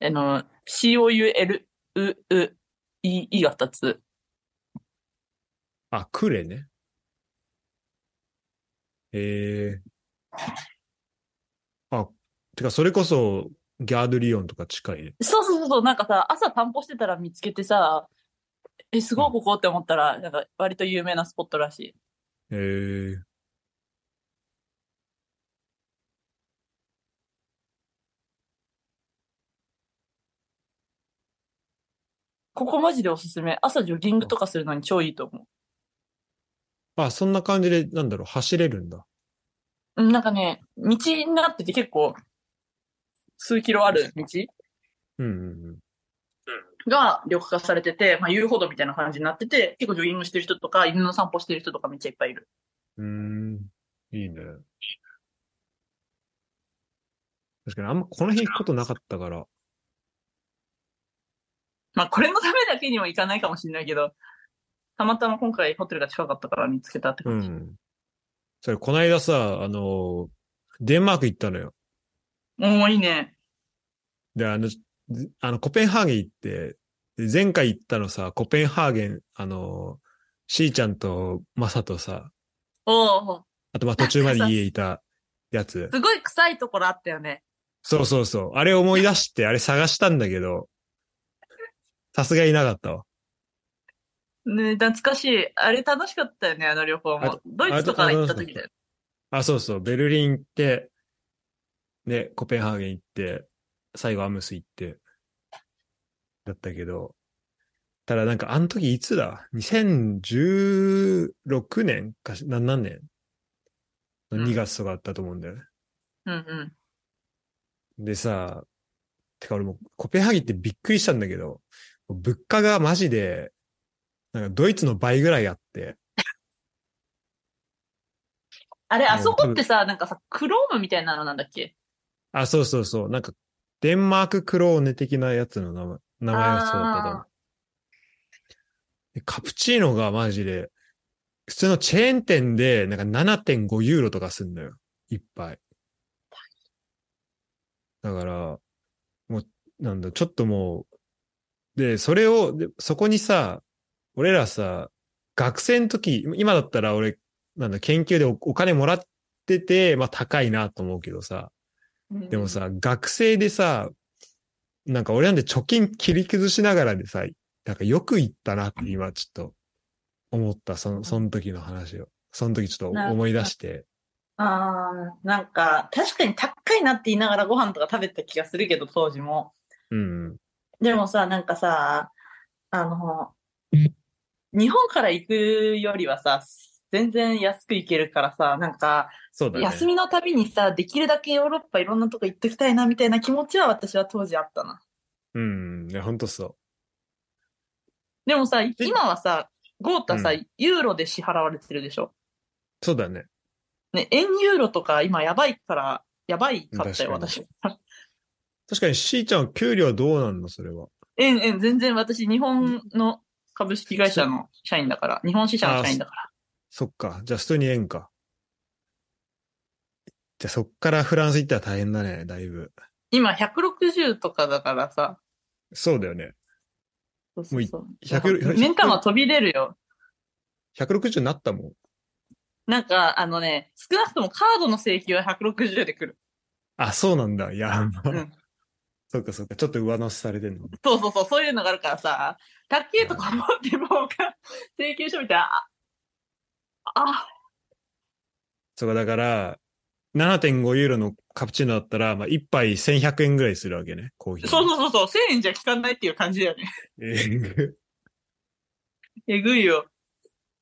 Speaker 2: あの、C-O-U-L、う、う、い、いが二つ。
Speaker 1: あ、クレね。えー。あ、てか、それこそ、ギャードリオンとか近いね。
Speaker 2: そうそうそうそう、なんかさ、朝散歩してたら見つけてさ、え、すごいここって思ったら、なんか割と有名なスポットらしい。
Speaker 1: えー、
Speaker 2: ここマジでおすすめ。朝ジョギングとかするのに超いいと思
Speaker 1: あ、そんな感じで、なんだろう、走れるんだ。
Speaker 2: う。うんなんかね、道になってて結構、数キロある道
Speaker 1: うんうんうん。
Speaker 2: が緑化されてて、まあ遊歩道みたいな感じになってて、結構ジョギングしてる人とか、犬の散歩してる人とかめっちゃいっぱいいる。
Speaker 1: うーん、いいね。確かに、あんまこの辺行くことなかったから。
Speaker 2: まあこれのためだけにも行かないかもしれないけど、たまたま今回ホテルが近かったから見つけたって
Speaker 1: う
Speaker 2: 感じ。
Speaker 1: ん。それ、こないださ、あの、デンマーク行ったのよ。
Speaker 2: おー、いいね。
Speaker 1: で、あの、ずあの、コペンハーゲン行って、で前回行ったのさ、コペンハーゲン、あの、しーちゃんとマサとさ、
Speaker 2: おー、
Speaker 1: あとまあ途中まで家いたや
Speaker 2: *laughs*
Speaker 1: つ。
Speaker 2: すごい臭いところあったよね。
Speaker 1: そうそうそう。あれ思い出して、あれ探したんだけど、さすがにいなかったわ。
Speaker 2: ね懐かしい。あれ楽しかったよね、あの旅行
Speaker 1: あ
Speaker 2: も。ドイツとか行った時だよ。
Speaker 1: あ、そうそう、ベルリン行って、ね、コペンハーゲン行って、最後アムス行って、だったけど、ただなんかあの時いつだ ?2016 年かし、な何年の
Speaker 2: うん
Speaker 1: ?2 月とかあったと思うんだよね。
Speaker 2: うんうん。
Speaker 1: でさ、てか俺もコペンハーゲンってびっくりしたんだけど、物価がマジで、なんかドイツの倍ぐらいあって、
Speaker 2: あれ、
Speaker 1: うん
Speaker 2: あそこってさ、なんかさ、クロームみたいなのなんだっけ
Speaker 1: あ、そうそうそう。なんか、デンマーククローネ的なやつの名前、名前はそうだったと思う
Speaker 2: あ
Speaker 1: でカプチーノがマジで、普通のチェーン店で、なんか7.5ユーロとかすんのよ。一杯。だから、もう、なんだ、ちょっともう、で、それを、でそこにさ、俺らさ、学生の時、今だったら俺、なんだ、研究でおお金もらってて、まあ高いなと思うけどさ、
Speaker 2: ー
Speaker 1: でも、さ、学生でさ、なんか俺なんで貯金切り崩しながらでさ、なんかよく行ったなって今ちょっと思った、その、その時の話を。その時ちょっと思い出して。
Speaker 2: あーなんか、確かに高いなって言いながらご飯とか食べてた気がするけど、当時も。
Speaker 1: うん。
Speaker 2: でもさ、なんかさ、あの
Speaker 1: う、
Speaker 2: 日本から行くよりはさ、全然安く行けるからさ、なんか、
Speaker 1: そうだね。
Speaker 2: 休みのたびにさ、できるだけヨーロッパいろんなとこ行っときたいなみたいな気持ちは私は当時あったな。
Speaker 1: うん。いや、ほんとそ
Speaker 2: でもさ、今はさ、ゴータさ、
Speaker 1: う
Speaker 2: ユーロで支払われてるでしょ。
Speaker 1: う。そうだね。
Speaker 2: ね、円ユーロとか今やばいから、やばいかった
Speaker 1: 確か
Speaker 2: よ、私。
Speaker 1: 確かに、しーちゃん、給料どうなんのそれは。
Speaker 2: 円、円、全然私、日本の株式会社の社員だから、日本支社の社員だから。
Speaker 1: そっか。じゃあ、普通に円か。じゃあ、そっからフランス行ったら大変だね、だいぶ。
Speaker 2: 今、160とかだからさ。
Speaker 1: そうだよね。
Speaker 2: そうそうそう
Speaker 1: 100
Speaker 2: なんか目ん玉飛び出るよ。
Speaker 1: 160になったもん。
Speaker 2: なんか、あのね、少なくともカードの請求は160で来る。
Speaker 1: あ、そうなんだ。やば。
Speaker 2: うん
Speaker 1: そっかそっか。ちょっと上乗せされてんの。
Speaker 2: そうそうそう、そういうのがあるからさ、卓球とか持っても、請求書みたいな、あ、あ、
Speaker 1: そうか、だから、7.5ユーロのカプチーノだったら、まあ、1杯1100円ぐらいするわけね、コーヒー。
Speaker 2: そうそうそう、そう1000円じゃ効かないっていう感じだよね。 *laughs*
Speaker 1: えぐ
Speaker 2: えぐいよ。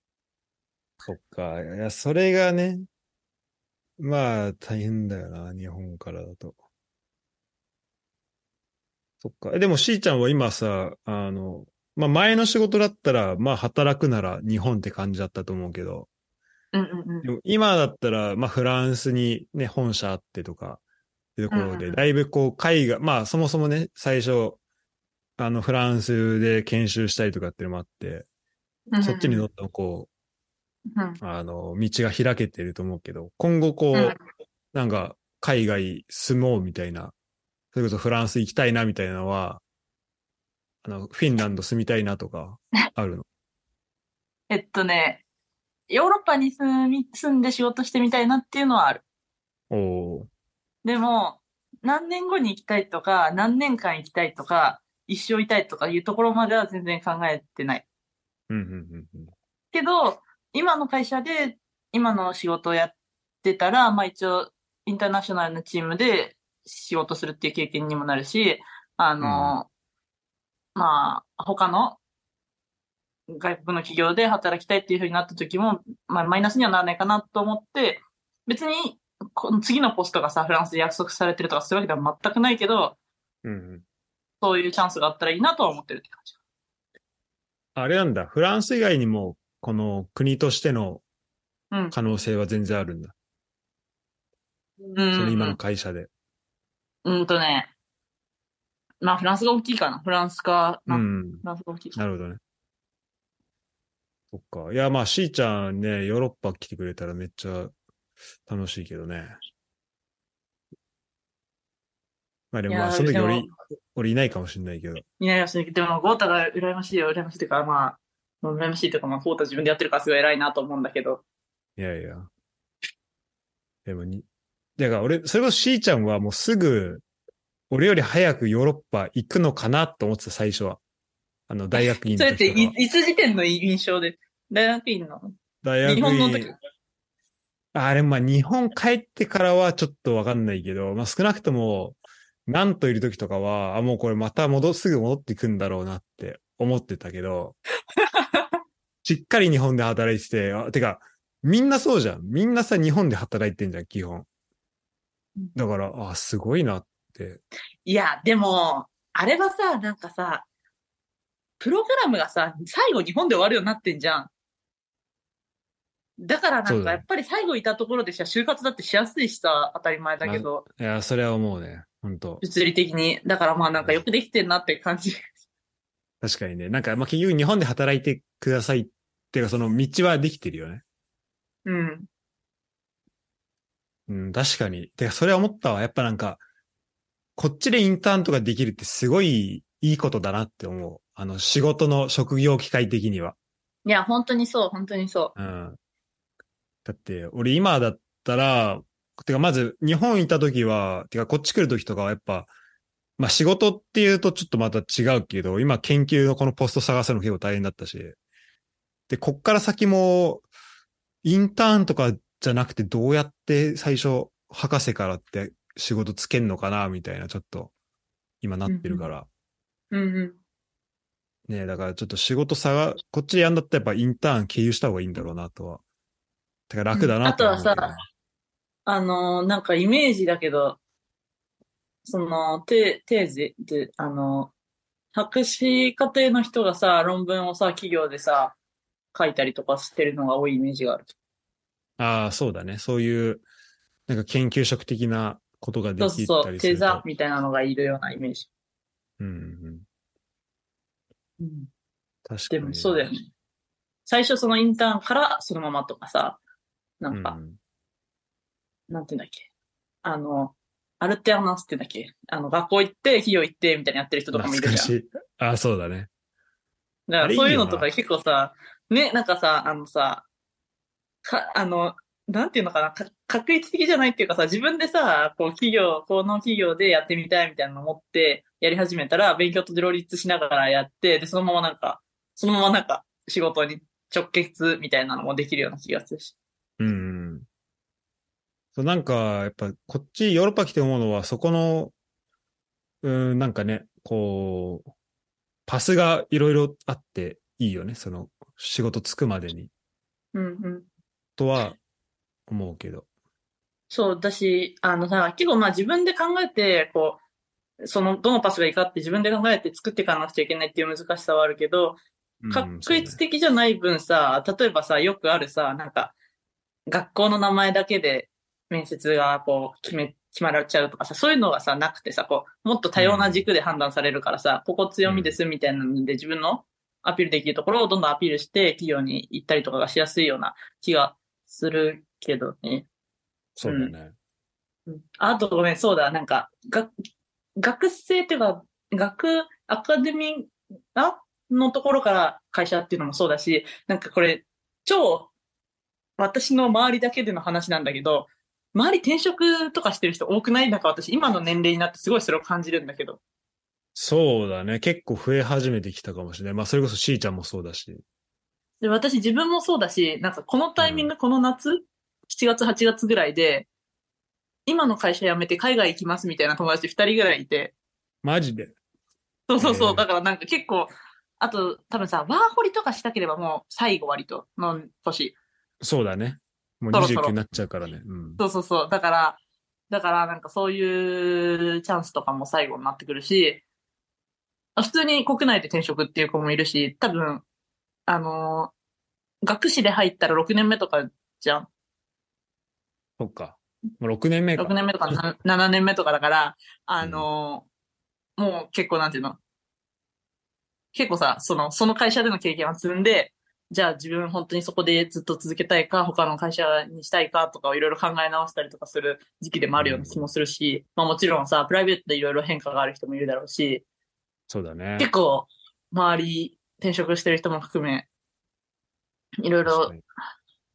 Speaker 1: *laughs* そっか。いや、それがね、まあ、大変だよな、日本からだと。そっか。えでも、しーちゃんは今さ、あの、まあ、前の仕事だったら、まあ、働くなら日本って感じだったと思うけど、
Speaker 2: うんうんうん
Speaker 1: で。も今だったら、まあフランスにね、本社あってとか、ってところ
Speaker 2: うんう
Speaker 1: で、
Speaker 2: ん
Speaker 1: だいぶこう海外、まあそもそもね、最初、あのフランスで研修したりとかっていうのもあって、そっちにどんどんこ
Speaker 2: うん
Speaker 1: う、あの、道が開けてると思うけど、今後こう、
Speaker 2: うん
Speaker 1: なんか海外住もうみたいな、それこそフランス行きたいなみたいなのは、あの、フィンランド住みたいなとか、あ
Speaker 2: *laughs*
Speaker 1: るの。
Speaker 2: えっとね、ヨーロッパに住み住んで仕事してみたいなっていうのはある。
Speaker 1: おー
Speaker 2: でも、何年後に行きたいとか、何年間行きたいとか、一生いたいとかいうところまでは全然考えてない。
Speaker 1: うんうんうんうん。
Speaker 2: けど、今の会社で、今の仕事をやってたら、まあ一応、インターナショナルのチームで仕事するっていう経験にもなるし、あの、まあ、他の外国の企業で働きたいっていうふうになった時も、まあマイナスにはならないかなと思って、別に、この次のポストがさ、フランスで約束されてるとかそういうわけでは全くないけど、
Speaker 1: うんうん
Speaker 2: そういうチャンスがあったらいいなとは思ってるって感じ。
Speaker 1: あれなんだ。フランス以外にも、この国としての
Speaker 2: うん
Speaker 1: 可能性は全然あるんだ。
Speaker 2: うん。
Speaker 1: その今の会社で。
Speaker 2: うんとね。まあ、フランスが大きいかな。フランスか、
Speaker 1: う
Speaker 2: まあ
Speaker 1: ん。
Speaker 2: フランスが大きいか
Speaker 1: なるほどね。そっか。いや、まあ、しーちゃんね、ヨーロッパ来てくれたらめっちゃ楽しいけどね。まあでも、
Speaker 2: いや
Speaker 1: まあ、
Speaker 2: ー
Speaker 1: その時
Speaker 2: でも
Speaker 1: 俺、俺いないかもしれないけど。
Speaker 2: いないらしいでも、ゴータが羨ましいよ。羨ましいというか、まあ、羨ましいというか、まあ、ゴータ自分でやってるからすごい偉いなと思うんだけど。
Speaker 1: いやいや。でもに、だから俺、それこそしーちゃんはもうすぐ、俺より早くヨーロッパ行くのかなと思ってた、最初は。あの、大学院
Speaker 2: そ
Speaker 1: の
Speaker 2: れって
Speaker 1: 時とか
Speaker 2: い
Speaker 1: は、
Speaker 2: いつ時点の印象で、大学院の、
Speaker 1: 大
Speaker 2: 日本の
Speaker 1: 学
Speaker 2: 時
Speaker 1: 院。。あれ、まあ、日本帰ってからはちょっとわかんないけど、まあ、少なくとも、なんといる時とかは、あ、もうこれまた戻、すぐ戻ってくんだろうなって思ってたけど、しっかり日本で働いてて、あてか、みんなそうじゃん。みんなさ、日本で働いてんじゃん、基本。だから、あ、すごいなって。
Speaker 2: いや、でも、あれはさ、なんかさ、プログラムがさ、最後日本で終わるようになってんじゃん。だからな
Speaker 1: そうんだ
Speaker 2: か、
Speaker 1: ね
Speaker 2: やっぱり最後いたところでさ、就活だってしやすいしさ、当たり前だけど、
Speaker 1: いや、それは思うね。本当
Speaker 2: 物理的に。だからまあなんかよくできてんなって感じ。 *laughs*
Speaker 1: 確かにね。なんか、まあ、結局日本で働いてくださいっていうか、その道はできてるよね。
Speaker 2: うん。
Speaker 1: うん、確かに。てか、それは思ったわ。やっぱなんか、こっちでインターンとかできるってすごいいいことだなって思う。あの、仕事の職業機会的には。
Speaker 2: いや、本当にそう、本当にそ
Speaker 1: うん。だって、俺今だったら、てか、まず、日本行った時は、てか、こっち来る時とかはやっぱ、まあ仕事っていうとちょっとまた違うけど、今研究のこのポスト探すの結構大変だったし。で、こっから先も、インターンとかじゃなくてどうやって最初、博士からって仕事つけんのかな、みたいな、ちょっと、今なってるから。
Speaker 2: う。うんうん。
Speaker 1: ねえ、だからちょっと仕事探、こっちでやんだったらやっぱインターン経由した方がいいんだろうなとは。てか楽だなは思うけど
Speaker 2: うんあとはさあのーなんかイメージだけど、その、て、定時って、あのー博士課程の人がさ、論文をさ、企業でさ、書いたりとかしてるのが多いイメージがある。
Speaker 1: ああ、そうだね。そういう、なんか研究職的なことがで
Speaker 2: そう
Speaker 1: き
Speaker 2: そ
Speaker 1: た
Speaker 2: う、
Speaker 1: りす
Speaker 2: テ
Speaker 1: ると。
Speaker 2: ザみたいなのがいるようなイメージ。
Speaker 1: うんうん。
Speaker 2: うん、
Speaker 1: 確か
Speaker 2: で
Speaker 1: に。
Speaker 2: も、そうだよね。最初そのインターンからそのままとかさ、なんか、
Speaker 1: うん
Speaker 2: なんていうんだっけ。あの、アルテアナンスって言うんだっけ。あの、学校行って、企業行って、みたいなやってる人とかもい
Speaker 1: 懐
Speaker 2: るじゃん
Speaker 1: か。しい。ああ、そうだね。
Speaker 2: だか
Speaker 1: あれ
Speaker 2: らそういう
Speaker 1: いい
Speaker 2: の
Speaker 1: よな
Speaker 2: とか結構さ、ね、なんかさ、あのさ、か、あの、なんていうのかな、か、確率的じゃないっていうかさ、自分でさ、こう企業、この企業でやってみたいみたいなの持ってやり始めたら、勉強と両立しながらやって、で、そのままなんか、そのままなんか、仕事に直結みたいなのもできるような気がするし。
Speaker 1: うんうん。そう、なんか、やっぱ、こっち、ヨーロッパ来て思うのは、そこの、うん、なんかね、こう、パスがいろいろあっていいよね。その、仕事つくまでに、
Speaker 2: うんうん。
Speaker 1: とは思うけど。
Speaker 2: そう、だし、あのさ、結構まあ自分で考えて、こう、その、どのパスがいいかって自分で考えて作っていかなくちゃいけないっていう難しさはあるけど、
Speaker 1: うん
Speaker 2: 確
Speaker 1: そうね
Speaker 2: 率的じゃない分さ、例えばさ、よくあるさ、なんか、学校の名前だけで面接がこう、決め、決まられちゃうとかさ、そういうのがさ、なくてさ、こう、もっと多様な軸で判断されるからさ、ここ強みですみたいなので、自分のアピールできるところをどんどんアピールして、企業に行ったりとかがしやすいような気がするけどね。
Speaker 1: そうだね。
Speaker 2: あとごめん、そうだ、なんか、が学生っていうか、学、アカデミーあのところから会社っていうのもそうだし、なんかこれ、超、私の周りだけでの話なんだけど、周り転職とかしてる人多くないなんか私、今の年齢になってすごいそれを感じるんだけど。
Speaker 1: そうだね。結構増え始めてきたかもしれない。まあ、それこそしーちゃんもそうだし。
Speaker 2: で私自分もそうだし、なんかこのタイミング、この夏、7月、8月ぐらいで、今の会社辞めて海外行きますみたいな友達2人ぐらいいて、
Speaker 1: マジで。
Speaker 2: そうそうそう、
Speaker 1: へえ
Speaker 2: だからなんか結構、あと多分さ、ワーホリとかしたければもう最後割との年。
Speaker 1: そうだね。もう
Speaker 2: そろそろ
Speaker 1: 29になっちゃうからね。うん。
Speaker 2: そうそうそう、だから、だからなんかそういうチャンスとかも最後になってくるし、あ普通に国内で転職っていう子もいるし、多分、あのー学士で入ったら6年目とかじゃん。
Speaker 1: そっか。もう6年目か。
Speaker 2: 6年目とかな7年目とかだから、あのーもう結構なんていうの、結構さ、その、その会社での経験は積んで、じゃあ自分本当にそこでずっと続けたいか、他の会社にしたいかとかをいろいろ考え直したりとかする時期でもあるような気もするし、まあもちろんさ、プライベートでいろいろ変化がある人もいるだろうし、
Speaker 1: そうだね。
Speaker 2: 結構周り転職してる人も含め、いろいろ
Speaker 1: 確かに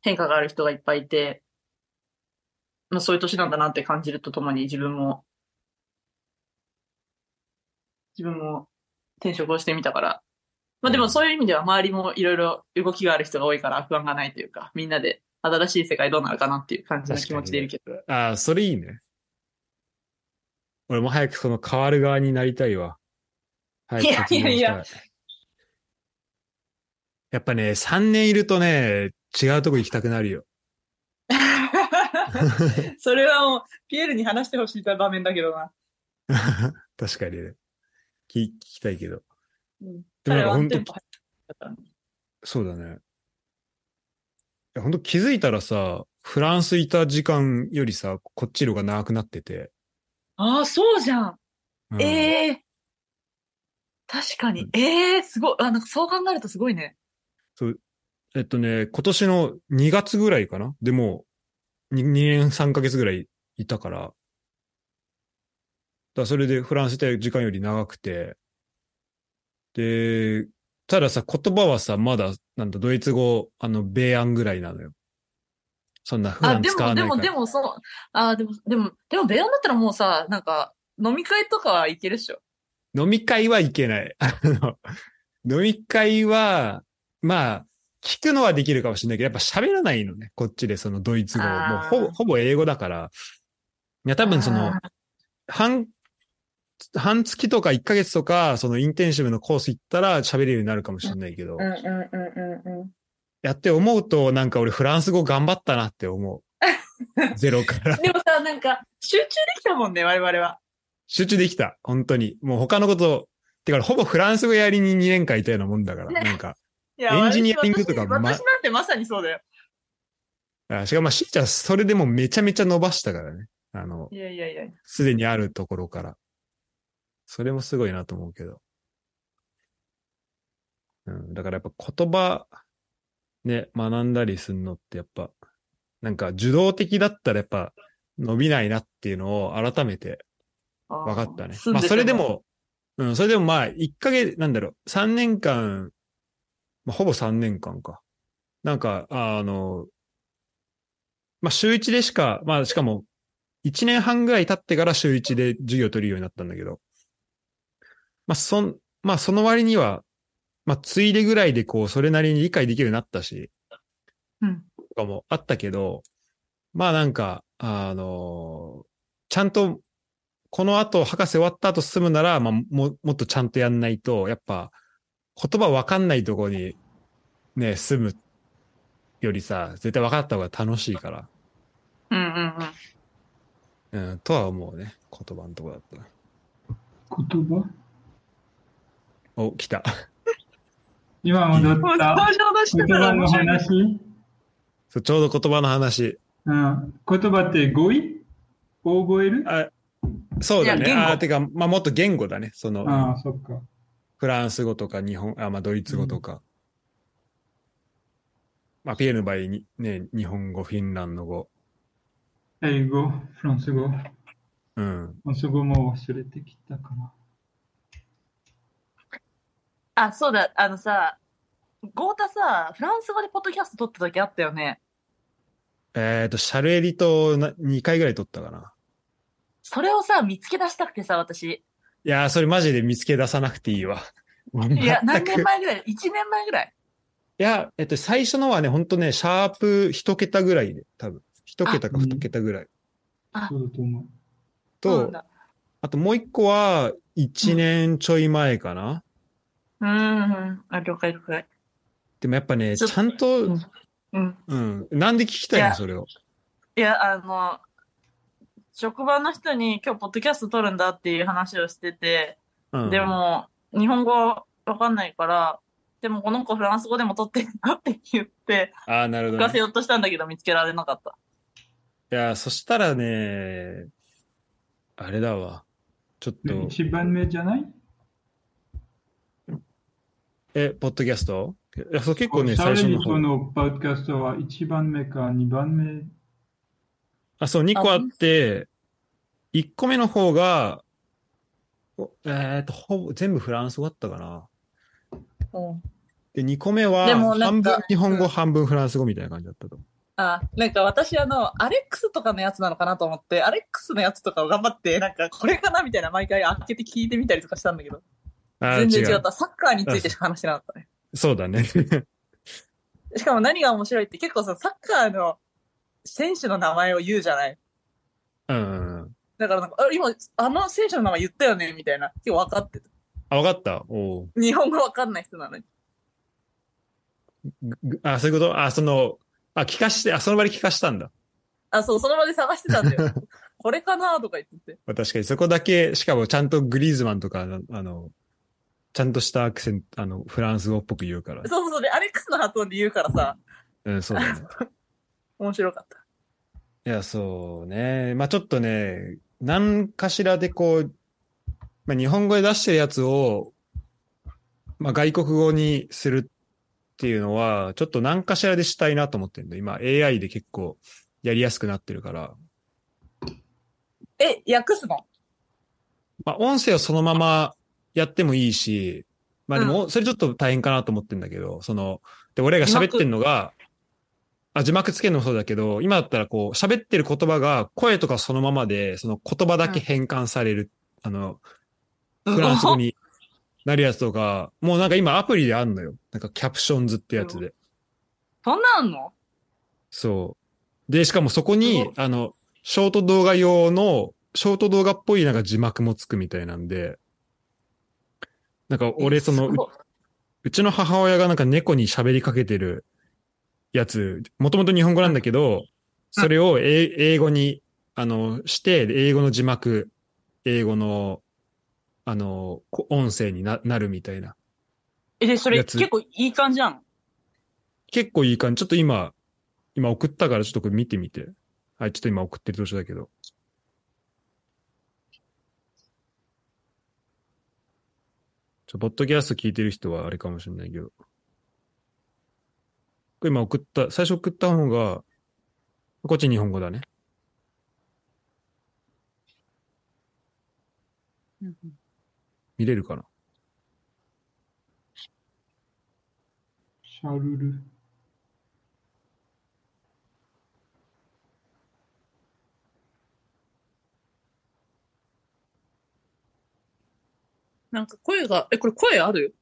Speaker 2: 変化がある人がいっぱいいて、まあ、そういう年なんだなって感じるとともに自分も、自分も転職をしてみたから、まあでもそういう意味では周りもいろいろ動きがある人が多いから不安がないというか、みんなで新しい世界どうなるかなっていう感じの気持ちでいるけど。 *laughs*
Speaker 1: ああ、それいいね。俺も早くその変わる側になりたいわ。早く卒業した
Speaker 2: いやいやいや。
Speaker 1: やっぱね、3年いるとね、違うとこ行きたくなるよ。
Speaker 2: それはもう、ピエールに話してほしい場面だけどな。
Speaker 1: *laughs* 確かにね。聞聞きたいけど。
Speaker 2: うん
Speaker 1: でもなん
Speaker 2: 彼
Speaker 1: か
Speaker 2: はワン
Speaker 1: 本
Speaker 2: テ
Speaker 1: 当
Speaker 2: ンポ早かった
Speaker 1: そうだね。いや本当気づいたらさ、フランスいた時間よりさ、こっちの方が長くなってて。
Speaker 2: ああ、そうじゃん。
Speaker 1: うん
Speaker 2: ええ確かに。ええすごい。あ、なんかそう考えるとすごいね。
Speaker 1: えっとね、今年の2月ぐらいかなでもう2、2年3ヶ月ぐらいいたから。だからそれでフランスで時間より長くて。で、たださ、言葉はさ、まだ、なんだ、ドイツ語、あの、米安ぐらいなのよ。そんな普
Speaker 2: あ、
Speaker 1: 段
Speaker 2: で
Speaker 1: 使
Speaker 2: も、
Speaker 1: わ
Speaker 2: で
Speaker 1: ないか
Speaker 2: も、
Speaker 1: ら。
Speaker 2: でも、そう、あ、でも、でも、でも、ベアンだったらもうさ、なんか、飲み会とかは行けるっしょ。
Speaker 1: 飲み会はいけない。 *laughs* あの飲み会は、まあ、聞くのはできるかもしれないけど、やっぱ喋らないのね。こっちでそのドイツ語。もう
Speaker 2: あー
Speaker 1: ほぼ、ほぼ英語だから。いや、多分その
Speaker 2: あ、
Speaker 1: 半、半月とか1ヶ月とか、そのインテンシブのコース行ったら喋れるようになるかもしれないけど、
Speaker 2: んうんうんう
Speaker 1: やって思うと、なんか俺フランス語頑張ったなって
Speaker 2: *laughs*
Speaker 1: 思う。ゼロから。
Speaker 2: でもさ、なんか、集中できたもんね、我々は。
Speaker 1: 集中できた。本当に。もう他のこと、てかほぼフランス語やりに2年間いたようなもんだ
Speaker 2: *laughs*
Speaker 1: から、
Speaker 2: ね
Speaker 1: なんか。
Speaker 2: いや
Speaker 1: エンジニアリングとか
Speaker 2: 私
Speaker 1: ま
Speaker 2: 私なんてまさにそうだよ。
Speaker 1: あしかも、まあ、しーちゃん、それでもめちゃめちゃ伸ばしたからね。あの、
Speaker 2: いやいやいや。
Speaker 1: すでにあるところから。それもすごいなと思うけど。うん、だからやっぱ言葉、ね、学んだりするのってやっぱ、なんか受動的だったらやっぱ伸びないなっていうのを改めて
Speaker 2: 分
Speaker 1: 分かったね。まあ、それで。も、うん、それでもまあ、1ヶ月、なんだろう、3年間、まあ、ほぼ3年間か。なんか、あの、まあ、週1でしか、まあ、しかも、1年半ぐらい経ってから週1で授業取るようになったんだけど、まあ、そん、まあ、その割には、まあ、ついでぐらいでこう、それなりに理解できるようになったし、
Speaker 2: うん。
Speaker 1: とかもあったけど、まあなんか、あの、ちゃんと、この後、博士終わった後進むなら、まあも、もっとちゃんとやんないと、やっぱ、言葉わかんないとこに、ね、住むよりさ、絶対分かった方が楽しいから、
Speaker 2: うんうんうん。
Speaker 1: うん、とは思うね、言葉のとこだったら。
Speaker 3: 言葉
Speaker 1: お、来た。 *laughs*
Speaker 3: 今戻っ
Speaker 2: もう登
Speaker 3: た
Speaker 2: 場出して
Speaker 3: 言
Speaker 2: たら
Speaker 3: 葉の
Speaker 2: 面白いね。
Speaker 3: 話、
Speaker 1: そうちょうど言葉の話。
Speaker 3: うん、言葉って語彙を覚える
Speaker 1: あそうだ
Speaker 2: い
Speaker 1: ね。
Speaker 2: や言語
Speaker 1: あてか、まあ、もっと言語だね。その、
Speaker 3: ああ、そっか。
Speaker 1: フランス語とか日本、あ、まあドイツ語とか。まあピエールの場合に、ね、日本語、フィンランド語。
Speaker 3: 英語、フランス語、フ
Speaker 1: うん。
Speaker 3: ランス語も忘れてきたかな。
Speaker 2: あ、そうだ、あのさ、ゴータさ、フランス語でポッドキャスト撮った時あったよね。
Speaker 1: えっ、と、シャルエリとな2回ぐらい撮ったかな。
Speaker 2: それをさ、見つけ出したくてさ、私。
Speaker 1: いやー、それマジで見つけ出さなくていいわ。もう
Speaker 2: いや、
Speaker 1: 全
Speaker 2: 何
Speaker 1: く
Speaker 2: 年前ぐらい ?1 年前ぐらい。
Speaker 1: いや、えっと、最初のはね、ほんとね、シャープ一桁ぐらいで、多分。一桁か二桁ぐらい。
Speaker 3: そうだと思う。
Speaker 2: そうなん
Speaker 1: と、
Speaker 2: だ
Speaker 1: あともう一個は、一年ちょい前かな。
Speaker 2: うん。あ、了解了解。
Speaker 1: でもやっぱね、
Speaker 2: ちょっと
Speaker 1: ちゃん
Speaker 2: う
Speaker 1: と
Speaker 2: ん、うん。
Speaker 1: うん。なんで聞きたい
Speaker 2: い
Speaker 1: の
Speaker 2: や
Speaker 1: それを。
Speaker 2: いや、あの、職場の人に今日ポッドキャスト撮るんだっていう話をしてて、
Speaker 1: うん
Speaker 2: で。も、日本語わかんないから、でもこの子フランス語でも撮ってんだって言って、
Speaker 1: ああ、なるほ
Speaker 2: 聞
Speaker 1: ど
Speaker 2: か
Speaker 1: ね、
Speaker 2: せようとしたんだけど見つけられなかった。
Speaker 1: いや、そしたらね、あれだわ。ちょっと、
Speaker 3: 一番目じゃない
Speaker 1: え、ポッドキャストいや、そう結構ね、
Speaker 3: シャー
Speaker 1: 最初の
Speaker 3: レ
Speaker 1: 方
Speaker 3: ミと。のパッドキャストは一番目か二番目。
Speaker 1: あ、そう、2個あって、1個目の方が、おえっと、ほぼ、全部フランス語だったかな。で、2個目は、
Speaker 5: でもなん
Speaker 1: 半
Speaker 5: か
Speaker 1: 分日本語、
Speaker 5: うん
Speaker 1: 半分フランス語みたいな感じだったと。
Speaker 5: あ、なんか私あの、アレックスとかのやつなのかなと思って、アレックスのやつとかを頑張って、なんかこれかなみたいな毎回開けて聞いてみたりとかしたんだけど、
Speaker 1: あー
Speaker 5: 全然違
Speaker 1: 違
Speaker 5: った。サッカーについてしか話してなかったね。
Speaker 1: う。そう
Speaker 5: *laughs*
Speaker 1: だね。
Speaker 5: しかも何が面白いって結構さ、サッカーの選手の名前を言うじゃない
Speaker 1: うん。
Speaker 5: だからなんか、あ今、あの選手の名前言ったよねみたいな。今日分かってた。
Speaker 1: あ、わかった。おう
Speaker 5: 日本語分かんない人なのに。
Speaker 1: ぐあ、そういうことあ、その、あ、聞かして、あ、その場で聞かしたんだ。
Speaker 5: あ、そう、その場で探してたんだ
Speaker 1: *laughs*
Speaker 5: よ。これかなとか言ってて。
Speaker 1: まあ確かに、そこだけ、しかもちゃんとグリーズマンとか、あの、ちゃんとしたアクセント、あの、フランス語っぽく言うから。
Speaker 5: そうそうで、アレックスの発音で言うからさ、
Speaker 1: うん、そうだね。
Speaker 5: 面白かった。
Speaker 1: いや、そうね。まあちょっとね、何かしらでこう、まあ、日本語で出してるやつを、まあ、外国語にするっていうのは、ちょっと何かしらでしたいなと思ってるんで、今 AI で結構やりやすくなってるから、
Speaker 5: え、訳すの
Speaker 1: まあ、音声をそのままやってもいいし、まあでも、それちょっと大変かなと思ってんだけど、その、で、俺が喋ってんのが、あ、字幕つけるのもそうだけど、今だったらこう、喋ってる言葉が声とかそのままで、その言葉だけ変換される、あの、フランス語になるやつとか、もうなんか今アプリであんのよ。なんかキャプションズってやつで。
Speaker 5: *laughs* そんなんあんの
Speaker 1: そう。で、しかもそこ
Speaker 5: す
Speaker 1: に
Speaker 5: ごい、
Speaker 1: あの、ショート動画用の、ショート動画っぽいなんか字幕もつくみたいなんで、なんか俺その、う
Speaker 5: すごいう
Speaker 1: ちの母親がなんか猫に喋りかけてるやつ、もともと日本語なんだけど、それをえ英語に、あの、して、で英語の字幕、英語の、あの、こ音声にななるみたいな。
Speaker 2: え、で、それ
Speaker 1: やつ
Speaker 2: 結構いい感じなの
Speaker 1: 結構いい感じ。ちょっと今、今送ったからちょっとこれ見てみて。はい、ちょっと今送ってる途中だけど。ちょ、ポッドキャスト聞いてる人はあれかもしれないけど。これ今送った、最初送った方が、こっち日本語だね。見れるかな
Speaker 3: シャルル。
Speaker 5: なんか声が、え、これ声ある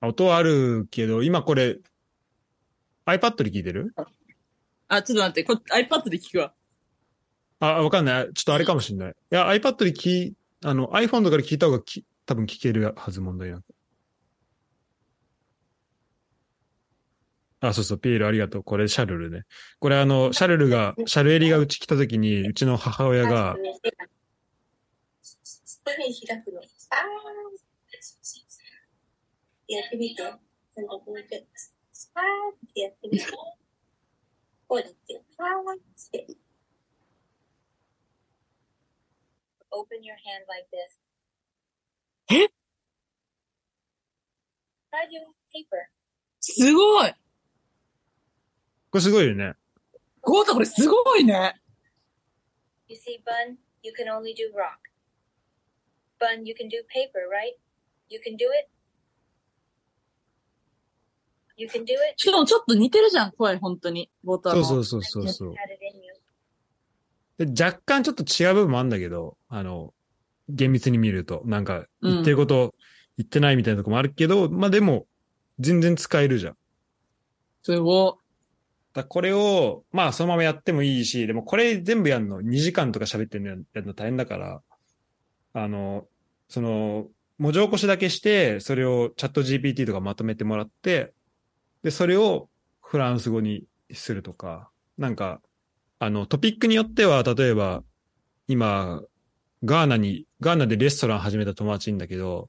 Speaker 1: あ音はあるけど、今これ、iPad で聞いてる
Speaker 5: あ、ちょっと待って、こ iPad で聞くわ。
Speaker 1: あ、わかんない。ちょっとあれかもしんない。いや、iPad で聞い、あの、iPhone とかで聞いた方がき、多分聞けるはず問題なく。あ、そうそう、ピエールありがとう。これ、シャルルね。これ、あの、シャルルが、シャルエリがうち来た時に、うちの母親が、
Speaker 4: 開くの。あーやってみて。なんかこうやって、あーってやってみて。こうやって、あーって。Open your hand like this.
Speaker 2: え
Speaker 4: Try doing paper.
Speaker 5: すごい
Speaker 1: これすごいよね。
Speaker 5: ゴータこれすごいね
Speaker 4: You see, Bun, you can only do rock. Bun, you can do paper, right? You can do it? You can do it?
Speaker 2: しかもちょっと似てるじゃん、声、本当に。ボタン
Speaker 1: そ
Speaker 2: の。
Speaker 1: うそうそう
Speaker 4: I
Speaker 1: そうそう
Speaker 4: just had it in you.
Speaker 1: で。若干ちょっと違う部分もあるんだけど、あの、厳密に見ると、なんか、
Speaker 2: うん
Speaker 1: 言ってること、言ってないみたいなとこもあるけど、まあでも、全然使えるじゃん。
Speaker 2: すご
Speaker 1: だこれを、まあそのままやってもいいし、でもこれ全部やるの2時間とか喋ってんのやるの大変だから、あの、その、文字起こしだけして、それをチャット GPT とかまとめてもらって、で、それをフランス語にするとか、なんか、あの、トピックによっては、例えば、今、ガーナに、ガーナでレストラン始めた友達いんだけど、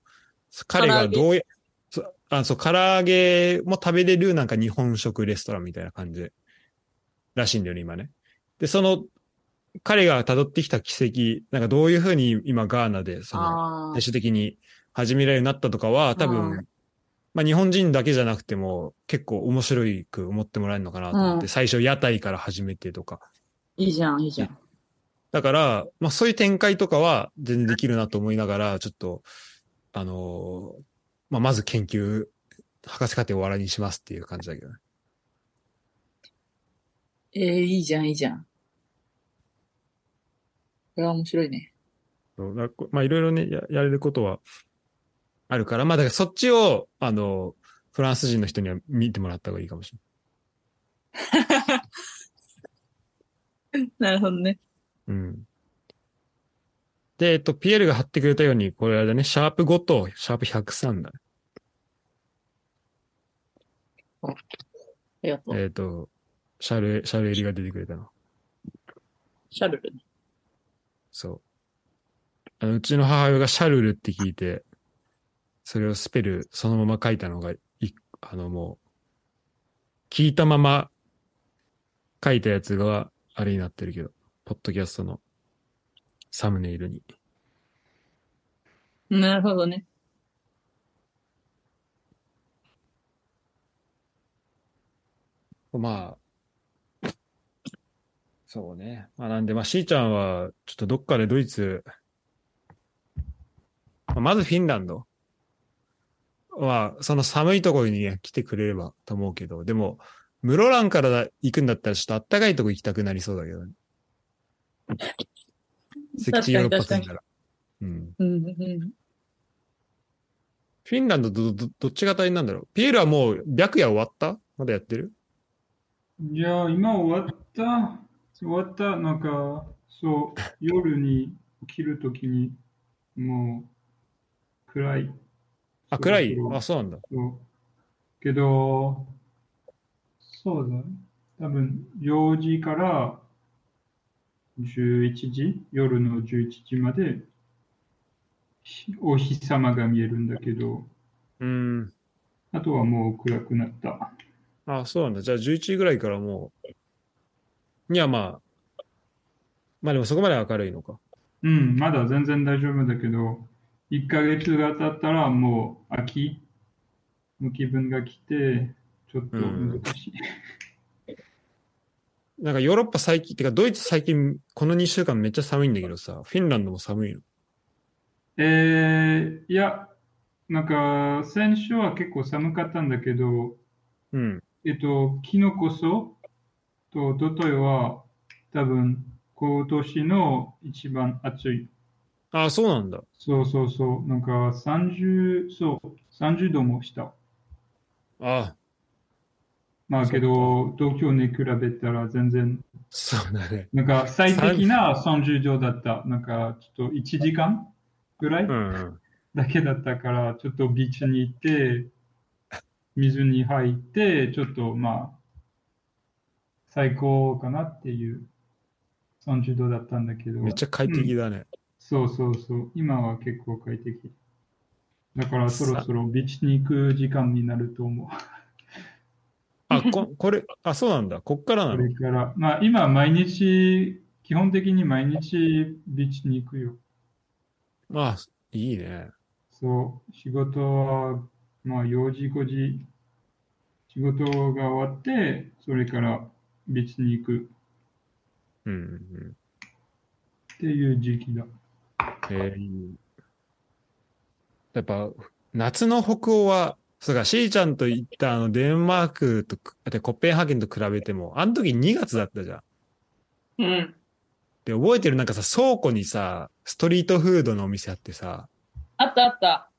Speaker 1: 彼がどうや、そあそう、唐揚げも食べれるなんか日本食レストランみたいな感じでらしいんだよね、今ね。で、その、彼が辿ってきた軌跡、なんかどういうふうに今ガーナで、その、
Speaker 2: ああ
Speaker 1: 最終的に始められるようになったとかは、多分、
Speaker 2: う
Speaker 1: まあ日本人だけじゃなくても結構面白いく思ってもらえるのかなと思って、
Speaker 2: うん
Speaker 1: 最初屋台から始めてとか。
Speaker 2: いいじゃん、いいじゃん。
Speaker 1: だから、まあそういう展開とかは全然できるなと思いながら、ちょっと、あのーまあまず研究、博士課程を終わらにしますっていう感じだけどね。
Speaker 2: えー、いいじゃん、いいじゃん。これは面白いね。
Speaker 1: そうだこまあいろいろねや、やれることはあるから、まあだからそっちを、あの、フランス人の人には見てもらった方がいいかもし
Speaker 2: なるほどね。
Speaker 1: れない。うん。で、えっと、ピエールが貼ってくれたように、これあれだね、シャープ5とシャープ103だね。
Speaker 2: ありがとう。
Speaker 1: えっと、シャルエ、シャルエリが出てくれたの。
Speaker 2: シャルルね。
Speaker 1: そう。あの、うちの母親がシャルルって聞いて、それをスペルそのまま書いたのが、いあのもう、聞いたまま書いたやつが、あれになってるけど、ポッドキャストのサムネイルに。
Speaker 2: なるほどね。
Speaker 1: まあ、そうね。まあなんで、まあ、しーちゃんは、ちょっとどっかでドイツ、まあまずフィンランドは、その寒いところにね来てくれればと思うけど、でも、室蘭からだ行くんだったら、ちょっとあったかいとこ行きたくなりそうだけどね。
Speaker 2: か
Speaker 1: 赤
Speaker 2: に
Speaker 1: 地ヨーロッパ住んだら。うん。
Speaker 2: うん、うん。
Speaker 1: フィンランドど、ど、どっちが大変なんだろうピエールはもう、白夜終わったまだやってる
Speaker 3: いや、今終わった。終わった。なんか、そう、夜に起きるときに、もう、暗い。
Speaker 1: あ、暗い
Speaker 3: そろそろ
Speaker 1: あ、そうなんだ。
Speaker 3: そう。けど、そうだね。多分、4時から11時、夜の11時まで、ひお日様が見えるんだけど、
Speaker 1: うん。
Speaker 3: あとはもう暗くなった。
Speaker 1: あそうなんだ。じゃあ11時ぐらいからもう、にはまあ、まあでもそこまでは明るいのか。
Speaker 3: うん、まだ全然大丈夫だけど、1ヶ月が経ったらもう秋の気分が来て、ちょっと難しい。
Speaker 1: なんかヨーロッパ最近、てかドイツ最近、この2週間めっちゃ寒いんだけどさ、フィンランドも寒いの。
Speaker 3: えー、いや、なんか、先週は結構寒かったんだけど、
Speaker 1: うん。
Speaker 3: えっと、昨日こそと、おとといは、多分、今年の一番暑い。
Speaker 1: あそうなんだ。
Speaker 3: そうそうそう、なんか30、そう、30度もした。
Speaker 1: あ
Speaker 3: まあ
Speaker 1: そっか
Speaker 3: けど、東京に比べたら全然、
Speaker 1: そうだね。
Speaker 3: なんか最適な30度だった。なんか、ちょっと1時間ぐらい
Speaker 1: うん、うん。
Speaker 3: だけだったから、ちょっとビーチに行って、水に入って、ちょっとまあ、最高かなっていう30度だったんだけど、
Speaker 1: めっちゃ快適だね。
Speaker 3: そうそうそう、今は結構快適。だからそろそろビーチに行く時間になると思う。
Speaker 1: あ、こ、これ、あ、そうなんだ。こっからな
Speaker 3: こ
Speaker 1: の
Speaker 3: れ。から、まあ今毎日、基本的に毎日ビーチに行くよ。
Speaker 1: あいいね。
Speaker 3: そう、仕事は、まあ、4時、5時、仕事が終わって、それからビーチに行く
Speaker 1: うん、うん
Speaker 3: っていう時期だ。
Speaker 1: うん。えーいいやっぱ、夏の北欧は、そうか、しーちゃんと行ったあの、デンマークとく、で、コッペンハーゲンと比べても、あの時2月だったじゃん。
Speaker 2: うん。
Speaker 1: で、覚えてるなんかさ、倉庫にさ、ストリートフードのお店あってさ、
Speaker 2: あったあった。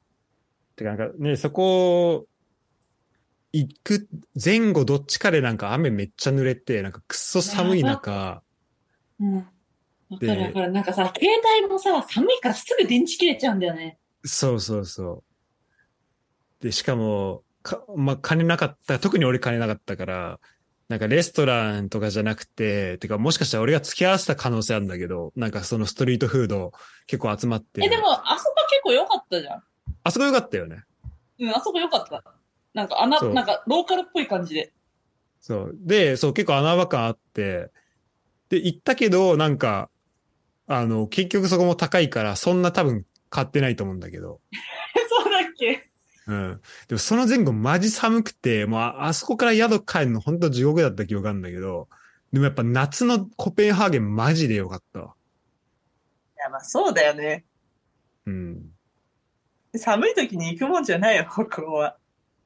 Speaker 1: てかなんかね、そこ、行く前後どっちかでなんか雨めっちゃ濡れて、なんかくっそ寒い中、
Speaker 2: うん。わか
Speaker 1: で
Speaker 2: るわかる。なんかさ、携帯もさ、寒いからすぐ電池切れちゃうんだよね。
Speaker 1: そうそうそう。で、しかも、か、まあ、金なかった、特に俺金なかったから、なんかレストランとかじゃなくて、てかもしかしたら俺が付き合わせた可能性あるんだけど、なんかそのストリートフード結構集まってる。
Speaker 2: え、でも、あそこ結構良かったじゃん。
Speaker 1: あそこ良かったよね。
Speaker 2: うん、あそこ良かった。なんか、穴、
Speaker 1: そう
Speaker 2: なんか、ローカルっぽい感じで。 *laughs*
Speaker 1: そう。で、そう、結構穴場感あって、で、行ったけど、なんか、あの、結局そこも高いから、そんな多分買ってないと思うんだけど。
Speaker 2: そうだっけ
Speaker 1: うん。でもその前後マジ寒くて、もうああそこから宿帰るの本当地獄だった記憶あるんだけど、でもやっぱ夏のコペンハーゲンマジでよかったわ。
Speaker 6: や、まあそうだよね。
Speaker 1: うん。
Speaker 6: 寒い時に行くもんじゃないよ、ここは。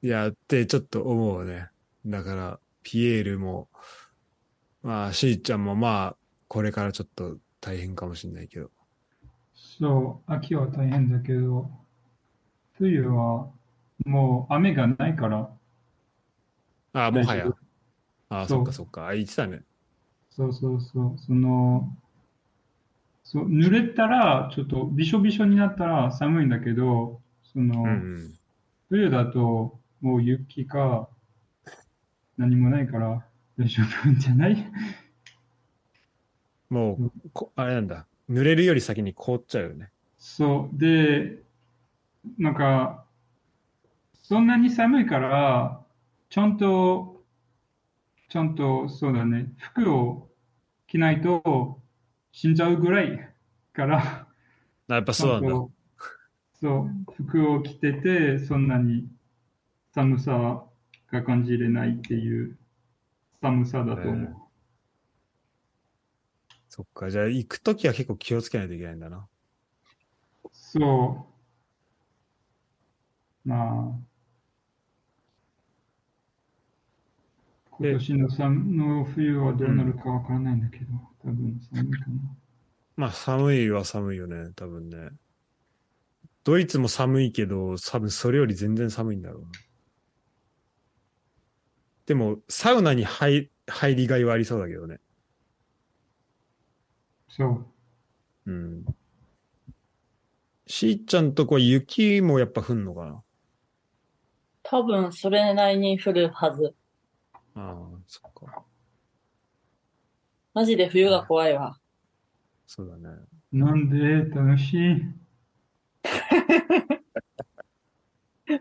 Speaker 1: いや、ってちょっと思うね。だから、ピエールも、まあ、しーちゃんもまあ、これからちょっと大変かもしれないけど。
Speaker 3: そう、秋は大変だけど、冬はもう雨がないから、
Speaker 1: ああ、もは
Speaker 3: 大丈
Speaker 1: や
Speaker 3: 夫。
Speaker 1: ああ、
Speaker 3: そう
Speaker 1: そっかそっか。あ、言ってたね。
Speaker 3: そうそうそう、その、そう、濡れたら、ちょっとびしょびしょになったら寒いんだけど、その、
Speaker 1: うんうん。
Speaker 3: 冬だともう雪か何もないから大丈夫なんじゃない *laughs*
Speaker 1: もう、こあれなんだ。濡れるより先に凍っちゃうよね。
Speaker 3: そう。で、なんか、そんなに寒いから、ちゃんと、ちゃんと、そうだね、服を着ないと死んじゃうぐらいから、
Speaker 1: あやっぱそうなん
Speaker 3: ちゃ
Speaker 1: だ。
Speaker 3: とそう、服を着てて、そんなに寒さが感じれないっていう寒さだと思う。
Speaker 1: そっか。じゃあ、行くときは結構気をつけないといけないんだな。
Speaker 3: そう。まあ。
Speaker 1: で
Speaker 3: 今年の寒の冬はどうなるかわからないんだけど、多分寒いか
Speaker 1: まあ、寒いは寒いよね。多分ね。ドイツも寒いけど、多分それより全然寒いんだろうな。でも、サウナに入入りがいはありそうだけどね。
Speaker 3: な。そ
Speaker 1: う
Speaker 3: う。
Speaker 1: ん。しーちゃんとこは雪もやっぱ降んのかな
Speaker 2: 多分、それなりに降るはず。
Speaker 1: ああ、そっか。
Speaker 2: マジで冬が怖いわ。
Speaker 1: そうだね。
Speaker 3: なんで楽しい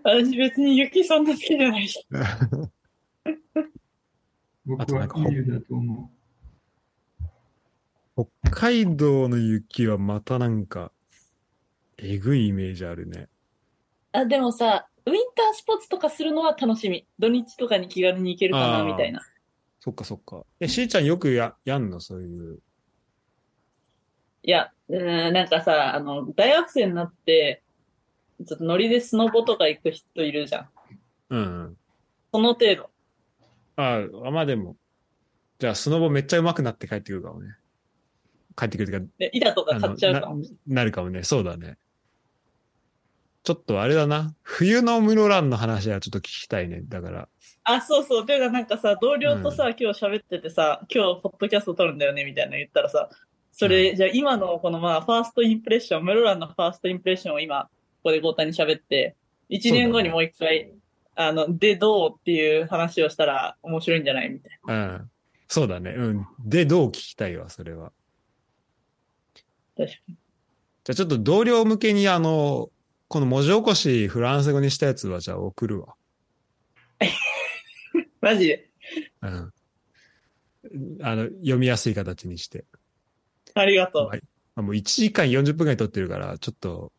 Speaker 2: 私別に雪そんな好きじゃないし。
Speaker 1: あ
Speaker 3: 僕
Speaker 1: とな
Speaker 3: は
Speaker 1: んかほ
Speaker 3: 理由だと思
Speaker 1: 北海道の雪はまたなんか、えぐいイメージあるね。
Speaker 2: あ、でもさ、ウィンタースポーツとかするのは楽しみ。土日とかに気軽に行けるか
Speaker 1: あ
Speaker 2: な、
Speaker 1: ー
Speaker 2: みたいな。
Speaker 1: そっかそっか。え、しーちゃんよくや、やんのそういう。
Speaker 2: いや、うーん、なんかさ、あの、大学生になって、ちょっとノリでスノボとか行く人いるじゃん。
Speaker 1: うんうん。
Speaker 2: その程度。
Speaker 1: ああ、まあでも。じゃあ、スノボめっちゃ上手くなって帰ってくるかもね。帰ってくるっていうか、
Speaker 2: で、板とか買っちゃうかも。
Speaker 1: なるかもね。そうだね。ちょっとあれだな。冬の室蘭の話はちょっと聞きたいね。だから。
Speaker 2: あ、そうそう。ていうか、なんかさ、同僚とさ、今日喋っててさ、今日、ポッドキャスト撮るんだよね、みたいなの言ったらさ、それ、じゃあ今のこのまあ、ファーストインプレッション、室蘭のファーストインプレッションを今、ここで豪太に喋って、1年後にもう一回、あの、で、どうっていう話をしたら面白いんじゃないみたい
Speaker 1: うん。そうだね。うん。で、どう聞きたいわ、それは。
Speaker 2: な。確かに。
Speaker 1: じゃあ、ちょっと同僚向けに、あの、この文字起こしフランス語にしたやつは、じゃあ送るわ。
Speaker 2: マジで。
Speaker 1: うん。あの、読みやすい形にして。
Speaker 2: ありがと
Speaker 1: はいまあもう1時間40分ぐらい撮ってるから、ちょっと、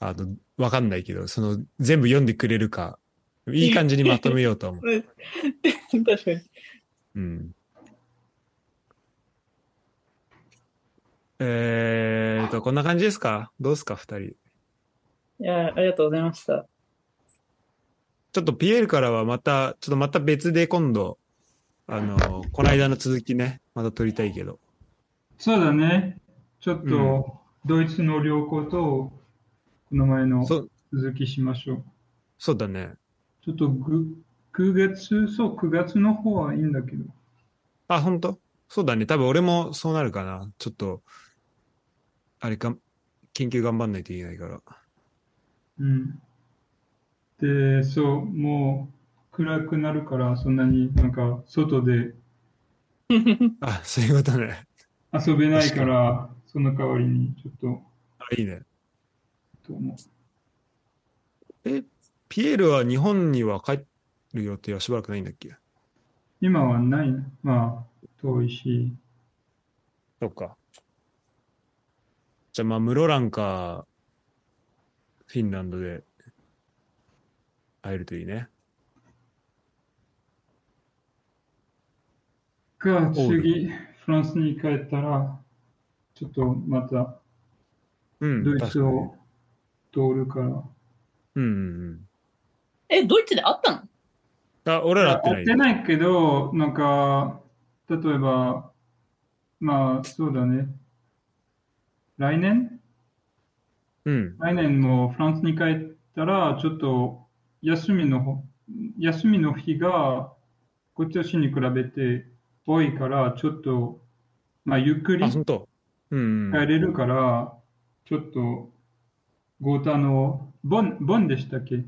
Speaker 1: あの、わかんないけど、その、全部読んでくれるか、いい感じにまとめようと思う。
Speaker 2: う。うん *laughs* 確かに。
Speaker 1: うん。 *laughs* えーと、こんな感じですかどうですか、二人。
Speaker 2: いや、ありがとうございました。
Speaker 1: ちょっとピエールからはまた、ちょっとまた別で今度、あの、この間の続きね、また撮りたいけど。
Speaker 3: う。そうだね。ちょっ
Speaker 1: うん
Speaker 3: と、ドイツの良好と、この前の
Speaker 1: そう、
Speaker 3: 続きしましょう。
Speaker 1: そうだね。
Speaker 3: ちょっとぐ、 9月、そう、9月の方はいいんだけど。
Speaker 1: あ、本当そうだね。多分俺もそうなるかな。ちょっと、あれか、研究頑張んないといけないから。
Speaker 3: うん。で、そう、もう暗くなるから、そんなになんか外で
Speaker 1: あ、そういうことね。
Speaker 3: 遊べないから、その代わりにちょっと、
Speaker 1: あ、いいね。
Speaker 3: と思う。
Speaker 1: え、ピエールは日本には帰る予定はしばらくないんだっけ
Speaker 3: 今はないね。まあ、遠いし。
Speaker 1: そっか。じゃあまあ、室蘭か、フィンランドで会えるといいね。お
Speaker 3: が、
Speaker 1: う
Speaker 3: 次、フランスに帰ったら、ちょっとまた
Speaker 1: うん。
Speaker 3: ドイ
Speaker 1: 確
Speaker 3: ツ
Speaker 1: かに
Speaker 3: を通るから。
Speaker 1: うんうん
Speaker 2: え、ドイツで会ったの
Speaker 1: うん。あ、俺ら会
Speaker 3: や
Speaker 1: っ
Speaker 3: ってて
Speaker 1: ない。
Speaker 3: ないけど、なんか、例えば、まあ、そうだね。来年
Speaker 1: うん。
Speaker 3: 来年もフランスに帰ったら、ちょっと休みのほ、休みの日が、こっちの市に比べて多いから、ちょっと、まあ、ゆっくり
Speaker 1: あ、本当。うん、う
Speaker 3: 帰
Speaker 1: ん。
Speaker 3: れるから、ちょっと、ゴータの、ボン、ボンでしたっけ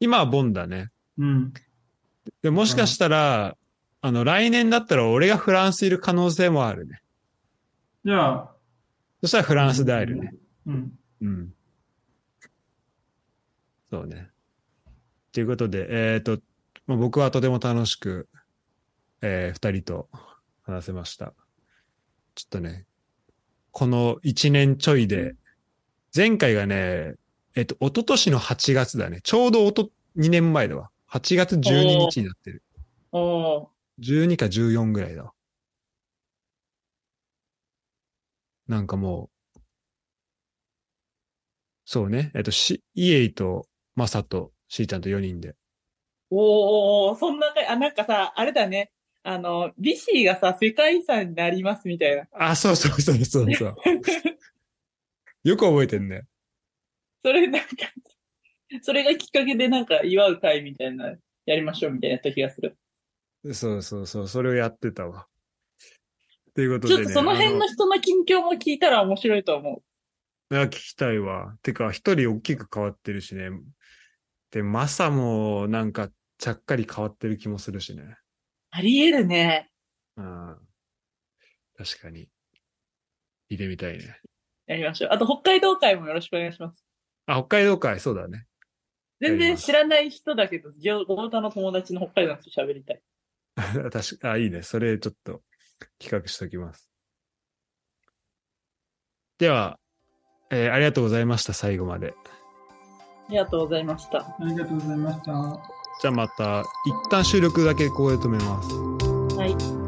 Speaker 1: 今はボンだね。
Speaker 3: うん。
Speaker 1: でもしかしたら、あの、来年だったら俺がフランスいる可能性もあるね。
Speaker 3: じゃあ、
Speaker 1: そしたらフランスで会えるね。
Speaker 3: うん。
Speaker 1: うん。そうね。ということで、えっ、と、まあ、僕はとても楽しく、えー二人と話せました。ちょっとね、この一年ちょいで、前回がね、えっ、と、一昨年の8月だね。ちょうどおと、2年前だわ。8月12日になってる。
Speaker 2: おー
Speaker 1: 12か14ぐらいだわ。なんかもう、そうね。えっと、し、イエイとマサとシーちゃんと4人で。
Speaker 2: おー、そんなか、あ、なんかさ、あれだね。あの、ビシーがさ、世界遺産になりますみたいな。
Speaker 1: あ、そうそうそうそう
Speaker 2: *laughs*
Speaker 1: そう。よく覚えてんね。
Speaker 2: それなんか、それがきっかけでなんか祝う会みたいな、やりましょうみたいなやった気がする。
Speaker 1: そうそうそう。それをやってたわ。ということ
Speaker 2: ち
Speaker 1: で、
Speaker 2: ょっ
Speaker 1: ね。
Speaker 2: とその辺の人の近況も聞いたら面白いと思
Speaker 1: いや、聞きたいわ。てか、一人大きく変わってるしね。で、マサもなんか、ちゃっかり変わってる気もするしね。
Speaker 2: う。あり得るね。
Speaker 1: うん。確かに。聞いてみたいね。
Speaker 2: やりましょう。あと、北海道会もよろしくお願いします。
Speaker 1: あ、北海道会、そうだね。 *laughs*
Speaker 2: 全
Speaker 1: やり
Speaker 2: 然
Speaker 1: ます
Speaker 2: 知らない人だけど、ギョゴータの友達の北海道の人と喋りたい。
Speaker 1: 確か、あ、いいね。それちょっと企画しときます。では、えーありがとうございました。最後まで。
Speaker 2: ありがとうございました。
Speaker 3: ありがとうございました。
Speaker 1: じゃあまた、一旦収録だけここで止めます。
Speaker 2: はい。